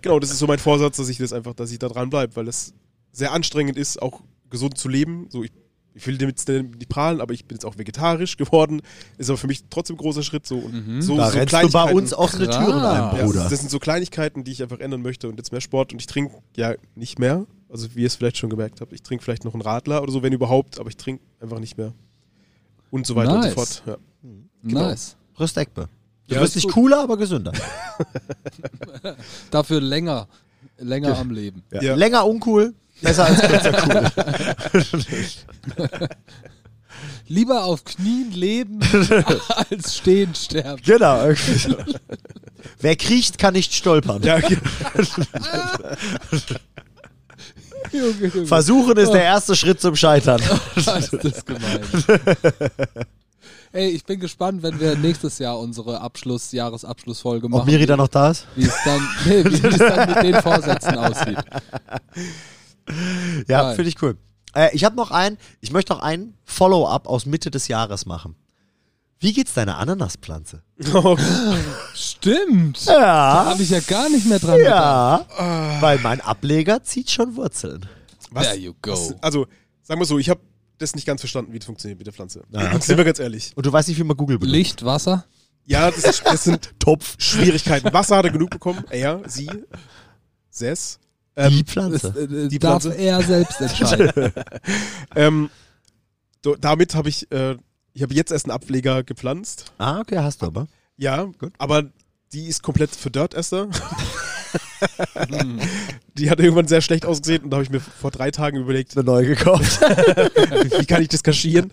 Speaker 4: genau, das ist so mein Vorsatz, dass ich das einfach, dass ich da dran bleibe, weil das sehr anstrengend ist, auch gesund zu leben. So, ich, ich will damit jetzt nicht prahlen, aber ich bin jetzt auch vegetarisch geworden. Ist aber für mich trotzdem ein großer Schritt. So, und so,
Speaker 3: Mhm. Da
Speaker 4: so
Speaker 3: rennst du bei uns offene
Speaker 1: Klar.
Speaker 3: Türen ein,
Speaker 4: ja,
Speaker 3: Bruder.
Speaker 4: das, das sind so Kleinigkeiten, die ich einfach ändern möchte und jetzt mehr Sport und ich trinke ja nicht mehr. Also wie ihr es vielleicht schon gemerkt habt, ich trinke vielleicht noch einen Radler oder so, wenn überhaupt, aber ich trinke einfach nicht mehr. Und so weiter und so
Speaker 1: Nice.
Speaker 4: fort. Ja.
Speaker 1: Nice.
Speaker 3: Respekt. Du
Speaker 4: Ja,
Speaker 3: wirst
Speaker 4: ist
Speaker 3: nicht
Speaker 4: gut.
Speaker 3: cooler, aber gesünder.
Speaker 1: Dafür länger, länger am Leben.
Speaker 4: Ja.
Speaker 3: Länger uncool, besser als kürzer cool.
Speaker 1: Lieber auf Knien leben, als stehen sterben.
Speaker 3: genau. irgendwie. *laughs* Wer kriecht, kann nicht stolpern.
Speaker 4: Ja, genau.
Speaker 1: Junge, Junge,
Speaker 3: Versuchen ist der erste Schritt zum Scheitern.
Speaker 1: was ist das gemeint? Ey, ich bin gespannt, wenn wir nächstes Jahr unsere Abschluss, Jahresabschlussfolge
Speaker 3: Ob
Speaker 1: machen,
Speaker 3: Miri da noch da ist?
Speaker 1: wie es dann, nee, wie es dann mit den Vorsätzen aussieht.
Speaker 3: Ja,
Speaker 1: Geil.
Speaker 3: finde ich cool. Äh, ich habe noch einen, ich möchte noch einen Follow-up aus Mitte des Jahres machen. Wie geht's deiner Ananaspflanze?
Speaker 1: Stimmt. Da
Speaker 3: Ja.
Speaker 1: habe ich ja gar nicht mehr dran gedacht.
Speaker 3: Ja. Weil mein Ableger zieht schon Wurzeln.
Speaker 1: There you go.
Speaker 4: Was, also, sagen wir so, ich habe das nicht ganz verstanden, wie das funktioniert mit der Pflanze.
Speaker 3: Ah, okay.
Speaker 4: Sind wir ganz ehrlich.
Speaker 3: Und du weißt nicht, wie man Google benutzt.
Speaker 1: Licht, Wasser.
Speaker 4: Ja, das, ist, das sind
Speaker 3: *laughs* Topf.
Speaker 4: Schwierigkeiten. Wasser hat er genug bekommen. Er, sie, ses.
Speaker 3: die
Speaker 1: Das,
Speaker 4: Ähm,
Speaker 3: Pflanze.
Speaker 1: äh,
Speaker 4: Die
Speaker 1: darf
Speaker 4: Pflanze?
Speaker 1: er selbst entscheiden.
Speaker 4: ähm, do, damit habe ich, äh, ich habe jetzt erst einen Ableger gepflanzt.
Speaker 3: Ah, okay, hast du aber.
Speaker 4: Ja, aber die ist komplett
Speaker 3: *laughs*
Speaker 4: verdörrt, Esther.
Speaker 3: Hm.
Speaker 4: die hat irgendwann sehr schlecht ausgesehen und da habe ich mir vor drei Tagen überlegt,
Speaker 3: Eine neue gekauft.
Speaker 4: wie kann ich das kaschieren?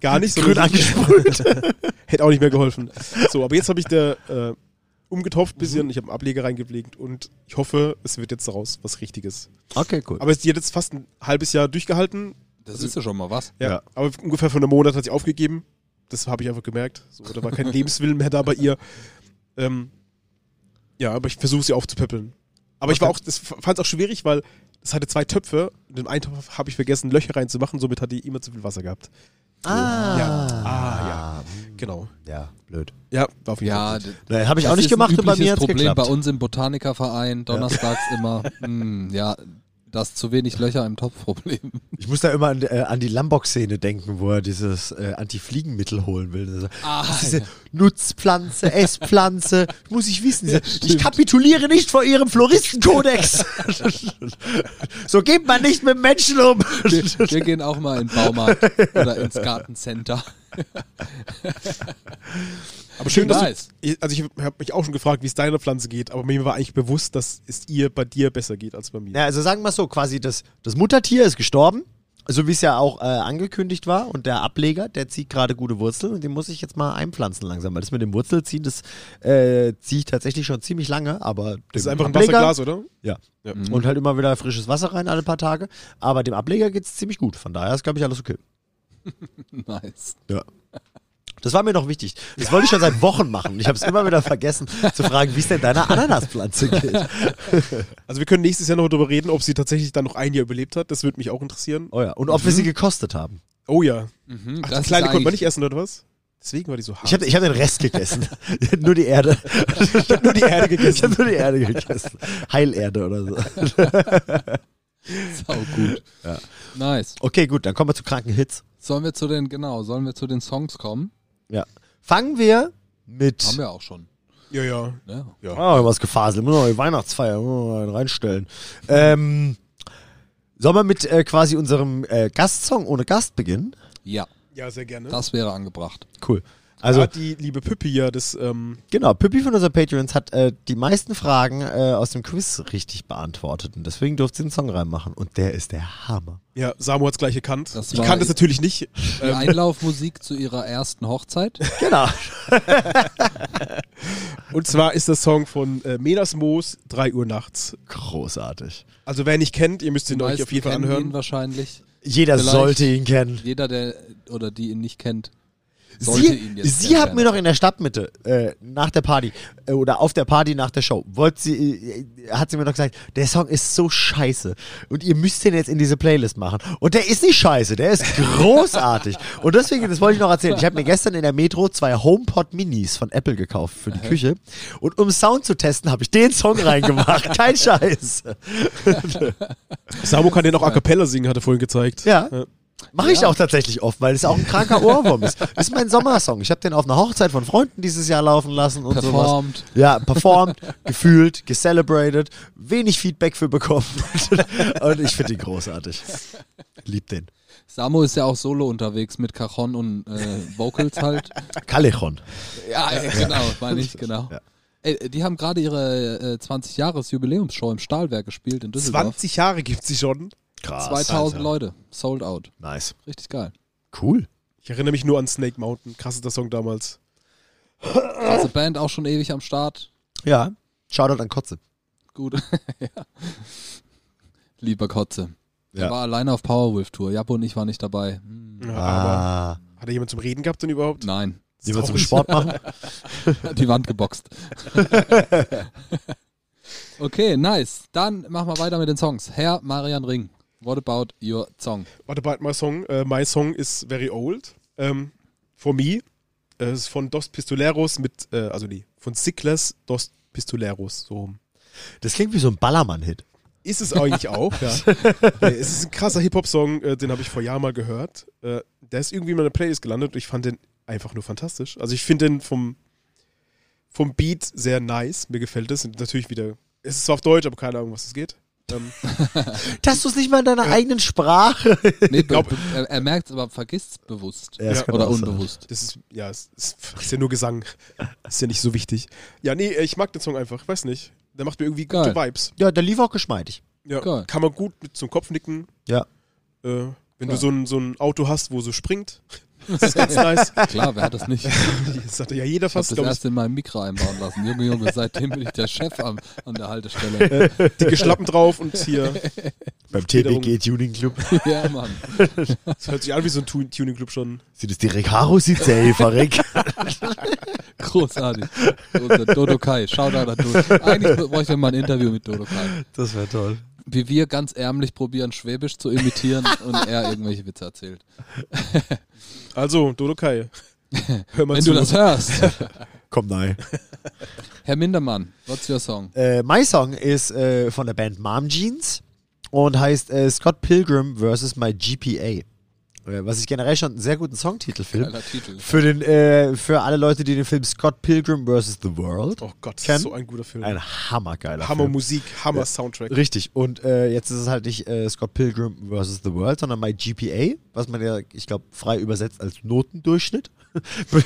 Speaker 4: Gar
Speaker 3: *laughs*
Speaker 4: nicht. *laughs*
Speaker 3: Grün
Speaker 4: sondern-
Speaker 3: angesprüht.
Speaker 4: Hätte auch nicht mehr geholfen. So, aber jetzt habe ich da äh, umgetopft ein bisschen, ich habe einen Ableger reingelegt und ich hoffe, es wird jetzt daraus was Richtiges.
Speaker 3: Okay, cool.
Speaker 4: Aber sie hat jetzt fast ein halbes Jahr durchgehalten.
Speaker 1: Das ist ja schon mal was.
Speaker 4: Ja.
Speaker 3: Ja.
Speaker 4: Aber ungefähr vor einem Monat hat sie aufgegeben. Das habe ich einfach gemerkt. So, da war kein Lebenswillen mehr da bei ihr. Ähm, ja, aber ich versuche sie aufzupäppeln. Aber ich war auch, das fand es auch schwierig, weil es hatte zwei Töpfe. In den einen Topf habe ich vergessen, Löcher reinzumachen, somit hat die immer zu viel Wasser gehabt.
Speaker 3: ah.
Speaker 4: Ja. Ah, ja. Genau.
Speaker 3: Ja, blöd.
Speaker 4: Ja, war auf jeden
Speaker 1: Ja,
Speaker 4: Fall.
Speaker 1: d-
Speaker 3: Naja, habe ich auch
Speaker 1: Das
Speaker 3: nicht
Speaker 1: ist ein
Speaker 3: gemacht und bei
Speaker 1: übliches
Speaker 3: mir hat's
Speaker 1: Problem
Speaker 3: geklappt.
Speaker 1: bei uns im Botanikerverein, donnerstags immer, hm, ja, das zu wenig Löcher im
Speaker 3: *laughs*
Speaker 1: Topfproblem.
Speaker 3: Ich muss da immer an, äh, an die Lambok-Szene denken, wo er dieses äh, Antifliegenmittel holen will. Also,
Speaker 1: Ah,
Speaker 3: diese
Speaker 4: *laughs*
Speaker 3: Nutzpflanze, Esspflanze, muss ich wissen. Diese, ich
Speaker 1: stimmt.
Speaker 3: kapituliere nicht vor ihrem
Speaker 4: *laughs*
Speaker 3: Floristenkodex. so geht man nicht mit Menschen um.
Speaker 1: Wir, wir gehen auch mal in den Baumarkt oder ins Gartencenter. *laughs*
Speaker 4: Aber schön, dass
Speaker 1: Nice.
Speaker 4: du, also ich habe mich auch schon gefragt, wie es deiner Pflanze geht, aber mir war eigentlich bewusst, dass es ihr bei dir besser geht als bei mir.
Speaker 3: Ja, also sagen wir es so, quasi das, das Muttertier ist gestorben, so wie es ja auch äh, angekündigt war. Und der Ableger, der zieht gerade gute Wurzeln und den muss ich jetzt mal einpflanzen langsam. Weil das mit dem Wurzelziehen, das äh, ziehe ich tatsächlich schon ziemlich lange, aber
Speaker 4: Das ist
Speaker 3: dem
Speaker 4: einfach ein
Speaker 3: Ableger-
Speaker 4: Wasserglas, oder?
Speaker 3: Ja.
Speaker 4: Ja.
Speaker 3: Und halt immer wieder frisches Wasser rein alle paar Tage. Aber dem Ableger geht's ziemlich gut. Von daher ist, glaube ich, alles okay.
Speaker 1: Nice.
Speaker 3: Ja. Das war mir noch wichtig. Das wollte ich schon seit Wochen machen. Ich habe es immer wieder vergessen zu fragen, wie es denn deiner Ananaspflanze geht.
Speaker 4: Also wir können nächstes Jahr noch darüber reden, ob sie tatsächlich dann noch ein Jahr überlebt hat. Das würde mich auch interessieren.
Speaker 3: Oh ja. Und ob wir sie gekostet haben.
Speaker 4: Oh ja.
Speaker 1: Mhm, das
Speaker 4: Ach, die
Speaker 1: ist
Speaker 4: Kleine konnte man
Speaker 1: eigentlich-
Speaker 4: nicht essen, oder was? Deswegen war die so hart.
Speaker 3: Ich habe ich hab den Rest gegessen. *laughs* nur die Erde. Ich habe nur die Erde gegessen. Ich habe nur die Erde gegessen. Heilerde oder so.
Speaker 1: Sau gut. Nice.
Speaker 3: Okay, gut, dann kommen wir zu kranken Hits.
Speaker 1: Sollen wir zu den, genau, sollen wir zu den Songs kommen?
Speaker 3: Ja. Fangen wir mit.
Speaker 1: Haben wir auch schon.
Speaker 4: ja, ja.
Speaker 1: Ne?
Speaker 3: Ah, was gefaselt. Muss noch die Weihnachtsfeier muss noch einen reinstellen. Ähm, sollen wir mit äh, quasi unserem äh, Gastsong ohne Gast beginnen?
Speaker 1: Ja,
Speaker 4: Ja, sehr gerne.
Speaker 1: das wäre angebracht.
Speaker 3: Cool.
Speaker 4: also
Speaker 3: Also,
Speaker 4: hat die liebe Püppi ja das, ähm,
Speaker 3: genau, Pippi von unseren Patreons hat äh, die meisten Fragen äh, aus dem Quiz richtig beantwortet. Und deswegen durfte sie einen Song reinmachen. Und der ist der Hammer.
Speaker 4: ja, Samu hat es gleich erkannt.
Speaker 1: Das
Speaker 4: ich
Speaker 1: war-
Speaker 4: kannte es natürlich nicht.
Speaker 1: Die
Speaker 3: Ähm.
Speaker 1: Einlaufmusik zu ihrer ersten Hochzeit.
Speaker 3: Genau.
Speaker 4: Und zwar ist das Song von äh, Menas Moos, 3 Uhr nachts.
Speaker 3: Großartig.
Speaker 4: Also wer nicht kennt, ihr müsst ihn
Speaker 1: Die
Speaker 4: euch
Speaker 1: meisten
Speaker 4: auf jeden Fall
Speaker 1: kennen
Speaker 4: anhören.
Speaker 1: Ihn wahrscheinlich.
Speaker 3: Jeder
Speaker 1: Vielleicht.
Speaker 3: sollte ihn kennen.
Speaker 1: Jeder, der oder die ihn nicht kennt, sollte
Speaker 3: Sie,
Speaker 1: ihn jetzt
Speaker 3: sie hat
Speaker 1: kennenlernen.
Speaker 3: mir noch in der Stadtmitte äh, nach der Party äh, oder auf der Party nach der Show wollte sie, äh, hat sie mir noch gesagt, der Song ist so scheiße und ihr müsst den jetzt in diese Playlist machen. Und der ist nicht scheiße,
Speaker 1: *laughs*
Speaker 3: der ist großartig. und deswegen, das wollte ich noch erzählen. Ich habe mir gestern in der Metro zwei HomePod Minis von Apple gekauft für
Speaker 1: Äh.
Speaker 3: die Küche und um Sound zu testen, habe ich den Song reingemacht.
Speaker 1: *laughs*
Speaker 3: Kein Scheiß.
Speaker 4: Samu kann den auch a cappella singen, hat er vorhin gezeigt.
Speaker 3: Ja. Mache ich auch tatsächlich oft, weil es auch ein kranker Ohrwurm ist. *laughs* Ist mein Sommersong. Ich habe den auf einer Hochzeit von Freunden dieses Jahr laufen lassen und
Speaker 1: Performt.
Speaker 3: sowas. Ja, performt, *laughs* gefühlt, gecelebrated, wenig Feedback für bekommen. *laughs* und ich finde ihn großartig. Lieb den.
Speaker 1: Samo ist ja auch solo unterwegs mit Cajon und äh, Vocals
Speaker 4: *laughs*
Speaker 1: halt.
Speaker 3: Callejon.
Speaker 1: ja, äh, genau, meine ich, genau.
Speaker 3: Ja.
Speaker 1: Ey, die haben gerade ihre äh, 20-Jahres-Jubiläumsshow im Stahlwerk gespielt in Düsseldorf.
Speaker 4: 20 Jahre gibt sie schon.
Speaker 3: Krass.
Speaker 1: 2000
Speaker 3: Alter.
Speaker 1: Leute, sold out.
Speaker 3: Nice.
Speaker 1: Richtig geil.
Speaker 3: Cool.
Speaker 4: Ich erinnere mich nur an Snake Mountain. Krass ist der Song damals.
Speaker 1: Krasse Also Band auch schon ewig am Start.
Speaker 3: Ja. Shoutout an Kotze.
Speaker 1: Gut. *laughs* ja. Lieber Kotze.
Speaker 3: Ja.
Speaker 1: Er war alleine auf Powerwolf Tour. Japo und ich waren nicht dabei. Hm,
Speaker 4: Ja, aber
Speaker 3: Ah.
Speaker 4: hat er jemand zum Reden gehabt denn überhaupt?
Speaker 1: Nein,
Speaker 3: Die wir zum
Speaker 4: Traurig.
Speaker 3: Sport machen.
Speaker 1: die Wand geboxt. *laughs* okay, nice. Dann machen wir weiter mit den Songs. Herr Marian Ring, what about your song?
Speaker 3: *laughs*
Speaker 4: What about my song? Äh, my song is very old. Ähm, for me. Äh, ist von Dos Pistoleros mit, äh, also nee, von Sicklers Dos Pistoleros. So rum.
Speaker 3: Das klingt wie so ein Ballermann-Hit.
Speaker 4: Ist es
Speaker 1: *laughs*
Speaker 4: eigentlich auch, ja. Nee, es ist ein krasser Hip-Hop-Song, äh, den habe ich vor Jahren mal gehört. Äh, der ist irgendwie in meiner Playlist gelandet und ich fand den einfach nur fantastisch. Also ich finde den vom, vom Beat sehr nice. Mir gefällt es. Und natürlich wieder, es ist zwar auf Deutsch, aber keine Ahnung, was es geht. Ähm,
Speaker 3: Dass du es nicht mal in deiner eigenen Sprache.
Speaker 1: Nee,
Speaker 4: glaub-
Speaker 1: be- er, er merkt es, aber vergisst es bewusst.
Speaker 3: Ja, das kann
Speaker 1: Oder
Speaker 3: auch sein.
Speaker 1: unbewusst.
Speaker 4: das ist, ja, es ist, ist ja nur Gesang. Ist ja nicht so wichtig. Ja, nee, ich mag den Song einfach. Ich weiß nicht. Der macht mir irgendwie gute
Speaker 1: Geil.
Speaker 4: Vibes.
Speaker 3: Ja, der lief auch geschmeidig.
Speaker 4: Ja,
Speaker 1: Geil.
Speaker 4: kann man gut mit zum Kopf nicken.
Speaker 3: Ja.
Speaker 4: Äh, wenn du
Speaker 1: Geil.
Speaker 4: so ein, so ein Auto hast, wo so springt. *laughs*
Speaker 1: *laughs*
Speaker 4: Das ist ganz nice.
Speaker 1: Klar, wer hat das
Speaker 3: *laughs*
Speaker 1: nicht?
Speaker 4: *laughs* Das hatte ja jeder
Speaker 1: Ich hab
Speaker 4: fast,
Speaker 1: das
Speaker 4: glaube ich.
Speaker 1: erst in meinem Mikro einbauen lassen. Junge, Junge, seitdem bin ich der Chef am, an der Haltestelle. *laughs*
Speaker 4: Dicke Schlappen drauf und hier.
Speaker 3: Beim
Speaker 4: Wiederum.
Speaker 3: TBG Tuning Club. *laughs*
Speaker 1: *laughs* ja, Mann.
Speaker 4: Das hört sich an wie so ein Tu- Tuning-Club schon.
Speaker 3: Sieht es direkt Haru sieht sehr verreckt.
Speaker 1: Großartig. Unser Dodo Kai. Shoutout an Dodo. Eigentlich bräuchte man mal ein Interview mit Dodo Kai.
Speaker 3: Das wäre toll.
Speaker 1: Wie wir ganz ärmlich probieren, Schwäbisch zu imitieren und er irgendwelche Witze erzählt.
Speaker 4: Also, Dodokai. Hör mal
Speaker 1: Wenn
Speaker 4: zu.
Speaker 1: du das hörst.
Speaker 3: Komm, nein.
Speaker 1: Herr Mindermann, what's your song?
Speaker 3: Äh, My Song ist äh, von der Band Mom Jeans und heißt äh, Scott Pilgrim vs. My GPA. Äh, was ich generell schon einen sehr guten Songtitel finde.
Speaker 1: Geiler Titel.
Speaker 3: Für, den, äh, für alle Leute, die den Film Scott Pilgrim vs. The World.
Speaker 4: oh Gott, das
Speaker 3: Ken?
Speaker 4: ist so ein guter Film.
Speaker 3: Ein hammergeiler
Speaker 4: Hammer
Speaker 3: Film.
Speaker 4: Musik, Hammer Soundtrack.
Speaker 3: Richtig. Und äh, jetzt ist es halt nicht äh, Scott Pilgrim vs. The World, sondern My GPA, was man ja, ich glaube, frei übersetzt als Notendurchschnitt *laughs*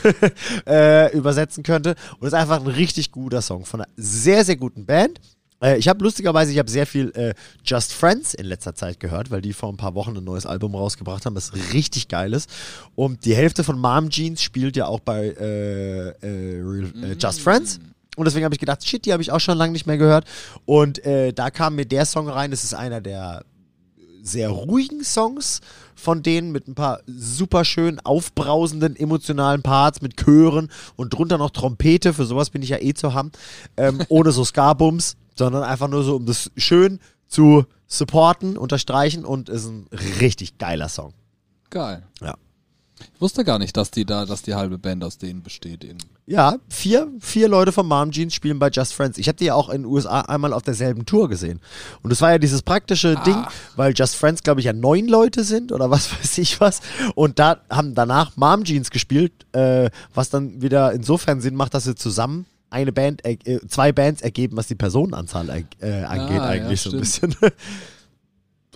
Speaker 3: äh, übersetzen könnte. Und ist einfach ein richtig guter Song von einer sehr, sehr guten Band. Äh, Ich habe lustigerweise, ich habe sehr viel äh, Just Friends in letzter Zeit gehört, weil die vor ein paar Wochen ein neues Album rausgebracht haben, das richtig geil ist. Und die Hälfte von Mom Jeans spielt ja auch bei äh, äh, Real, äh, Just Friends. Und deswegen habe ich gedacht, shit, die habe ich auch schon lange nicht mehr gehört. Und äh, da kam mir der Song rein. Das ist einer der sehr ruhigen Songs von denen mit ein paar super schön aufbrausenden emotionalen Parts mit Chören und drunter noch Trompete, für sowas bin ich ja eh zu haben, ähm, ohne so Skarbums, sondern einfach nur so, um das schön zu supporten, unterstreichen und ist ein richtig geiler Song.
Speaker 1: Geil.
Speaker 3: Ja.
Speaker 1: Ich wusste gar nicht, dass die da, dass die halbe Band aus denen besteht. In
Speaker 3: Ja, vier, vier Leute von Mom Jeans spielen bei Just Friends. Ich habe die ja auch in den USA einmal auf derselben Tour gesehen. Und es war ja dieses praktische
Speaker 1: Ah.
Speaker 3: Ding, weil Just Friends, glaube ich, ja neun Leute sind oder was *laughs* weiß ich was. Und da haben danach Mom Jeans gespielt, äh, was dann wieder insofern Sinn macht, dass sie zusammen eine Band, er- äh, zwei Bands ergeben, was die Personenanzahl er- äh, angeht
Speaker 1: Ah,
Speaker 3: eigentlich
Speaker 1: ja,
Speaker 3: so ein bisschen. *laughs*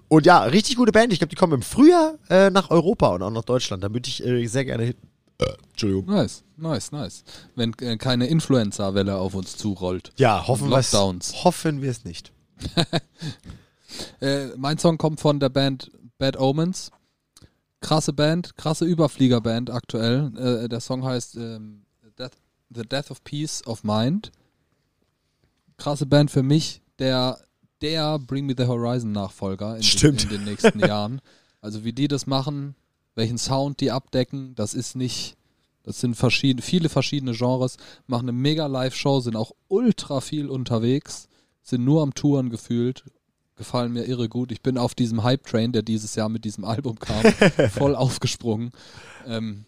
Speaker 3: Und ja, richtig gute Band. Ich glaube, die kommen im Frühjahr äh, nach Europa und auch nach Deutschland. Da würde ich äh, sehr gerne hin. Äh, Entschuldigung.
Speaker 1: nice, nice, nice. Wenn äh, keine Influenza-Welle auf uns zurollt.
Speaker 3: Ja, hoffen wir es.
Speaker 1: Lockdowns.
Speaker 3: Hoffen wir es nicht.
Speaker 1: Äh, mein Song kommt von der Band Bad Omens. Krasse Band, krasse Überfliegerband aktuell. Äh, der Song heißt ähm, Death, The Death of Peace of Mind. Krasse Band für mich, der, der Bring Me the Horizon Nachfolger in,
Speaker 3: Stimmt.
Speaker 1: Den, in den nächsten *laughs* Jahren. Also wie die das machen, welchen Sound die abdecken, das ist nicht, das sind verschieden, viele verschiedene Genres, machen eine mega Live-Show, sind auch ultra viel unterwegs, sind nur am Touren gefühlt gefallen mir irre gut. Ich bin auf diesem Hype-Train, der dieses Jahr mit diesem Album kam,
Speaker 3: *laughs*
Speaker 1: voll aufgesprungen. Ähm,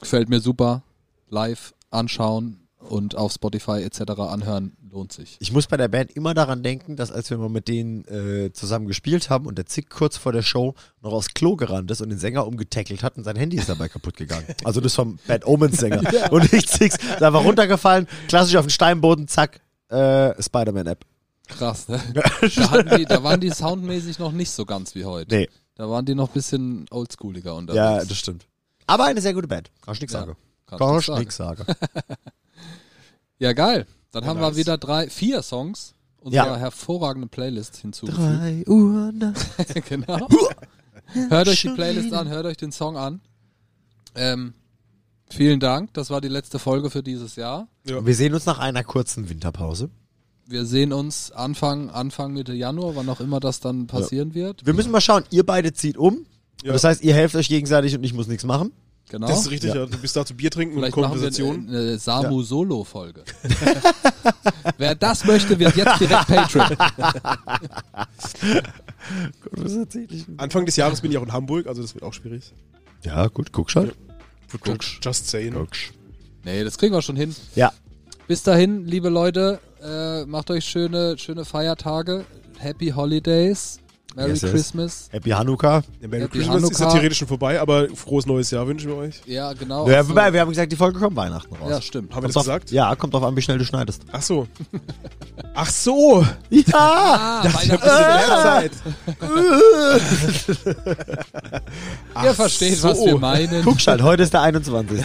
Speaker 1: gefällt mir super. Live anschauen und auf Spotify etc. anhören lohnt sich.
Speaker 3: Ich muss bei der Band immer daran denken, dass als wir mal mit denen äh, zusammen gespielt haben und der Zick kurz vor der Show noch aufs Klo gerannt ist und den Sänger umgetackelt hat und sein Handy ist dabei kaputt *laughs* gegangen. Also das vom Bad Omens Sänger. Und ich Zicks, da war runtergefallen, klassisch auf den Steinboden, zack, äh, Spider-Man-App.
Speaker 1: Krass, ne? *laughs* Da, hatten die, da waren die soundmäßig noch nicht so ganz wie heute.
Speaker 3: Nee,
Speaker 1: Da waren die noch ein bisschen oldschooliger
Speaker 3: ja,
Speaker 1: unterwegs.
Speaker 3: das stimmt. Aber eine sehr gute Band. Kann ich nichts
Speaker 1: Ja,
Speaker 3: sagen.
Speaker 1: kannst
Speaker 3: Kann
Speaker 1: du
Speaker 3: ich
Speaker 1: sagen.
Speaker 3: nichts sagen. *laughs*
Speaker 1: Ja, geil. Dann haben
Speaker 3: nice.
Speaker 1: wir wieder drei, vier Songs unserer
Speaker 3: Ja.
Speaker 1: hervorragenden Playlist hinzugefügt.
Speaker 3: Drei Uhr nachts.
Speaker 1: genau. hört euch die Playlist an, hört euch den Song an. Ähm, vielen Dank, das war die letzte Folge für dieses Jahr.
Speaker 3: Und Wir sehen uns nach einer kurzen Winterpause.
Speaker 1: Wir sehen uns Anfang, Anfang Mitte Januar, wann auch immer das dann passieren wird.
Speaker 3: Wir müssen mal schauen, ihr beide zieht um.
Speaker 4: Ja.
Speaker 3: Das heißt, ihr helft euch gegenseitig und ich muss nichts machen.
Speaker 1: Genau.
Speaker 4: Das ist richtig, ja. du bist da zu Bier trinken
Speaker 1: Vielleicht
Speaker 4: und
Speaker 1: machen wir
Speaker 4: Konversation.
Speaker 1: eine, eine Samu-Solo-Folge. *laughs* Wer das möchte, wird jetzt direkt Patreon. äh,
Speaker 4: Anfang des Jahres bin ich auch in Hamburg, also das wird auch schwierig.
Speaker 3: Ja, gut, guck schon.
Speaker 4: Just saying.
Speaker 1: Nee, das kriegen wir schon hin.
Speaker 3: Ja,
Speaker 1: Bis dahin, liebe Leute, äh, macht euch schöne, schöne Feiertage. Happy Holidays. Merry
Speaker 3: Yes, yes.
Speaker 1: Christmas.
Speaker 3: Happy Hanukkah.
Speaker 4: Ja, Merry
Speaker 1: Happy
Speaker 4: Christmas ist ja
Speaker 1: Hanukkah.
Speaker 4: theoretisch schon vorbei, aber frohes neues Jahr wünschen wir euch.
Speaker 1: Ja, genau.
Speaker 3: ja,
Speaker 1: Also-
Speaker 3: wobei, wir haben gesagt, die Folge kommt Weihnachten raus.
Speaker 1: ja, stimmt.
Speaker 4: Haben wir das
Speaker 3: drauf,
Speaker 4: gesagt?
Speaker 3: Ja, kommt drauf an, wie schnell du
Speaker 4: *laughs*
Speaker 3: schneidest.
Speaker 4: Ach
Speaker 1: *laughs*
Speaker 4: so. Ach so.
Speaker 3: Ja!
Speaker 1: Ah, Weihnachten
Speaker 3: Ah.
Speaker 4: Zeit.
Speaker 1: Ihr versteht, was
Speaker 4: so.
Speaker 1: wir meinen.
Speaker 3: *laughs* Guck schon, heute ist der 21.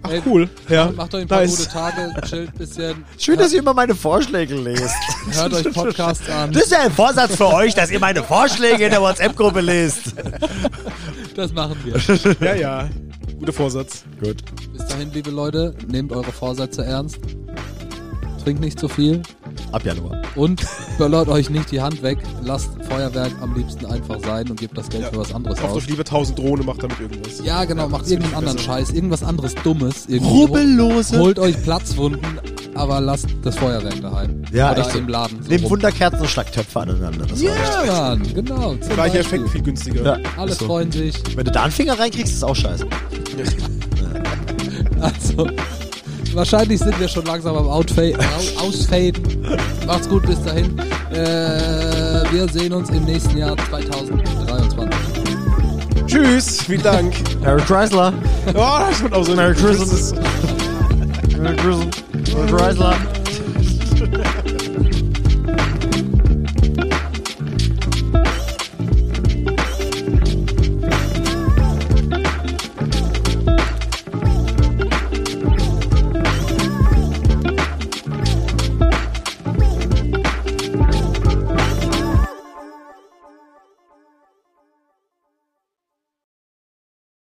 Speaker 4: Ach cool. Ja.
Speaker 1: Macht euch ein paar
Speaker 4: Nice.
Speaker 1: gute Tage, chillt ein bisschen,
Speaker 3: Schön, dass ihr immer meine Vorschläge
Speaker 4: *laughs*
Speaker 3: lest.
Speaker 1: hört euch Podcasts an.
Speaker 3: Das ist ja ein Vorsatz für euch, dass ihr meine Vorschläge in der WhatsApp-Gruppe lest.
Speaker 1: Das machen wir. Bis
Speaker 4: Ja, ja. Guter Vorsatz.
Speaker 3: Gut.
Speaker 1: dahin, liebe Leute, nehmt eure Vorsätze ernst. Trinkt nicht zu viel
Speaker 3: Ab Januar.
Speaker 1: und böllert euch nicht die Hand weg. Lasst Feuerwerk am liebsten einfach sein und gebt das Geld
Speaker 4: Ja.
Speaker 1: für was anderes
Speaker 4: Kauft
Speaker 1: aus.
Speaker 4: euch lieber 1000 Drohne, macht damit irgendwas.
Speaker 1: Ja, genau, macht
Speaker 4: das find ich
Speaker 1: irgendeinen anderen
Speaker 4: besser.
Speaker 1: Scheiß, irgendwas anderes Dummes. Irgendwie.
Speaker 3: Rubbellose.
Speaker 1: Holt euch Platzwunden, aber lasst das Feuerwerk daheim.
Speaker 3: Ja,
Speaker 1: Oder
Speaker 3: echt so.
Speaker 1: im Laden. So
Speaker 3: Nehmt
Speaker 1: rum.
Speaker 3: Wunderkerzen und schlagt Töpfe aneinander. Das
Speaker 1: Ja,
Speaker 3: war
Speaker 1: Mann, genau. zum
Speaker 4: Gleicher
Speaker 1: Beispiel.
Speaker 4: Effekt, viel günstiger.
Speaker 3: Ja,
Speaker 1: Alle
Speaker 3: ist so.
Speaker 1: freuen sich.
Speaker 3: Wenn du da einen Finger reinkriegst, ist auch scheiße.
Speaker 1: Also, wahrscheinlich sind wir schon langsam am Outfa au- Ausfaden. Macht's gut, bis dahin. Äh, wir sehen uns im nächsten Jahr 2023.
Speaker 4: Tschüss, vielen Dank.
Speaker 3: Harry Chrysler.
Speaker 4: oh, das wird auch so
Speaker 3: Merry Christmas. Harry Chrysler. Harry Chrysler.